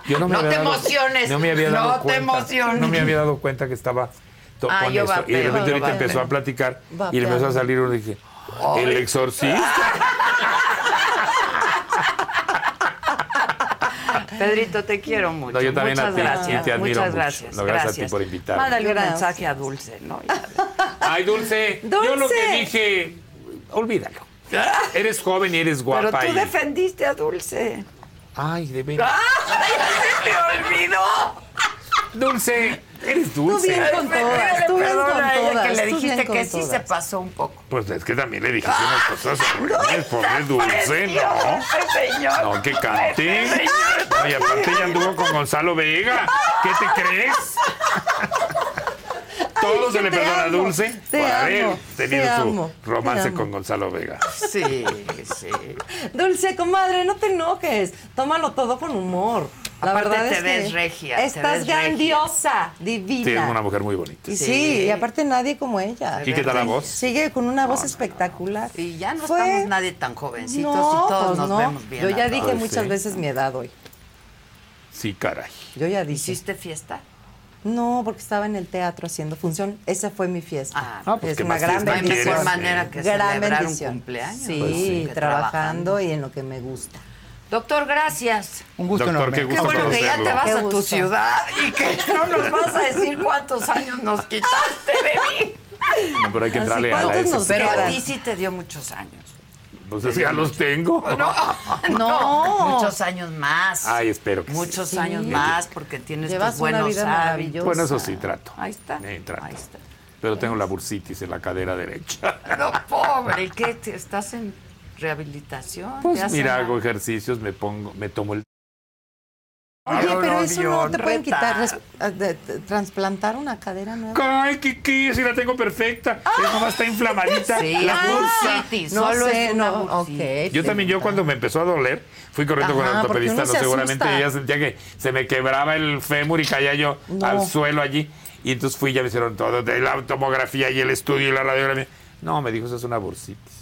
[SPEAKER 2] Yo no me
[SPEAKER 1] No
[SPEAKER 2] había
[SPEAKER 1] te
[SPEAKER 2] dado-
[SPEAKER 1] emociones,
[SPEAKER 2] No me había
[SPEAKER 1] no
[SPEAKER 2] dado
[SPEAKER 1] te
[SPEAKER 2] cuenta.
[SPEAKER 1] emociones.
[SPEAKER 2] No me había dado cuenta que estaba to-
[SPEAKER 1] Ah,
[SPEAKER 2] con
[SPEAKER 1] yo
[SPEAKER 2] esto. Y
[SPEAKER 1] vapeo,
[SPEAKER 2] de repente
[SPEAKER 1] yo
[SPEAKER 2] ahorita
[SPEAKER 1] vapeo.
[SPEAKER 2] empezó a platicar y le
[SPEAKER 4] Vapeando.
[SPEAKER 2] empezó a salir uno y dije, el exorcista.
[SPEAKER 1] Pedrito, te quiero mucho.
[SPEAKER 2] No, yo también
[SPEAKER 1] Muchas
[SPEAKER 2] a ti,
[SPEAKER 1] gracias.
[SPEAKER 2] y te admiro
[SPEAKER 1] Muchas
[SPEAKER 2] mucho.
[SPEAKER 1] gracias.
[SPEAKER 2] No, gracias a ti por invitarme.
[SPEAKER 1] Mándale un
[SPEAKER 4] Gracias.
[SPEAKER 1] mensaje a Dulce, ¿no? Ya.
[SPEAKER 2] Ay, Dulce, yo lo que
[SPEAKER 4] Dulce.
[SPEAKER 2] dije, olvídalo. Eres joven y eres
[SPEAKER 1] Pero
[SPEAKER 2] guapa.
[SPEAKER 1] tú
[SPEAKER 2] y-
[SPEAKER 1] defendiste a Dulce.
[SPEAKER 2] Ay, de veras.
[SPEAKER 1] ¡Se me olvidó!
[SPEAKER 2] Dulce, eres
[SPEAKER 4] Tú bien
[SPEAKER 2] dulce.
[SPEAKER 4] con todas, tú bien
[SPEAKER 1] Perdona a ella
[SPEAKER 4] con todas.
[SPEAKER 1] que le
[SPEAKER 4] tú bien
[SPEAKER 1] dijiste
[SPEAKER 4] con
[SPEAKER 1] que sí se
[SPEAKER 4] todas.
[SPEAKER 1] pasó un poco.
[SPEAKER 2] Pues es que también le dijiste unas cosas horribles por el dulce, ¿no?
[SPEAKER 1] Precioso, señor.
[SPEAKER 2] No, que canté. No, y aparte ya anduvo con Gonzalo Vega. ¿Qué te crees? Todo
[SPEAKER 4] Ay,
[SPEAKER 2] se
[SPEAKER 4] que
[SPEAKER 2] le
[SPEAKER 4] te
[SPEAKER 2] perdona a
[SPEAKER 4] amo,
[SPEAKER 2] Dulce
[SPEAKER 4] te
[SPEAKER 2] por
[SPEAKER 4] amo,
[SPEAKER 2] haber tenido
[SPEAKER 4] te
[SPEAKER 2] su
[SPEAKER 4] amo, te
[SPEAKER 2] romance
[SPEAKER 4] amo.
[SPEAKER 2] con Gonzalo Vega.
[SPEAKER 1] Sí, sí.
[SPEAKER 4] Dulce, comadre, no te enojes. Tómalo todo con humor. La
[SPEAKER 1] Aparte,
[SPEAKER 4] verdad
[SPEAKER 1] te
[SPEAKER 4] es
[SPEAKER 1] ves
[SPEAKER 4] que
[SPEAKER 1] regia, te
[SPEAKER 4] Estás
[SPEAKER 1] ves
[SPEAKER 4] grandiosa,
[SPEAKER 2] Sí, es
[SPEAKER 4] divina.
[SPEAKER 2] una mujer muy bonita.
[SPEAKER 4] Y sí.
[SPEAKER 1] Sí.
[SPEAKER 4] y aparte nadie como ella.
[SPEAKER 2] ¿Y qué tal la voz?
[SPEAKER 4] Sigue con una voz espectacular.
[SPEAKER 1] Y ya no
[SPEAKER 4] Fue-
[SPEAKER 1] estamos nadie tan jovencitos
[SPEAKER 4] No,
[SPEAKER 1] y todos
[SPEAKER 4] pues
[SPEAKER 1] nos
[SPEAKER 4] no.
[SPEAKER 1] vemos bien.
[SPEAKER 4] Yo ya
[SPEAKER 1] a
[SPEAKER 4] dije
[SPEAKER 1] todos.
[SPEAKER 2] Pues
[SPEAKER 4] muchas
[SPEAKER 2] sí.
[SPEAKER 4] veces mi edad hoy.
[SPEAKER 2] Sí, caray.
[SPEAKER 4] Yo ya dije.
[SPEAKER 1] ¿Hiciste fiesta?
[SPEAKER 4] No, porque estaba en el teatro haciendo función. Esa fue mi fiesta.
[SPEAKER 1] Ah,
[SPEAKER 2] Ah, pues
[SPEAKER 4] es
[SPEAKER 2] qué
[SPEAKER 4] una
[SPEAKER 2] más
[SPEAKER 4] gran
[SPEAKER 2] fiesta
[SPEAKER 1] No hay mejor
[SPEAKER 4] bendición.
[SPEAKER 1] manera que
[SPEAKER 4] gran
[SPEAKER 1] celebrar un
[SPEAKER 4] bendición.
[SPEAKER 1] cumpleaños.
[SPEAKER 4] Sí,
[SPEAKER 1] Pues sí, que trabajando.
[SPEAKER 4] trabajando y en lo que me gusta.
[SPEAKER 1] Doctor, gracias.
[SPEAKER 5] Un gusto
[SPEAKER 2] Doctor,
[SPEAKER 5] enorme.
[SPEAKER 2] qué
[SPEAKER 1] Qué
[SPEAKER 2] gusto
[SPEAKER 1] bueno que ya
[SPEAKER 2] conocerlo.
[SPEAKER 1] te vas
[SPEAKER 4] Qué
[SPEAKER 1] a tu
[SPEAKER 4] gusto.
[SPEAKER 1] ciudad y que no nos vas a decir cuántos años nos quitaste de mí.
[SPEAKER 2] No, pero hay que
[SPEAKER 4] Así,
[SPEAKER 2] entrarle a la
[SPEAKER 4] ¿cuántos
[SPEAKER 2] ese.
[SPEAKER 4] nos
[SPEAKER 1] Pero a
[SPEAKER 4] quedan?
[SPEAKER 1] ti sí te dio muchos años.
[SPEAKER 2] Pues es que ya los tengo.
[SPEAKER 4] No.
[SPEAKER 1] Muchos años más.
[SPEAKER 2] Ay, espero que sí.
[SPEAKER 1] Muchos
[SPEAKER 4] Oh. Sí.
[SPEAKER 1] años más porque tienes
[SPEAKER 4] Llevas
[SPEAKER 1] tus
[SPEAKER 4] una
[SPEAKER 1] buenos
[SPEAKER 4] vida
[SPEAKER 1] hábitos.
[SPEAKER 4] maravillosa.
[SPEAKER 2] Bueno, eso sí, trato.
[SPEAKER 1] Ahí está.
[SPEAKER 2] Eh, trato.
[SPEAKER 1] Ahí está.
[SPEAKER 2] Pero tengo la bursitis en la cadera derecha.
[SPEAKER 1] No, pobre, ¿qué? Te- ¿Estás en rehabilitación? ¿Te
[SPEAKER 2] Pues
[SPEAKER 1] hacen
[SPEAKER 2] mira,
[SPEAKER 1] algo?
[SPEAKER 2] hago ejercicios, me pongo, me tomo el...
[SPEAKER 4] Oye,
[SPEAKER 1] Ay,
[SPEAKER 4] pero
[SPEAKER 1] no,
[SPEAKER 4] eso
[SPEAKER 1] Dios,
[SPEAKER 4] no te pueden
[SPEAKER 1] reta.
[SPEAKER 4] quitar. res- ah, de- de- Transplantar una cadera nueva.
[SPEAKER 2] ¡Ay, Kiki! Si la tengo perfecta.
[SPEAKER 4] ¡Ah!
[SPEAKER 2] Es nomás está inflamadita.
[SPEAKER 1] Sí,
[SPEAKER 2] la
[SPEAKER 1] ah,
[SPEAKER 2] bursa.
[SPEAKER 1] bursitis,
[SPEAKER 4] No
[SPEAKER 1] solo
[SPEAKER 4] sé,
[SPEAKER 1] es una
[SPEAKER 4] no,
[SPEAKER 1] bursitis.
[SPEAKER 4] ok.
[SPEAKER 2] Yo también, yo cuando me empezó a doler, fui corriendo con el
[SPEAKER 4] Ajá, porque
[SPEAKER 2] ortopedista,
[SPEAKER 4] uno
[SPEAKER 2] no,
[SPEAKER 4] se
[SPEAKER 2] seguramente
[SPEAKER 4] asusta.
[SPEAKER 2] ella sentía que se me quebraba el fémur y caía yo
[SPEAKER 4] No.
[SPEAKER 2] al suelo allí. Y entonces fui, ya me hicieron todo, de la tomografía y el estudio y la radiografía. No, me dijo, eso es una bursitis.